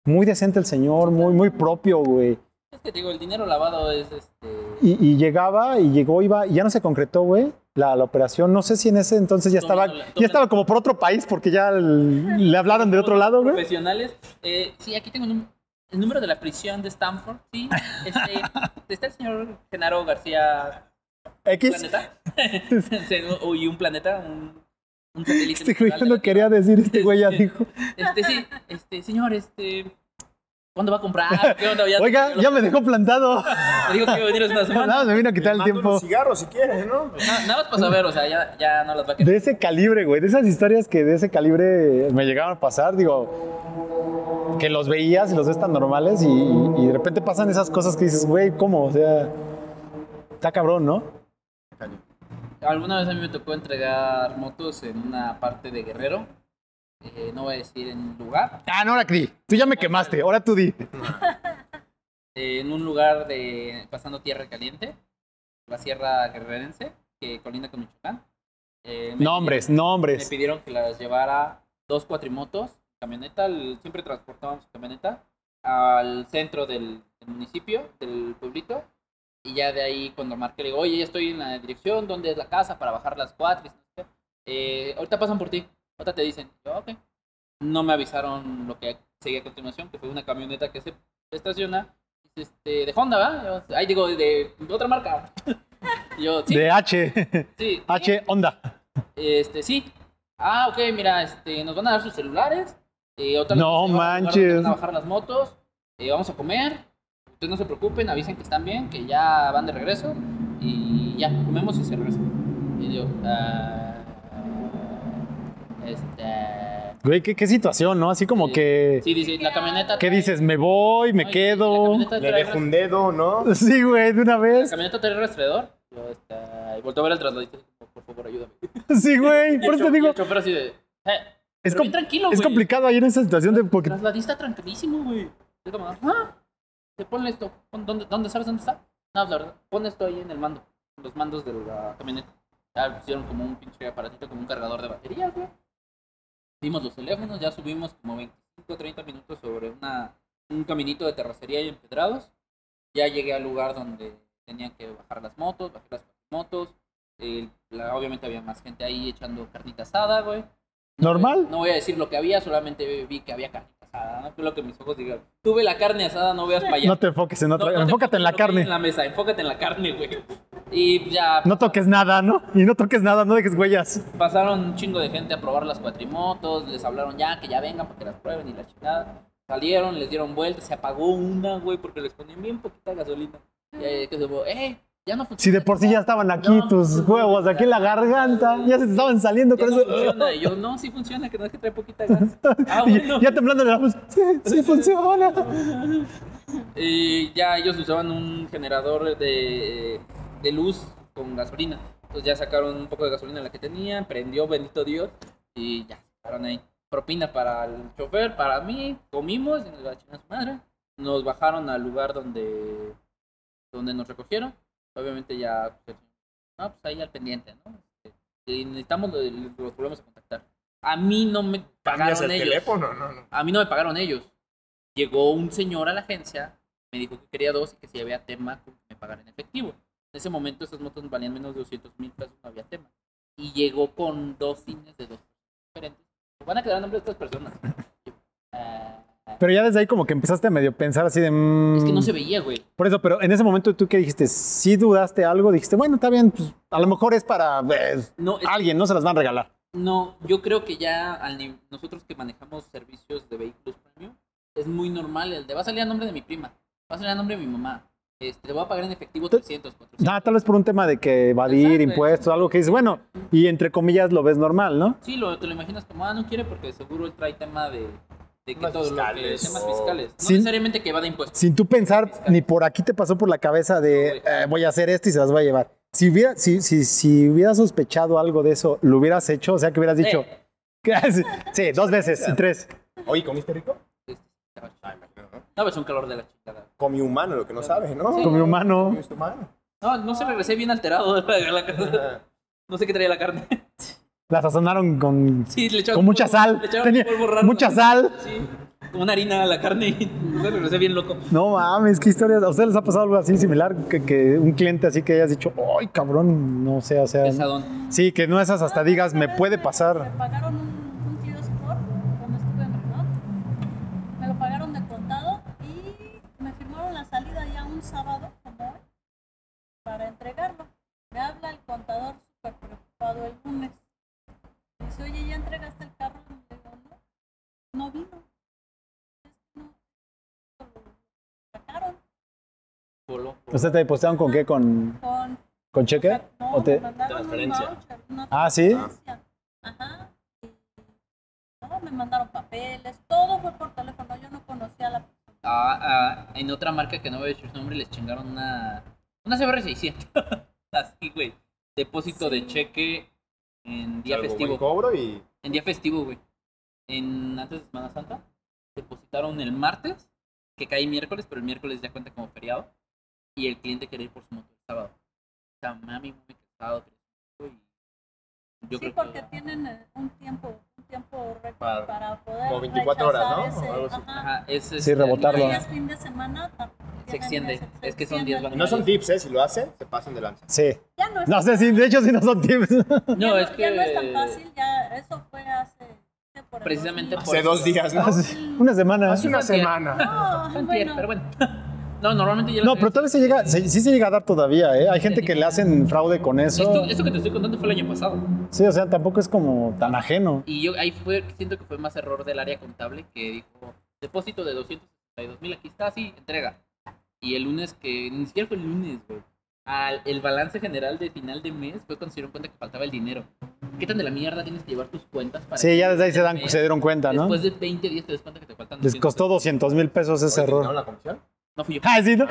Speaker 1: Muy decente el señor, muy, muy propio, güey.
Speaker 3: Es que te digo, el dinero lavado es este.
Speaker 1: Y, y llegaba y llegó, iba, y ya no se concretó, güey, la, la operación. No sé si en ese entonces ya estaba,
Speaker 3: Tómala,
Speaker 1: ya
Speaker 3: tómala.
Speaker 1: estaba como por otro país porque ya el- le hablaron de otro lado, güey.
Speaker 3: Profesionales. Eh, sí, aquí tengo un- el número de la prisión de Stanford. Sí.
Speaker 1: *laughs*
Speaker 3: Este, está el señor Genaro García
Speaker 1: X.
Speaker 3: Planeta. *laughs* Sí, o- y un planeta, un, un satélite.
Speaker 1: Este güey
Speaker 3: natural
Speaker 1: ya
Speaker 3: de
Speaker 1: no
Speaker 3: la
Speaker 1: quería decir, este güey ya
Speaker 3: Este,
Speaker 1: dijo.
Speaker 3: Este, sí, este, señor, este. ¿Cuándo va a
Speaker 1: *laughs*
Speaker 3: comprar? ¿Qué onda? Ya-
Speaker 1: Oiga, ya me dejó
Speaker 3: *laughs*
Speaker 1: plantado. *laughs*
Speaker 3: Me dijo que iba a venir hace una semana.
Speaker 1: Nada, me vino a quitar el
Speaker 5: Mando
Speaker 1: tiempo.
Speaker 5: unos cigarros si quieres, ¿no?
Speaker 3: Nada, nada más para saber, o sea, ya, ya no las va a querer.
Speaker 1: De ese calibre, güey, de esas historias que de ese calibre me llegaban a pasar, digo, que los veías y los ves tan normales y, y de repente pasan esas cosas que dices, güey, ¿cómo? O sea, está cabrón, ¿no?
Speaker 3: Alguna vez a mí me tocó entregar motos en una parte de Guerrero. Eh, no voy a decir en lugar.
Speaker 1: Ah, no, ahora di. Tú ya me quemaste, ahora tú di.
Speaker 3: eh, en un lugar de pasando tierra caliente, la sierra guerrerense, que colinda con Michoacán. Eh, me
Speaker 1: Nombres,
Speaker 3: pidieron- Me
Speaker 1: nombres.
Speaker 3: pidieron que las llevara dos cuatrimotos, camioneta, el- siempre transportábamos camioneta, al centro del, del municipio, del pueblito. Y ya de ahí, cuando marqué, le digo, oye, ya estoy en la dirección, ¿dónde es la casa para bajar las cuatris? Eh, ahorita pasan por ti, ahorita te dicen, yo, ok. No me avisaron lo que seguía a continuación, que fue una camioneta que se estaciona, este, de Honda, ¿verdad? Yo, Ay, digo, de, de otra marca. *laughs* Y yo, sí,
Speaker 1: De H, *laughs*
Speaker 3: sí. sí".
Speaker 1: H, onda.
Speaker 3: Este, sí. Ah, ok, mira, este, nos van a dar sus celulares. eh, otra vez
Speaker 1: No
Speaker 3: nos van a llevar
Speaker 1: manches.
Speaker 3: donde Van a bajar las motos. eh, vamos a comer. Ustedes no se preocupen, avisen que están bien, que ya van de regreso. Y ya, comemos y se regresan. Y yo, ah, este.
Speaker 1: Güey, qué, qué situación, ¿no? Así como
Speaker 3: Sí.
Speaker 1: que,
Speaker 3: Sí, dice, la camioneta.
Speaker 1: ¿qué
Speaker 3: trae-
Speaker 1: dices? ¿Me voy? ¿Me
Speaker 3: no, y- y La
Speaker 1: quedo?
Speaker 3: camioneta
Speaker 5: Le
Speaker 3: trae
Speaker 5: dejo un dedo, ¿no?
Speaker 1: Sí, güey, de una
Speaker 3: res- la
Speaker 1: vez.
Speaker 3: camioneta trae rastreador. Yo, este, y volteo a ver el trasladito. Por favor, ayúdame.
Speaker 1: Sí, güey, *laughs* por eso
Speaker 3: Y el
Speaker 1: digo,
Speaker 3: chofer así de. "Eh,
Speaker 1: es,
Speaker 3: pero
Speaker 1: com-
Speaker 3: bien tranquilo,
Speaker 1: es
Speaker 3: güey".
Speaker 1: complicado ahí en esa situación de porque
Speaker 3: Trasladista tranquilísimo, güey. Yo como, ah, te ponle esto. pon- ¿Dónde, dónde sabes dónde está? No, la verdad, pon esto ahí en el mando. en Los mandos de la camioneta. Ya le pusieron como un pinche aparatito, como un cargador de batería, güey. Dimos los teléfonos, ya subimos como 25, 30 minutos sobre una, un caminito de terracería y empedrados. Ya llegué al lugar donde tenían que bajar las motos, bajar las motos. Eh, la- obviamente había más gente ahí echando carnita asada, güey. No voy-
Speaker 1: ¿Normal?
Speaker 3: No voy a decir lo que había, solamente vi que había carne asada. No fue lo que mis ojos dijeron. Tuve la carne asada, no veas para allá.
Speaker 1: No te enfoques en
Speaker 3: No-
Speaker 1: otra.
Speaker 3: no te
Speaker 1: enfócate en la
Speaker 3: lo que hay
Speaker 1: carne.
Speaker 3: En la mesa, enfócate en la carne, güey. Y ya
Speaker 1: No toques nada, ¿no? Y no toques nada, no dejes huellas.
Speaker 3: pasaron un chingo de gente a probar las cuatrimotos. Les hablaron ya que ya vengan para que las prueben y la chingada. Salieron, les dieron vueltas, se apagó una, güey, porque les ponían bien poquita gasolina. Y ahí que se fue, "Ey, ya no funciona.
Speaker 1: Si de por sí ya estaban aquí
Speaker 3: No,
Speaker 1: tus
Speaker 3: no, no,
Speaker 1: huevos,
Speaker 3: no,
Speaker 1: aquí en la
Speaker 3: no,
Speaker 1: garganta,
Speaker 3: no,
Speaker 1: ya se te estaban saliendo
Speaker 3: Ya
Speaker 1: con
Speaker 3: no
Speaker 1: eso.
Speaker 3: funciona. Y yo, no, sí funciona, que no es que trae poquita
Speaker 1: *laughs*
Speaker 3: gas. Ah,
Speaker 1: Y
Speaker 3: bueno.
Speaker 1: ya temblando la voz. Sí, sí funciona.
Speaker 3: Y ya ellos usaban un generador de, de luz con gasolina. Entonces ya sacaron un poco de gasolina la que tenían, prendió, bendito Dios, y ya sacaron ahí. Propina para el chofer, para mí, comimos, y nos la chingada su madre. Nos bajaron al lugar donde, donde nos recogieron. Obviamente ya, pues, no, pues ahí al pendiente, ¿no? Este, Y necesitamos, lo- los volvemos a contactar. A mí no me
Speaker 5: Cambias
Speaker 3: pagaron
Speaker 5: el
Speaker 3: ellos.
Speaker 5: teléfono, no, no.
Speaker 3: A mí no me pagaron ellos. Llegó un señor a la agencia, me dijo que quería dos y que si había tema, que me pagara en efectivo. En ese momento esas motos valían menos de 200 mil pesos, no había tema. Y llegó con dos fines de dos diferentes. Van a quedar a nombre de estas personas. Yo, ah,
Speaker 1: Pero ya desde ahí como que empezaste a medio pensar así de... mm,
Speaker 3: es que no se veía, güey.
Speaker 1: Por eso, pero en ese momento tú que dijiste, si dudaste algo, dijiste, bueno, está bien, pues a lo mejor es para eh,
Speaker 3: No, es-
Speaker 1: alguien, no se las van a regalar.
Speaker 3: No, yo creo que ya al ni- nosotros que manejamos servicios de vehículos premium, es muy normal el de va a salir a nombre de mi prima, va a salir a nombre de mi mamá, este, te voy a pagar en efectivo 300, 400.
Speaker 1: Ah, tal vez por un tema de que evadir
Speaker 3: Exacto,
Speaker 1: impuestos, algo que dices, bueno, y entre comillas lo ves normal, ¿no?
Speaker 3: Sí, lo, te lo imaginas como, ah, no quiere porque seguro él trae tema de, de que
Speaker 5: Temas
Speaker 3: todo lo que
Speaker 5: fiscales,
Speaker 3: temas
Speaker 5: o-
Speaker 3: fiscales. No
Speaker 1: Sí.
Speaker 3: necesariamente que va de impuestos.
Speaker 1: Sin tú pensar, ni por aquí te pasó por la cabeza de
Speaker 3: No, güey.
Speaker 1: "Eh, voy a hacer esto y se las voy a llevar. Si hubiera, si, si, si hubiera sospechado algo de eso, ¿lo hubieras hecho? O sea, que hubieras dicho.
Speaker 3: Eh,
Speaker 1: *laughs* Sí, dos veces, y tres.
Speaker 5: Oye, ¿comiste rico?
Speaker 3: no, es un calor de la chingada.
Speaker 5: Comí humano, lo que no sabes, ¿no?
Speaker 3: Sí.
Speaker 1: Comí humano.
Speaker 5: Comiste humano.
Speaker 3: No, no se regresé bien alterado *laughs* de la- la- No sé qué traía la carne. *laughs*
Speaker 1: La sazonaron con,
Speaker 3: Sí, le echaron
Speaker 1: con mucha sal.
Speaker 3: Le echaron
Speaker 1: Tenía
Speaker 3: polvo raro.
Speaker 1: mucha sal.
Speaker 3: Sí, como una harina a la carne y *laughs* no sé, regresé bien loco.
Speaker 1: No mames, qué historias. ¿A ustedes les ha pasado algo así similar? Que, que un cliente así que hayas dicho, ay, cabrón, no sé, o sea.
Speaker 3: Pesadón.
Speaker 1: Sí, que no esas hasta digas,
Speaker 4: Una
Speaker 1: me
Speaker 4: vez
Speaker 1: puede pasar.
Speaker 4: Me pagaron un, un Clio Sport cuando estuve en Renault. Me lo pagaron de contado y me firmaron la salida ya un sábado, como hoy, para entregarlo. Me habla el contador súper preocupado el lunes. Me dice, oye, ¿ya entregaste el carro? Y le digo, no, no vino. Es que no, lo sacaron
Speaker 3: Polo.
Speaker 1: O sea, te depositaron con qué? ¿Con,
Speaker 4: con...
Speaker 1: con
Speaker 4: o sea,
Speaker 1: cheque?
Speaker 4: no,
Speaker 1: ¿O te-
Speaker 4: me mandaron un
Speaker 5: Transferencia.
Speaker 4: voucher, una
Speaker 1: Ah, sí.
Speaker 4: Francia. Ajá. Y, No, me mandaron papeles, todo fue por teléfono, yo no conocía a la
Speaker 3: Ah, ah, en otra marca que no voy a decir su nombre les chingaron una. Una CBR600. *laughs* Así, güey. Depósito de cheque en día
Speaker 5: Salvo buen
Speaker 3: festivo.
Speaker 5: cobro y
Speaker 3: En día festivo, güey. En antes de Semana Santa. Depositaron el martes, que cae miércoles, pero el miércoles ya cuenta como feriado. Y el cliente quería ir por su moto el sábado. O sea, mami, muy cansado. güey. Yo
Speaker 4: Sí,
Speaker 3: creo
Speaker 4: porque
Speaker 3: que.
Speaker 4: tienen eh, un tiempo, un tiempo récord
Speaker 5: Para-
Speaker 4: para, poder
Speaker 5: como 24 horas,
Speaker 4: rechazar
Speaker 5: ¿no? O
Speaker 4: ese-
Speaker 5: algo así.
Speaker 4: ajá.
Speaker 3: Ajá, es, es-
Speaker 1: Sí, rebotarlo.
Speaker 4: Si
Speaker 1: ¿no?
Speaker 4: es fin de semana, ta-
Speaker 3: Se extiende,
Speaker 4: tienen ese-
Speaker 3: es que son días
Speaker 4: extienden.
Speaker 5: No son tips, ¿eh? Si lo hacen, se pasan de lanza.
Speaker 1: Sí.
Speaker 4: Ya no es,
Speaker 1: No sé, si de hecho, sí no son tips.
Speaker 3: No, es que.
Speaker 4: ya no es tan fácil, ya eso fue hace hace por el
Speaker 3: Precisamente
Speaker 4: 2000.
Speaker 3: por-
Speaker 5: Hace dos
Speaker 1: *laughs*
Speaker 5: días, ¿no?
Speaker 1: Hace Una semana.
Speaker 5: Hace una
Speaker 3: Hace un
Speaker 5: semana.
Speaker 4: No,
Speaker 3: Antier,
Speaker 4: Ah, bueno,
Speaker 3: Pero bueno. *laughs* No, normalmente yo
Speaker 1: No, pero tal vez se llega, se- sí se llega a dar todavía, ¿eh? Hay gente que le hacen fraude con eso.
Speaker 3: Esto, esto que te estoy contando fue el año pasado.
Speaker 1: Sí, o sea, tampoco es como tan ajeno.
Speaker 3: Y yo ahí fue, siento que fue más error del área contable que dijo, depósito de 262 mil, aquí está, sí, entrega. Y el lunes que, ni siquiera fue el lunes, güey. Al, el balance general de final de mes fue cuando se dieron cuenta que faltaba el dinero. ¿Qué tan de la mierda tienes que llevar tus cuentas para
Speaker 1: Sí,
Speaker 3: que
Speaker 1: ya desde ahí se, dan,
Speaker 3: mes,
Speaker 1: se dieron cuenta, ¿no?
Speaker 3: Después de 20 días te das cuenta que te faltan
Speaker 1: Les
Speaker 3: 200.
Speaker 1: costó 200 mil pesos ese
Speaker 5: ¿No
Speaker 1: error.
Speaker 5: la comisión?
Speaker 3: No fui yo.
Speaker 1: *laughs* Ah,
Speaker 5: *laughs*
Speaker 1: sí, ¿no?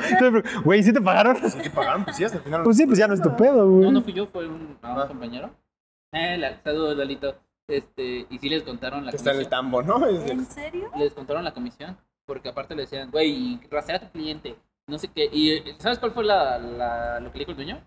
Speaker 1: Güey, ¿sí te pagaron?
Speaker 5: Sí, que pagaron, pues sí, hasta el final.
Speaker 1: Pues sí, pues ya no es tu pedo,
Speaker 3: No, no
Speaker 1: güey.
Speaker 3: fui yo, fue un, a un
Speaker 5: Ah.
Speaker 3: compañero. Eh, la- saludos, Lalito. Este, y sí les contaron la
Speaker 5: que está en el
Speaker 3: comisión.
Speaker 5: tambo, ¿no? Es de-
Speaker 4: ¿en serio?
Speaker 3: Les contaron la comisión. Porque aparte le decían, güey, rasea a tu cliente. No sé qué. ¿Y eh, sabes cuál fue la, la- lo que le dijo el dueño?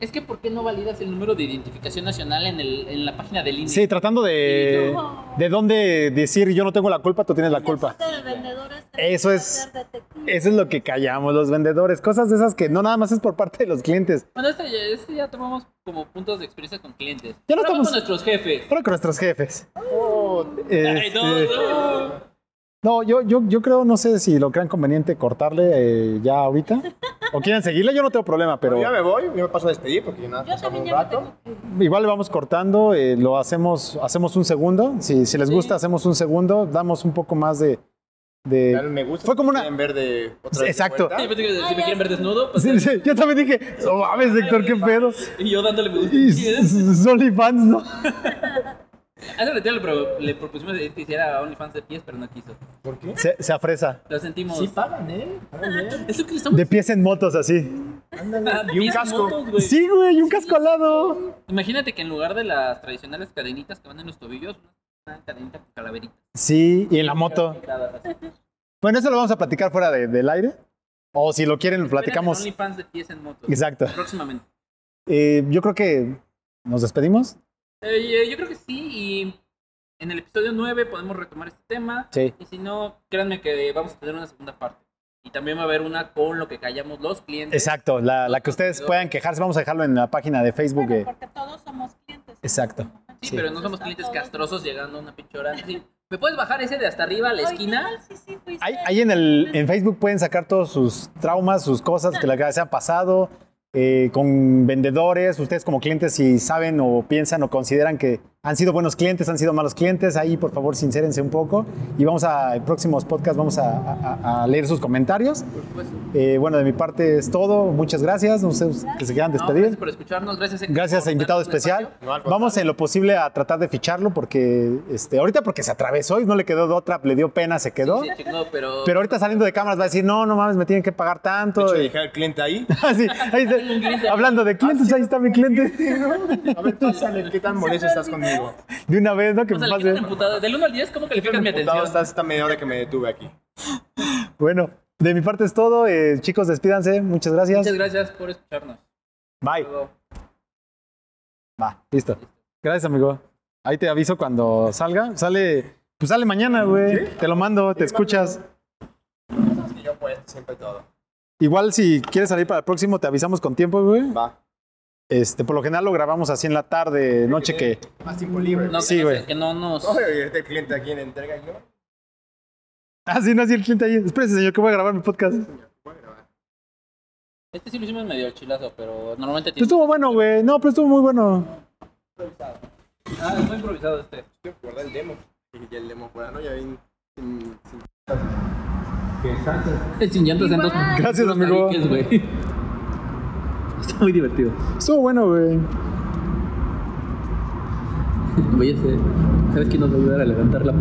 Speaker 3: Es que ¿por qué no validas el número de identificación nacional en, el, en la página del INE?
Speaker 1: Sí, tratando de. Eh, De dónde decir yo no tengo la culpa, tú tienes la culpa.
Speaker 4: El vendedor es-
Speaker 1: Eso es-
Speaker 4: ser detective.
Speaker 1: Eso es lo que callamos los vendedores. Cosas de esas que no nada más es por parte de los clientes.
Speaker 3: Bueno, este, ya- este ya tomamos como puntos de experiencia con clientes.
Speaker 1: Ya lo
Speaker 3: Ahora
Speaker 1: estamos-
Speaker 3: con nuestros jefes.
Speaker 1: Pero con nuestros jefes.
Speaker 5: Oh,
Speaker 3: Ay, no,
Speaker 1: Este,
Speaker 3: no.
Speaker 1: No, yo, yo, yo creo, no sé si lo crean conveniente cortarle eh, ya ahorita. O quieren seguirle, yo no tengo problema, pero
Speaker 5: Pero ya me voy, yo me paso a despedir porque yo nada,
Speaker 4: Yo
Speaker 5: pasamos
Speaker 4: también
Speaker 5: un
Speaker 4: ya no
Speaker 5: rato.
Speaker 4: tengo que ir.
Speaker 1: igual le vamos cortando, eh, lo hacemos, hacemos un segundo. Si, si les gusta, hacemos un segundo, damos un poco más de. de-
Speaker 5: Dale un me gusta.
Speaker 1: Fue como una-
Speaker 5: En verde otra vez.
Speaker 1: Exacto.
Speaker 5: de
Speaker 3: Sí,
Speaker 5: vuelta.
Speaker 3: pensé que si me quieren ver desnudo,
Speaker 1: *laughs*
Speaker 3: pues,
Speaker 1: Sí, sí, yo también dije, no mames, Héctor, qué pedo.
Speaker 3: y yo dándole me gusta.
Speaker 1: Y
Speaker 3: Sí,
Speaker 1: s-
Speaker 3: ¿eh?
Speaker 1: s- OnlyFans, ¿no?
Speaker 3: Hace ratito le, pro- le propusimos que hiciera OnlyFans de pies, pero no quiso.
Speaker 5: ¿Por qué?
Speaker 1: Se, se afresa.
Speaker 3: Lo sentimos.
Speaker 5: Sí, pagan, ¿eh? Pagan, ¿eh?
Speaker 3: Es lo que le estamos
Speaker 1: De pies en motos, así.
Speaker 3: Ah,
Speaker 5: Ándale. Y un
Speaker 3: pies
Speaker 5: casco.
Speaker 3: motos, güey.
Speaker 1: Sí, güey, y un casco al lado.
Speaker 3: Imagínate que en lugar de las tradicionales cadenitas que van en los tobillos, una cadenita con calaverita.
Speaker 1: Sí, y en la moto. Pues Bueno, eso lo vamos a platicar fuera de- del aire. O si lo quieren, lo platicamos.
Speaker 3: OnlyFans de pies en moto.
Speaker 1: Exacto.
Speaker 3: Próximamente.
Speaker 1: Eh, yo creo que nos despedimos.
Speaker 3: Eh, yo- yo creo que sí, y en el episodio 9 podemos retomar este tema.
Speaker 1: Sí.
Speaker 3: Y si no, créanme que vamos a tener una segunda parte. Y también va a haber una con lo que callamos los clientes.
Speaker 1: Exacto, la, la que ustedes puedan quejarse, vamos a dejarlo en la página de Facebook.
Speaker 4: Bueno,
Speaker 1: eh.
Speaker 4: porque todos somos clientes. en
Speaker 1: Exacto.
Speaker 4: algún momento.
Speaker 3: Sí,
Speaker 1: Sí.
Speaker 3: pero no somos
Speaker 4: Está
Speaker 3: clientes
Speaker 4: todo.
Speaker 3: castrosos llegando a una pinche hora. Sí. ¿Me puedes bajar ese de hasta arriba a la
Speaker 4: Oye,
Speaker 3: esquina?
Speaker 4: ¿qué tal si sí fuiste?
Speaker 1: Ahí, ahí en, el, en Facebook pueden sacar todos sus traumas, sus cosas que les han pasado, eh, con vendedores, ustedes como clientes si saben o piensan o consideran que Han sido buenos clientes, han sido malos clientes. Ahí, por favor, sincérense un poco. Y vamos a, en próximos podcasts, vamos a, a- a leer sus comentarios.
Speaker 3: Por supuesto. No,
Speaker 1: Eh, bueno, de mi parte es todo. Muchas gracias. No sé que se quieran
Speaker 3: gracias
Speaker 1: despedir.
Speaker 3: por escucharnos. Gracias, Héctor,
Speaker 1: Gracias
Speaker 3: por
Speaker 1: a invitado
Speaker 3: darnos un
Speaker 1: especial.
Speaker 3: espacio.
Speaker 5: No, al contrario.
Speaker 1: Vamos en lo posible a tratar de ficharlo porque este, ahorita porque se atravesó y no le quedó de otra, le dio pena, se quedó.
Speaker 3: Sí, se chingó, pero,
Speaker 1: Pero ahorita saliendo de cámaras va a decir, no, no mames, me tienen que pagar
Speaker 5: De
Speaker 1: tanto.
Speaker 5: hecho, de
Speaker 1: Y-
Speaker 5: dejar al cliente ahí.
Speaker 1: *laughs* Así, ahí está.
Speaker 3: Tengo un cliente. Ah,
Speaker 1: hablando de clientes, ahí está mi
Speaker 3: *laughs*
Speaker 1: cliente.
Speaker 5: A ver, tú sale,
Speaker 4: *laughs*
Speaker 5: ¿qué tan molesto estás conmigo?
Speaker 1: De una vez, ¿no? Que
Speaker 3: o
Speaker 1: me
Speaker 3: sea, le
Speaker 1: pase.
Speaker 3: quitan emputado. Del 1 al 10, ¿cómo calificas mi
Speaker 5: Emputado
Speaker 3: atención?
Speaker 5: estás esta media hora que me detuve aquí.
Speaker 1: Bueno, de mi parte es todo. Eh, chicos, despídanse. Muchas gracias.
Speaker 3: Muchas gracias por escucharnos.
Speaker 1: Bye.
Speaker 3: Hasta luego.
Speaker 1: Va, listo. Gracias, amigo. Ahí te aviso cuando salga. Sale, pues sale mañana, güey. Te lo mando, te escuchas.
Speaker 5: Es que yo puedo siempre todo.
Speaker 1: Igual si quieres salir para el próximo, te avisamos con tiempo, güey.
Speaker 5: Va.
Speaker 1: Este, por lo general lo grabamos así en la tarde, noche que.
Speaker 5: Más tiempo libre.
Speaker 3: No,
Speaker 5: No,
Speaker 1: Sí,
Speaker 3: que, no
Speaker 1: güey.
Speaker 3: se- que no nos...
Speaker 5: el este cliente aquí en entrega y no.
Speaker 1: Ah, sí, no, sí, el cliente ahí. Espérese, señor, que voy a grabar mi podcast.
Speaker 3: Este sí lo hicimos medio chilazo, pero normalmente...
Speaker 1: Pero Pues estuvo bueno, güey. No, pero estuvo muy bueno.
Speaker 3: Ah, es muy improvisado este.
Speaker 5: Yo guardé el demo. Y el demo fuera, ¿no? Ya bien. sin- sin-
Speaker 3: Este Sin llantas en dos...
Speaker 1: Gracias,
Speaker 3: puros
Speaker 1: amigo.
Speaker 3: tabiques, güey. *laughs* Está muy divertido.
Speaker 1: Estuvo bueno, güey.
Speaker 3: Voy a hacer- ¿Sabes quién nos va a ayudar a levantar la... pa-